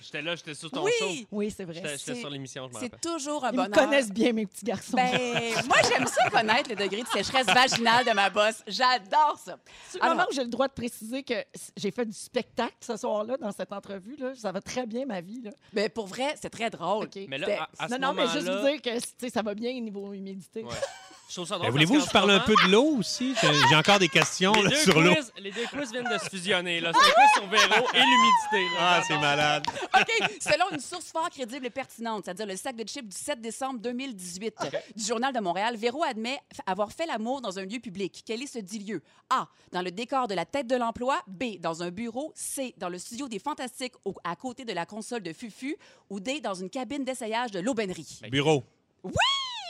[SPEAKER 6] J'étais là, j'étais sur ton show.
[SPEAKER 3] oui!
[SPEAKER 1] Oui, c'est
[SPEAKER 6] J'étais
[SPEAKER 1] vrai.
[SPEAKER 6] j'étais
[SPEAKER 3] c'est-
[SPEAKER 6] sur l'émission, je m'en rappelle.
[SPEAKER 3] C'est toujours un
[SPEAKER 1] Ils me
[SPEAKER 3] bonheur.
[SPEAKER 1] connaissent bien, mes petits garçons.
[SPEAKER 3] Ben, moi, j'aime ça connaître le degré de sécheresse vaginale de ma bosse. J'adore ça.
[SPEAKER 1] C'est le
[SPEAKER 3] alors-
[SPEAKER 1] moment où j'ai le droit de préciser que s- j'ai fait du spectacle ce soir-là, dans cette entrevue. Là. Ça va très bien, ma vie. Là.
[SPEAKER 3] Mais Ben, pour vrai, c'est très drôle.
[SPEAKER 1] OK.
[SPEAKER 6] Mais là,
[SPEAKER 3] C'était-
[SPEAKER 6] à, à ce
[SPEAKER 1] non, non, mais juste
[SPEAKER 6] moment-là,
[SPEAKER 1] vous dire que tu sais, ça va bien au niveau humidité.
[SPEAKER 6] Ouais. je trouve ça drôle.
[SPEAKER 4] Ben, Voulez-vous que je vous parle un peu de l'eau aussi? J'ai j'ai encore des questions là, sur l'eau.
[SPEAKER 6] Les deux quiz viennent de se fusionner. là. C'est un quiz sur Véro et l'humidité. là.
[SPEAKER 4] Ah, c'est malade.
[SPEAKER 3] OK. Selon une source fort crédible et pertinente, c'est-à-dire le sac de chips du 7 décembre 2018 du Journal de Montréal, Véro admet f- avoir fait l'amour dans un lieu public. Quel est ce dit lieu? A. Dans le décor de la tête de l'emploi. B. Dans un bureau. C. Dans le studio des Fantastiques au- à côté de la console de Fufu. Ou D. Dans une cabine d'essayage de l'aubainerie.
[SPEAKER 6] Ben,
[SPEAKER 4] Bureau.
[SPEAKER 3] Oui!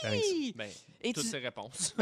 [SPEAKER 4] Thanks.
[SPEAKER 6] Ben,
[SPEAKER 3] Et
[SPEAKER 6] toutes
[SPEAKER 3] tu-
[SPEAKER 6] ces réponses.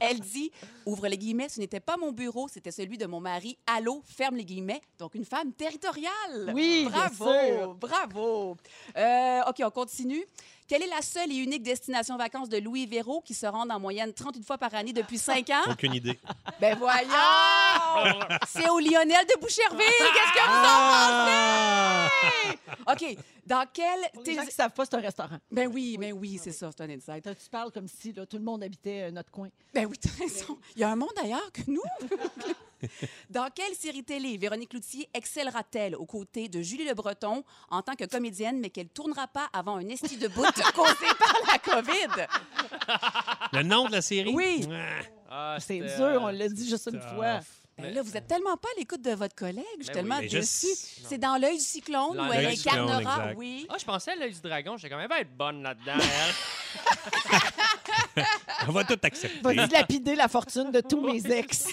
[SPEAKER 3] Elle dit, ouvre les guillemets, ce n'était pas mon bureau, c'était celui de mon mari. Allô, ferme les guillemets. Donc, une femme territoriale.
[SPEAKER 1] Oui, bien
[SPEAKER 3] bravo,
[SPEAKER 1] sûr.
[SPEAKER 3] bravo. Euh, OK, on continue. Quelle est la seule et unique destination vacances de Louis Véro qui se rend en moyenne 31 fois par année depuis 5 ans?
[SPEAKER 4] Aucune idée.
[SPEAKER 3] Ben voyons! C'est au Lionel de Boucherville. Qu'est-ce que
[SPEAKER 4] Ah!
[SPEAKER 3] vous en pensez? OK, dans quelle...
[SPEAKER 1] Pour les
[SPEAKER 3] thé-
[SPEAKER 1] gens qui savent pas, c'est un restaurant.
[SPEAKER 3] Ben oui, ben oui, c'est ça, c'est un insight.
[SPEAKER 1] Là, tu parles comme si là, tout le monde habitait euh, notre coin.
[SPEAKER 3] Ben oui, t'as raison. Il y a un monde ailleurs que nous. Dans quelle série télé Véronique Loutier excellera-t-elle aux côtés de Julie Le Breton en tant que comédienne, mais qu'elle tournera pas avant un esti de bout causé par la COVID?
[SPEAKER 4] Ah! Le nom de la série?
[SPEAKER 3] Oui.
[SPEAKER 4] Ah.
[SPEAKER 6] Ah,
[SPEAKER 1] C'est
[SPEAKER 6] c'était,
[SPEAKER 1] dur, on
[SPEAKER 6] euh,
[SPEAKER 1] l'a dit juste une fois.
[SPEAKER 3] Ben là, vous êtes tellement pas à l'écoute de votre collègue. Je suis
[SPEAKER 6] Ben
[SPEAKER 3] tellement
[SPEAKER 6] oui,
[SPEAKER 4] mais je
[SPEAKER 3] déçue.
[SPEAKER 4] sais.
[SPEAKER 3] C'est dans l'œil du cyclone où
[SPEAKER 6] L'œil
[SPEAKER 3] elle
[SPEAKER 6] du
[SPEAKER 4] cyclone,
[SPEAKER 3] incarnera,
[SPEAKER 4] exact.
[SPEAKER 3] oui.
[SPEAKER 6] Ah, je pensais à l'œil du dragon. J'ai quand même être bonne là-dedans. elle.
[SPEAKER 4] Ah, On va tout accepter.
[SPEAKER 1] Va dilapider la fortune de tous mes ex.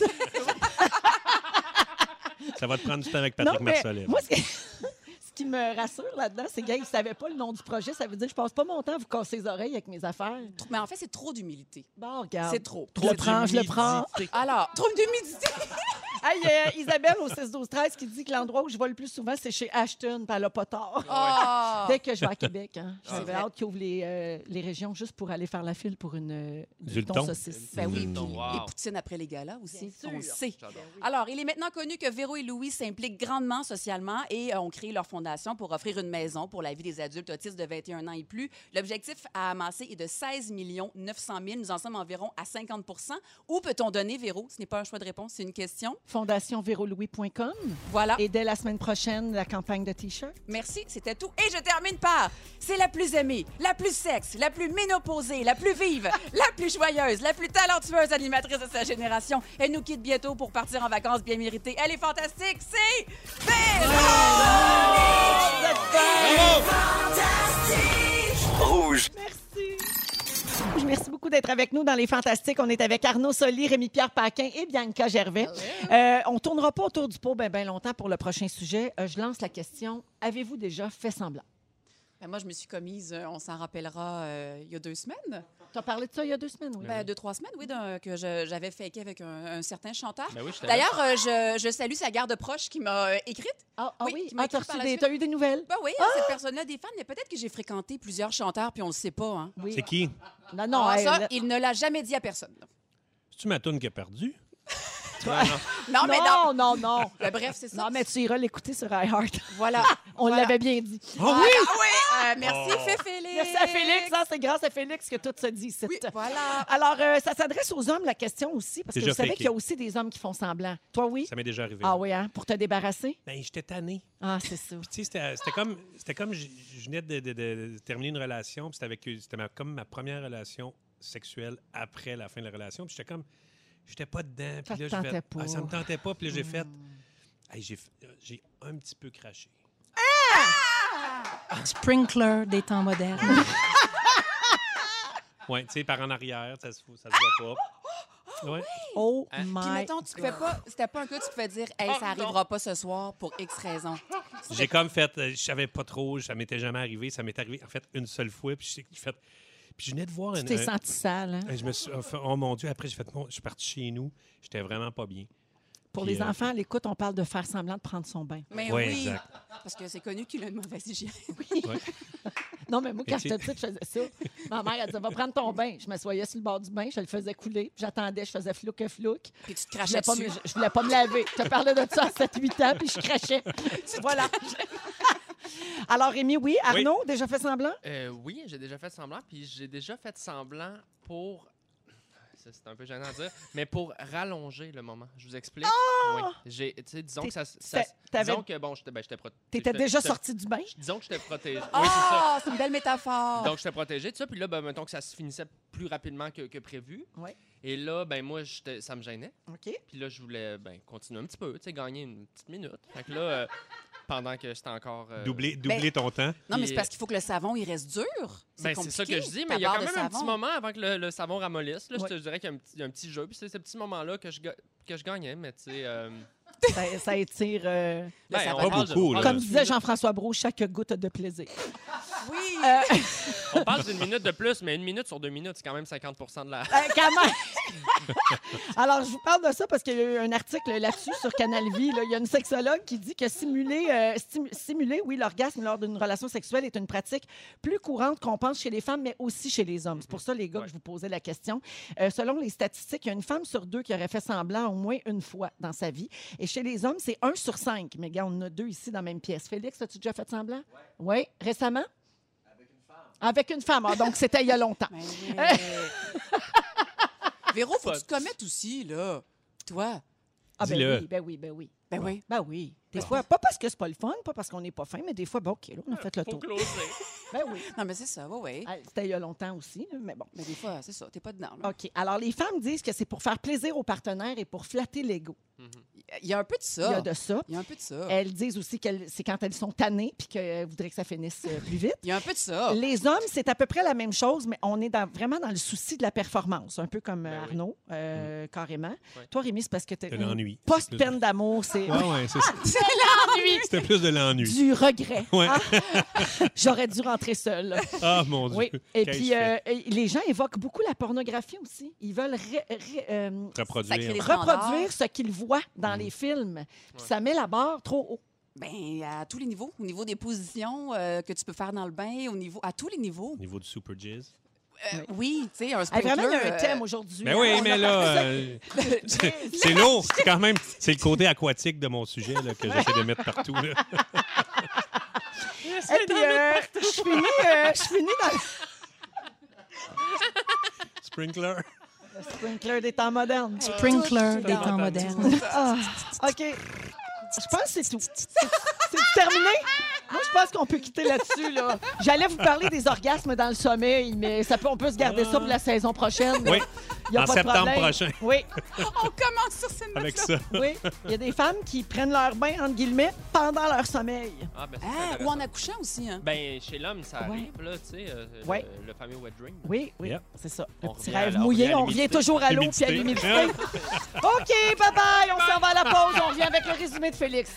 [SPEAKER 4] Ça va te prendre du temps avec Patrick
[SPEAKER 1] non, mais
[SPEAKER 4] Marcellet.
[SPEAKER 1] moi, ce qui, ce qui me rassure là-dedans, c'est qu'ils ne savaient pas le nom du projet. Ça veut dire que je passe pas mon temps à vous casser les oreilles avec mes affaires.
[SPEAKER 3] Mais en fait, c'est trop d'humilité.
[SPEAKER 1] Bon, regarde.
[SPEAKER 3] C'est trop.
[SPEAKER 1] Je Ah. le prends, je le prends.
[SPEAKER 3] Alors, trop d'humidité.
[SPEAKER 1] Hey, il y a Isabelle au 6 12 13 qui dit que l'endroit où je vais le plus souvent, c'est chez Ashton, puis elle n'a pas tort.
[SPEAKER 3] Ah!
[SPEAKER 1] Dès que je vais à Québec, hein, j'avais
[SPEAKER 3] vrai.
[SPEAKER 1] hâte qu'ils ouvrent les, euh, les régions juste pour aller faire la file pour une euh,
[SPEAKER 4] Du
[SPEAKER 1] du
[SPEAKER 4] thon.
[SPEAKER 1] saucisse.
[SPEAKER 3] Ben oui,
[SPEAKER 6] Wow.
[SPEAKER 3] puis les poutines après les galas aussi,
[SPEAKER 1] Bien
[SPEAKER 3] on le
[SPEAKER 1] sûr.
[SPEAKER 3] sait.
[SPEAKER 6] J'adore.
[SPEAKER 3] Alors, il est maintenant connu que Véro et Louis s'impliquent grandement socialement et euh, ont créé leur fondation pour offrir une maison pour la vie des adultes autistes de 21 ans et plus. L'objectif à amasser est de 16 900 000. Nous en sommes environ à 50 Où peut-on donner, Véro? Ce n'est pas un choix de réponse, c'est une question.
[SPEAKER 1] FondationVéroLouis.com.
[SPEAKER 3] Voilà.
[SPEAKER 1] Et dès la semaine prochaine, la campagne de T-shirts.
[SPEAKER 3] Merci, c'était tout. Et je termine par c'est la plus aimée, la plus sexe, la plus ménopausée, la plus vive, la plus joyeuse, la plus talentueuse animatrice de sa génération. Elle nous quitte bientôt pour partir en vacances bien méritées. Elle est fantastique, c'est Véronique!
[SPEAKER 1] Je Merci beaucoup d'être avec nous dans Les Fantastiques. On est avec Arnaud Soli, Rémi-Pierre Paquin et Bianca Gervais. Euh, on tournera pas autour du pot bien ben longtemps pour le prochain sujet. Euh, je lance la question. Avez-vous déjà fait semblant?
[SPEAKER 3] Ben, moi, je me suis commise, euh, on s'en rappellera, euh, il y a deux semaines.
[SPEAKER 1] Tu as parlé de ça il y a deux semaines, oui?
[SPEAKER 3] Ben, deux, trois semaines, oui, d'un- que je- j'avais faké avec un, un certain chanteur.
[SPEAKER 6] Ben oui, j'étais là.
[SPEAKER 3] D'ailleurs, euh, je, je salue sa garde proche qui m'a euh, écrite.
[SPEAKER 1] ah, ah
[SPEAKER 3] oui,
[SPEAKER 1] oui,
[SPEAKER 3] tu m'as
[SPEAKER 1] ah, t'as
[SPEAKER 3] écrit par
[SPEAKER 1] reçu
[SPEAKER 3] la
[SPEAKER 1] des-
[SPEAKER 3] suite.
[SPEAKER 1] t'as eu des nouvelles?
[SPEAKER 3] Ben oui, hein, cette personne-là a des fans, mais peut-être que j'ai fréquenté plusieurs chanteurs, puis on le sait pas. Hein.
[SPEAKER 1] Oui.
[SPEAKER 4] C'est qui?
[SPEAKER 1] Non, non,
[SPEAKER 3] Ah,
[SPEAKER 1] hey,
[SPEAKER 3] ça,
[SPEAKER 1] là-
[SPEAKER 3] il ne l'a jamais dit à personne.
[SPEAKER 4] C'est-tu ma toune qui a perdu?
[SPEAKER 3] Non, mais non.
[SPEAKER 1] ah, non, Ah, non, non.
[SPEAKER 3] Ben, bref, c'est ça.
[SPEAKER 1] Non, mais tu iras l'écouter sur iHeart.
[SPEAKER 3] Voilà.
[SPEAKER 1] On
[SPEAKER 3] Voilà.
[SPEAKER 1] l'avait bien dit.
[SPEAKER 4] Oh
[SPEAKER 3] Ah
[SPEAKER 4] oui!
[SPEAKER 3] oui! Euh, merci,
[SPEAKER 4] Oh.
[SPEAKER 3] Félix.
[SPEAKER 1] Merci à Félix. hein, c'est grâce à Félix que tout se dit ici.
[SPEAKER 3] Oui, voilà.
[SPEAKER 1] Alors, euh, ça s'adresse aux hommes, la question aussi, parce que
[SPEAKER 4] Déjà
[SPEAKER 1] vous savez
[SPEAKER 4] faké.
[SPEAKER 1] qu'il y a aussi des hommes qui font semblant. Toi, oui?
[SPEAKER 4] Ça m'est déjà arrivé.
[SPEAKER 1] Ah oui, hein? Pour te débarrasser?
[SPEAKER 4] Ben, j'étais tanné.
[SPEAKER 1] Ah, c'est ça.
[SPEAKER 4] Puis, tu sais, c'était c'était comme, c'était comme je, je venais de, de- de terminer une relation, puis c'était avec c'était ma- comme ma première relation sexuelle après la fin de la relation. Puis j'étais comme, j'étais pas dedans.
[SPEAKER 1] Ça
[SPEAKER 4] Puis là,
[SPEAKER 1] te
[SPEAKER 4] j'ai fait,
[SPEAKER 1] tentait
[SPEAKER 4] ah, ça
[SPEAKER 1] pas. Hmm.
[SPEAKER 4] me tentait pas. Puis là, j'ai fait, Hey, j'ai, f- euh, j'ai un petit peu craché.
[SPEAKER 7] Sprinkler des temps modernes.
[SPEAKER 4] Ouais, tu sais, par en arrière, ça se, fout- ça se voit pas. Ouais.
[SPEAKER 1] Oh
[SPEAKER 6] Hein?
[SPEAKER 1] my...
[SPEAKER 3] Puis, mettons, tu pouvais pas, c'était pas un cas, tu pouvais dire, hey,
[SPEAKER 6] Ah,
[SPEAKER 3] ça arrivera pas ce soir pour X raison.
[SPEAKER 4] J'ai comme fait, euh, je savais pas trop, ça m'était jamais arrivé, ça m'est arrivé en fait une seule fois, puis j'ai j'ai fait, puis je venais de voir
[SPEAKER 1] Tu
[SPEAKER 4] un-
[SPEAKER 1] t'es
[SPEAKER 4] un-
[SPEAKER 1] senti sale, hein?
[SPEAKER 4] un- je me suis, oh, oh mon Dieu, après j'ai fait, mon- je suis parti chez nous, j'étais vraiment pas bien.
[SPEAKER 1] Pour
[SPEAKER 4] Puis,
[SPEAKER 1] les
[SPEAKER 4] euh,
[SPEAKER 1] enfants, à l'écoute, on parle de faire semblant de prendre son bain.
[SPEAKER 3] Mais
[SPEAKER 4] Ouais,
[SPEAKER 3] oui.
[SPEAKER 4] exact.
[SPEAKER 3] Parce que c'est connu qu'il a une mauvaise hygiène.
[SPEAKER 4] Ouais.
[SPEAKER 1] Non, mais moi, quand
[SPEAKER 4] Et tu-
[SPEAKER 1] j'étais petite, je faisais ça. Ma mère, elle disait, va prendre ton bain. Je m'assoyais sur le bord du bain, je le faisais couler, puis j'attendais, je faisais flouc et flouc.
[SPEAKER 3] Puis tu te
[SPEAKER 1] Je
[SPEAKER 3] crachais
[SPEAKER 1] voulais, pas
[SPEAKER 3] dessus.
[SPEAKER 1] me, je voulais pas me laver. Je te parlais de ça à 7-8 ans, puis je crachais. voilà. Alors, Rémi, oui. Arnaud, déjà fait semblant?
[SPEAKER 6] Euh, oui, j'ai déjà fait semblant, puis j'ai déjà fait semblant pour. Ça, c'est un peu gênant à dire, mais pour rallonger le moment. Je vous explique. Oui. J'ai, tu sais, disons
[SPEAKER 1] T'es-
[SPEAKER 6] que ça. s- ça s-
[SPEAKER 1] t'avais-
[SPEAKER 6] disons que, bon, j'étais, ben, j'étais pro-
[SPEAKER 1] T'étais
[SPEAKER 6] j'étais-
[SPEAKER 1] déjà
[SPEAKER 6] j'étais-
[SPEAKER 1] sorti du bain?
[SPEAKER 6] Disons que j'étais protégé. Oui, c'est ça.
[SPEAKER 3] Ah, c'est une belle métaphore.
[SPEAKER 6] Donc, j'étais protégé de ça. Puis là, ben, mettons que ça se finissait plus rapidement que, que prévu.
[SPEAKER 1] Ouais.
[SPEAKER 6] Et là, ben moi, j'étais- ça me gênait.
[SPEAKER 1] OK.
[SPEAKER 6] Puis là, je voulais ben, continuer un petit peu, tu sais, gagner une petite minute. Fait que là, euh, pendant que j'étais encore... euh,
[SPEAKER 4] Doubler, doubler ton temps.
[SPEAKER 3] non, mais
[SPEAKER 6] et-
[SPEAKER 3] c'est parce qu'il faut que le savon, il reste dur.
[SPEAKER 6] Ben, c'est ça que je
[SPEAKER 3] compliqué,
[SPEAKER 6] dis,
[SPEAKER 3] ta
[SPEAKER 6] mais il y a
[SPEAKER 3] barre
[SPEAKER 6] quand
[SPEAKER 3] de
[SPEAKER 6] même un petit
[SPEAKER 3] savon.
[SPEAKER 6] moment avant que le, le savon ramollisse. Là,
[SPEAKER 1] Ouais.
[SPEAKER 6] je te dirais qu'il y a un petit, il y a un petit jeu. Puis c'est ce petit moment-là que je, ga- que je gagnais, mais tu sais... euh,
[SPEAKER 1] Ça, ça étire... euh,
[SPEAKER 6] ben,
[SPEAKER 3] savon.
[SPEAKER 6] on
[SPEAKER 4] Pas
[SPEAKER 6] parle de-
[SPEAKER 4] beaucoup,
[SPEAKER 6] on
[SPEAKER 4] Ah, là.
[SPEAKER 6] parle
[SPEAKER 1] Comme
[SPEAKER 6] d'une
[SPEAKER 1] disait
[SPEAKER 6] minute-
[SPEAKER 1] Jean-François Brault, chaque goutte de plaisir.
[SPEAKER 3] Oui.
[SPEAKER 6] On parle d'une minute de plus, mais une minute sur deux minutes, c'est quand même 50 de la...
[SPEAKER 1] Euh, quand même. Alors, je vous parle de ça parce qu'il y a eu un article là-dessus sur Canal Vie. là. Il y a une sexologue qui dit que simuler, euh, stimu- simuler oui, l'orgasme lors d'une relation sexuelle est une pratique plus courante qu'on pense chez les femmes, mais aussi chez les hommes. C'est pour ça, les gars,
[SPEAKER 6] Ouais.
[SPEAKER 1] que je vous posais la question. Euh, selon les statistiques, il y a une femme sur deux qui aurait fait semblant au moins une fois dans sa vie. Et chez les hommes, c'est un sur cinq. Mais gars, on en a deux ici dans la même pièce. Félix, as-tu déjà fait semblant? Oui. Récemment? Avec une femme. Avec une femme. Ah, donc, c'était il y a longtemps.
[SPEAKER 3] Ben oui. Véro, faut que tu te commettes aussi, là. Toi.
[SPEAKER 1] Ah, ben
[SPEAKER 4] Dis-le.
[SPEAKER 1] oui, ben oui, ben oui.
[SPEAKER 3] Ben oui.
[SPEAKER 1] Ben oui. Des fois, pas parce que c'est pas le fun, pas parce qu'on n'est pas fin, mais des fois, bon, OK, là, on a fait le
[SPEAKER 6] Ah, Faut
[SPEAKER 1] tour.
[SPEAKER 6] closer.
[SPEAKER 1] Ben oui.
[SPEAKER 3] Non, mais c'est ça, oui, oui.
[SPEAKER 1] Ah, C'était il y a longtemps aussi, là, mais bon.
[SPEAKER 3] Mais Ben, des fois, c'est ça, t'es pas dedans. là.
[SPEAKER 1] OK. Alors, les femmes disent que c'est pour faire plaisir aux partenaires et pour flatter l'ego.
[SPEAKER 3] Il y a un peu de
[SPEAKER 1] Il y
[SPEAKER 6] Ah.
[SPEAKER 3] ça.
[SPEAKER 1] a de Eh. ça.
[SPEAKER 3] Il y a un peu de ça.
[SPEAKER 1] Elles disent aussi que c'est quand elles sont tannées puis qu'elles voudraient que ça finisse euh, plus vite.
[SPEAKER 3] Il y a un peu de
[SPEAKER 6] Ah.
[SPEAKER 3] ça.
[SPEAKER 1] Les hommes, c'est à peu près la même chose, mais on est dans- vraiment dans le souci de la performance, un peu comme euh,
[SPEAKER 6] Ben oui.
[SPEAKER 1] Arnaud, euh, carrément.
[SPEAKER 6] Ouais.
[SPEAKER 1] Toi, Rémi, c'est parce que tu
[SPEAKER 4] De l'ennui.
[SPEAKER 1] Post-peine d'amour, c'est
[SPEAKER 4] Ouais, ouais, c'est ça.
[SPEAKER 3] C'est l'ennui.
[SPEAKER 4] C'était plus de l'ennui.
[SPEAKER 1] du regret.
[SPEAKER 4] Ouais.
[SPEAKER 1] hein? J'aurais dû rentrer seule.
[SPEAKER 4] Ah, mon Dieu.
[SPEAKER 1] Oui, et
[SPEAKER 4] Qu'est-ce
[SPEAKER 1] puis
[SPEAKER 4] que je fais?
[SPEAKER 1] euh, et les gens évoquent beaucoup la pornographie aussi. Ils veulent ré- ré- euh,
[SPEAKER 3] Ça crée
[SPEAKER 4] Reproduire.
[SPEAKER 3] des
[SPEAKER 1] reproduire ce qu'ils voient
[SPEAKER 4] Mm.
[SPEAKER 1] dans les films. Puis ça met la barre trop haut.
[SPEAKER 3] Ben, à tous les niveaux. Au niveau des positions euh, que tu peux faire dans le bain, au niveau, à tous les niveaux.
[SPEAKER 4] Au niveau du super jizz.
[SPEAKER 3] Euh, oui, tu sais, un
[SPEAKER 1] Hey,
[SPEAKER 3] sprinkler.
[SPEAKER 1] vraiment, il y a un
[SPEAKER 3] euh,
[SPEAKER 1] thème aujourd'hui.
[SPEAKER 4] Ben
[SPEAKER 1] hein.
[SPEAKER 4] oui,
[SPEAKER 1] On
[SPEAKER 4] mais
[SPEAKER 1] a
[SPEAKER 4] là,
[SPEAKER 1] parlé
[SPEAKER 4] euh, c'est c'est lourd. C'est quand même, c'est le côté aquatique de mon sujet là, que j'essaie de mettre partout. là.
[SPEAKER 1] de ça. Et puis, euh, je finis, euh, je finis dans le
[SPEAKER 4] Sprinkler.
[SPEAKER 1] sprinkler des temps modernes.
[SPEAKER 7] Sprinkler des temps modernes.
[SPEAKER 1] Ah, OK. Je pense que c'est tout. C'est c'est terminé? Moi, je pense qu'on peut quitter là-dessus. Là. J'allais vous parler des orgasmes dans le sommeil, mais ça peut, on peut se garder ça pour la saison prochaine. là.
[SPEAKER 4] Oui,
[SPEAKER 1] Il y a
[SPEAKER 4] Ah. en
[SPEAKER 1] pas de
[SPEAKER 4] septembre
[SPEAKER 1] problème.
[SPEAKER 4] prochain.
[SPEAKER 1] Oui.
[SPEAKER 3] On commence sur cette note
[SPEAKER 4] avec ça.
[SPEAKER 1] Oui, il y a des femmes qui prennent leur bain, entre guillemets, pendant leur sommeil.
[SPEAKER 6] Ah, ben, ça, c'est
[SPEAKER 3] Ah, ou
[SPEAKER 6] intéressant.
[SPEAKER 3] en accouchant aussi, hein.
[SPEAKER 6] Ben, chez l'homme, ça
[SPEAKER 1] Ouais.
[SPEAKER 6] arrive, là, tu sais, euh,
[SPEAKER 1] Ouais.
[SPEAKER 6] le, le fameux wet dream.
[SPEAKER 1] Oui, oui,
[SPEAKER 4] Yep.
[SPEAKER 1] c'est ça. Le
[SPEAKER 6] On
[SPEAKER 1] petit
[SPEAKER 6] revient à
[SPEAKER 1] rêve
[SPEAKER 6] la- on
[SPEAKER 1] mouillé,
[SPEAKER 6] revient à
[SPEAKER 1] on revient
[SPEAKER 6] l'humidité.
[SPEAKER 1] toujours à l'eau puis à
[SPEAKER 4] L'humidité.
[SPEAKER 1] l'humidité. OK, bye-bye, on s'en va à la pause, on revient avec le résumé de Félix.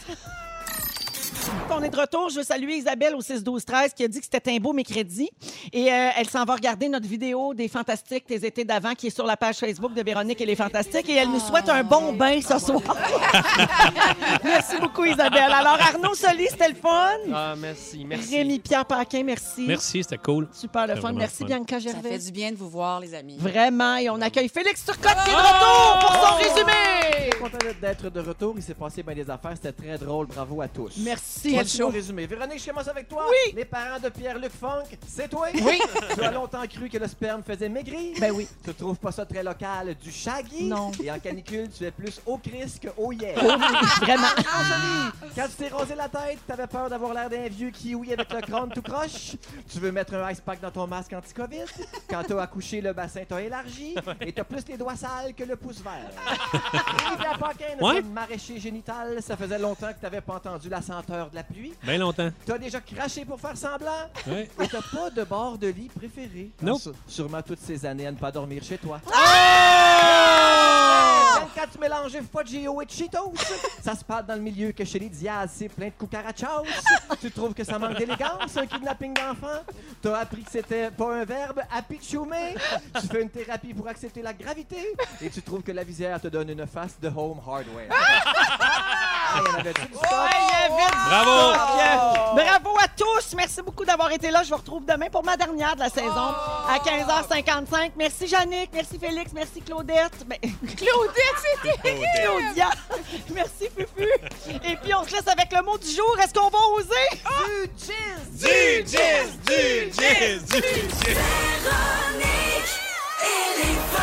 [SPEAKER 1] On est de retour. Je veux saluer Isabelle au 6-12-13 qui a dit que c'était un beau mercredi. Et euh, elle s'en va regarder notre vidéo des Fantastiques, tes étés d'avant, qui est sur la page Facebook de Véronique et les Fantastiques. Et elle nous souhaite un bon bain ce soir. Merci beaucoup, Isabelle. Alors, Arnaud Solis, c'était le fun.
[SPEAKER 6] Ah, merci, merci.
[SPEAKER 1] Rémi-Pierre Paquin, merci.
[SPEAKER 4] Merci, c'était cool.
[SPEAKER 1] Super le fun.
[SPEAKER 4] Vraiment
[SPEAKER 1] Merci,
[SPEAKER 4] fun.
[SPEAKER 1] Bianca
[SPEAKER 3] Ça
[SPEAKER 1] Gervais.
[SPEAKER 3] fait du bien de vous voir, les amis.
[SPEAKER 1] Vraiment. Et on accueille Félix Turcotte qui est de retour pour son résumé.
[SPEAKER 8] Très content d'être de retour. Il s'est passé bien des affaires. C'était très drôle. Bravo à tous.
[SPEAKER 1] Merci.
[SPEAKER 3] quel
[SPEAKER 8] continue au
[SPEAKER 3] show.
[SPEAKER 8] résumé. Véronique, je commence avec toi.
[SPEAKER 1] Oui.
[SPEAKER 8] Les parents de Pierre-Luc Funk, c'est toi.
[SPEAKER 1] Oui.
[SPEAKER 8] Tu as longtemps cru que le sperme faisait maigrir.
[SPEAKER 1] Ben oui.
[SPEAKER 8] Tu trouves pas ça très local du shaggy.
[SPEAKER 1] Non.
[SPEAKER 8] Et en canicule, tu es plus au Chris que au yeah.
[SPEAKER 1] Vraiment.
[SPEAKER 8] Quand tu t'es rasé la tête, t'avais peur d'avoir l'air d'un vieux kiwi avec le crâne tout croche. Tu veux mettre un ice pack dans ton masque anti-COVID. Quand t'as accouché, le bassin t'a élargi. Et t'as plus les doigts sales que le pouce vert. Rivière Paquin,
[SPEAKER 4] Ouais.
[SPEAKER 8] notre maraîcher génital, ça faisait longtemps que t'avais pas entendu la senteur de la pluie.
[SPEAKER 4] Bien longtemps.
[SPEAKER 8] T'as déjà craché pour faire semblant.
[SPEAKER 4] Ouais.
[SPEAKER 8] Et t'as pas de bord de lit préféré.
[SPEAKER 4] Non.
[SPEAKER 8] Sû- Sûrement toutes ces années à ne pas dormir chez toi. Ah! Quand tu mélanges pas de Géo et de Cheetos, ça se passe dans le milieu que chez les Diaz, c'est plein de cucarachas. tu trouves que ça manque d'élégance, un kidnapping d'enfant? T'as appris que c'était pas un verbe, happy chumé. Tu fais une thérapie pour accepter la gravité et tu trouves que la visière te donne une face de home hardware. Ah, il y en avait tout du stock.
[SPEAKER 1] Ouais, il y avait du
[SPEAKER 4] Bravo!
[SPEAKER 1] stock. Bravo à tous. Merci beaucoup d'avoir été là. Je vous retrouve demain pour ma dernière de la saison à 15h55. Merci, Jannick. Merci, Félix. Merci, Claudette. Ben,
[SPEAKER 3] Claudette, c'était
[SPEAKER 1] Claudia. Merci, Fufu. Et puis, on se laisse avec le mot du jour. Est-ce qu'on va oser? Ah!
[SPEAKER 4] Du jazz, du jazz, du jazz.
[SPEAKER 9] Véronique, elle est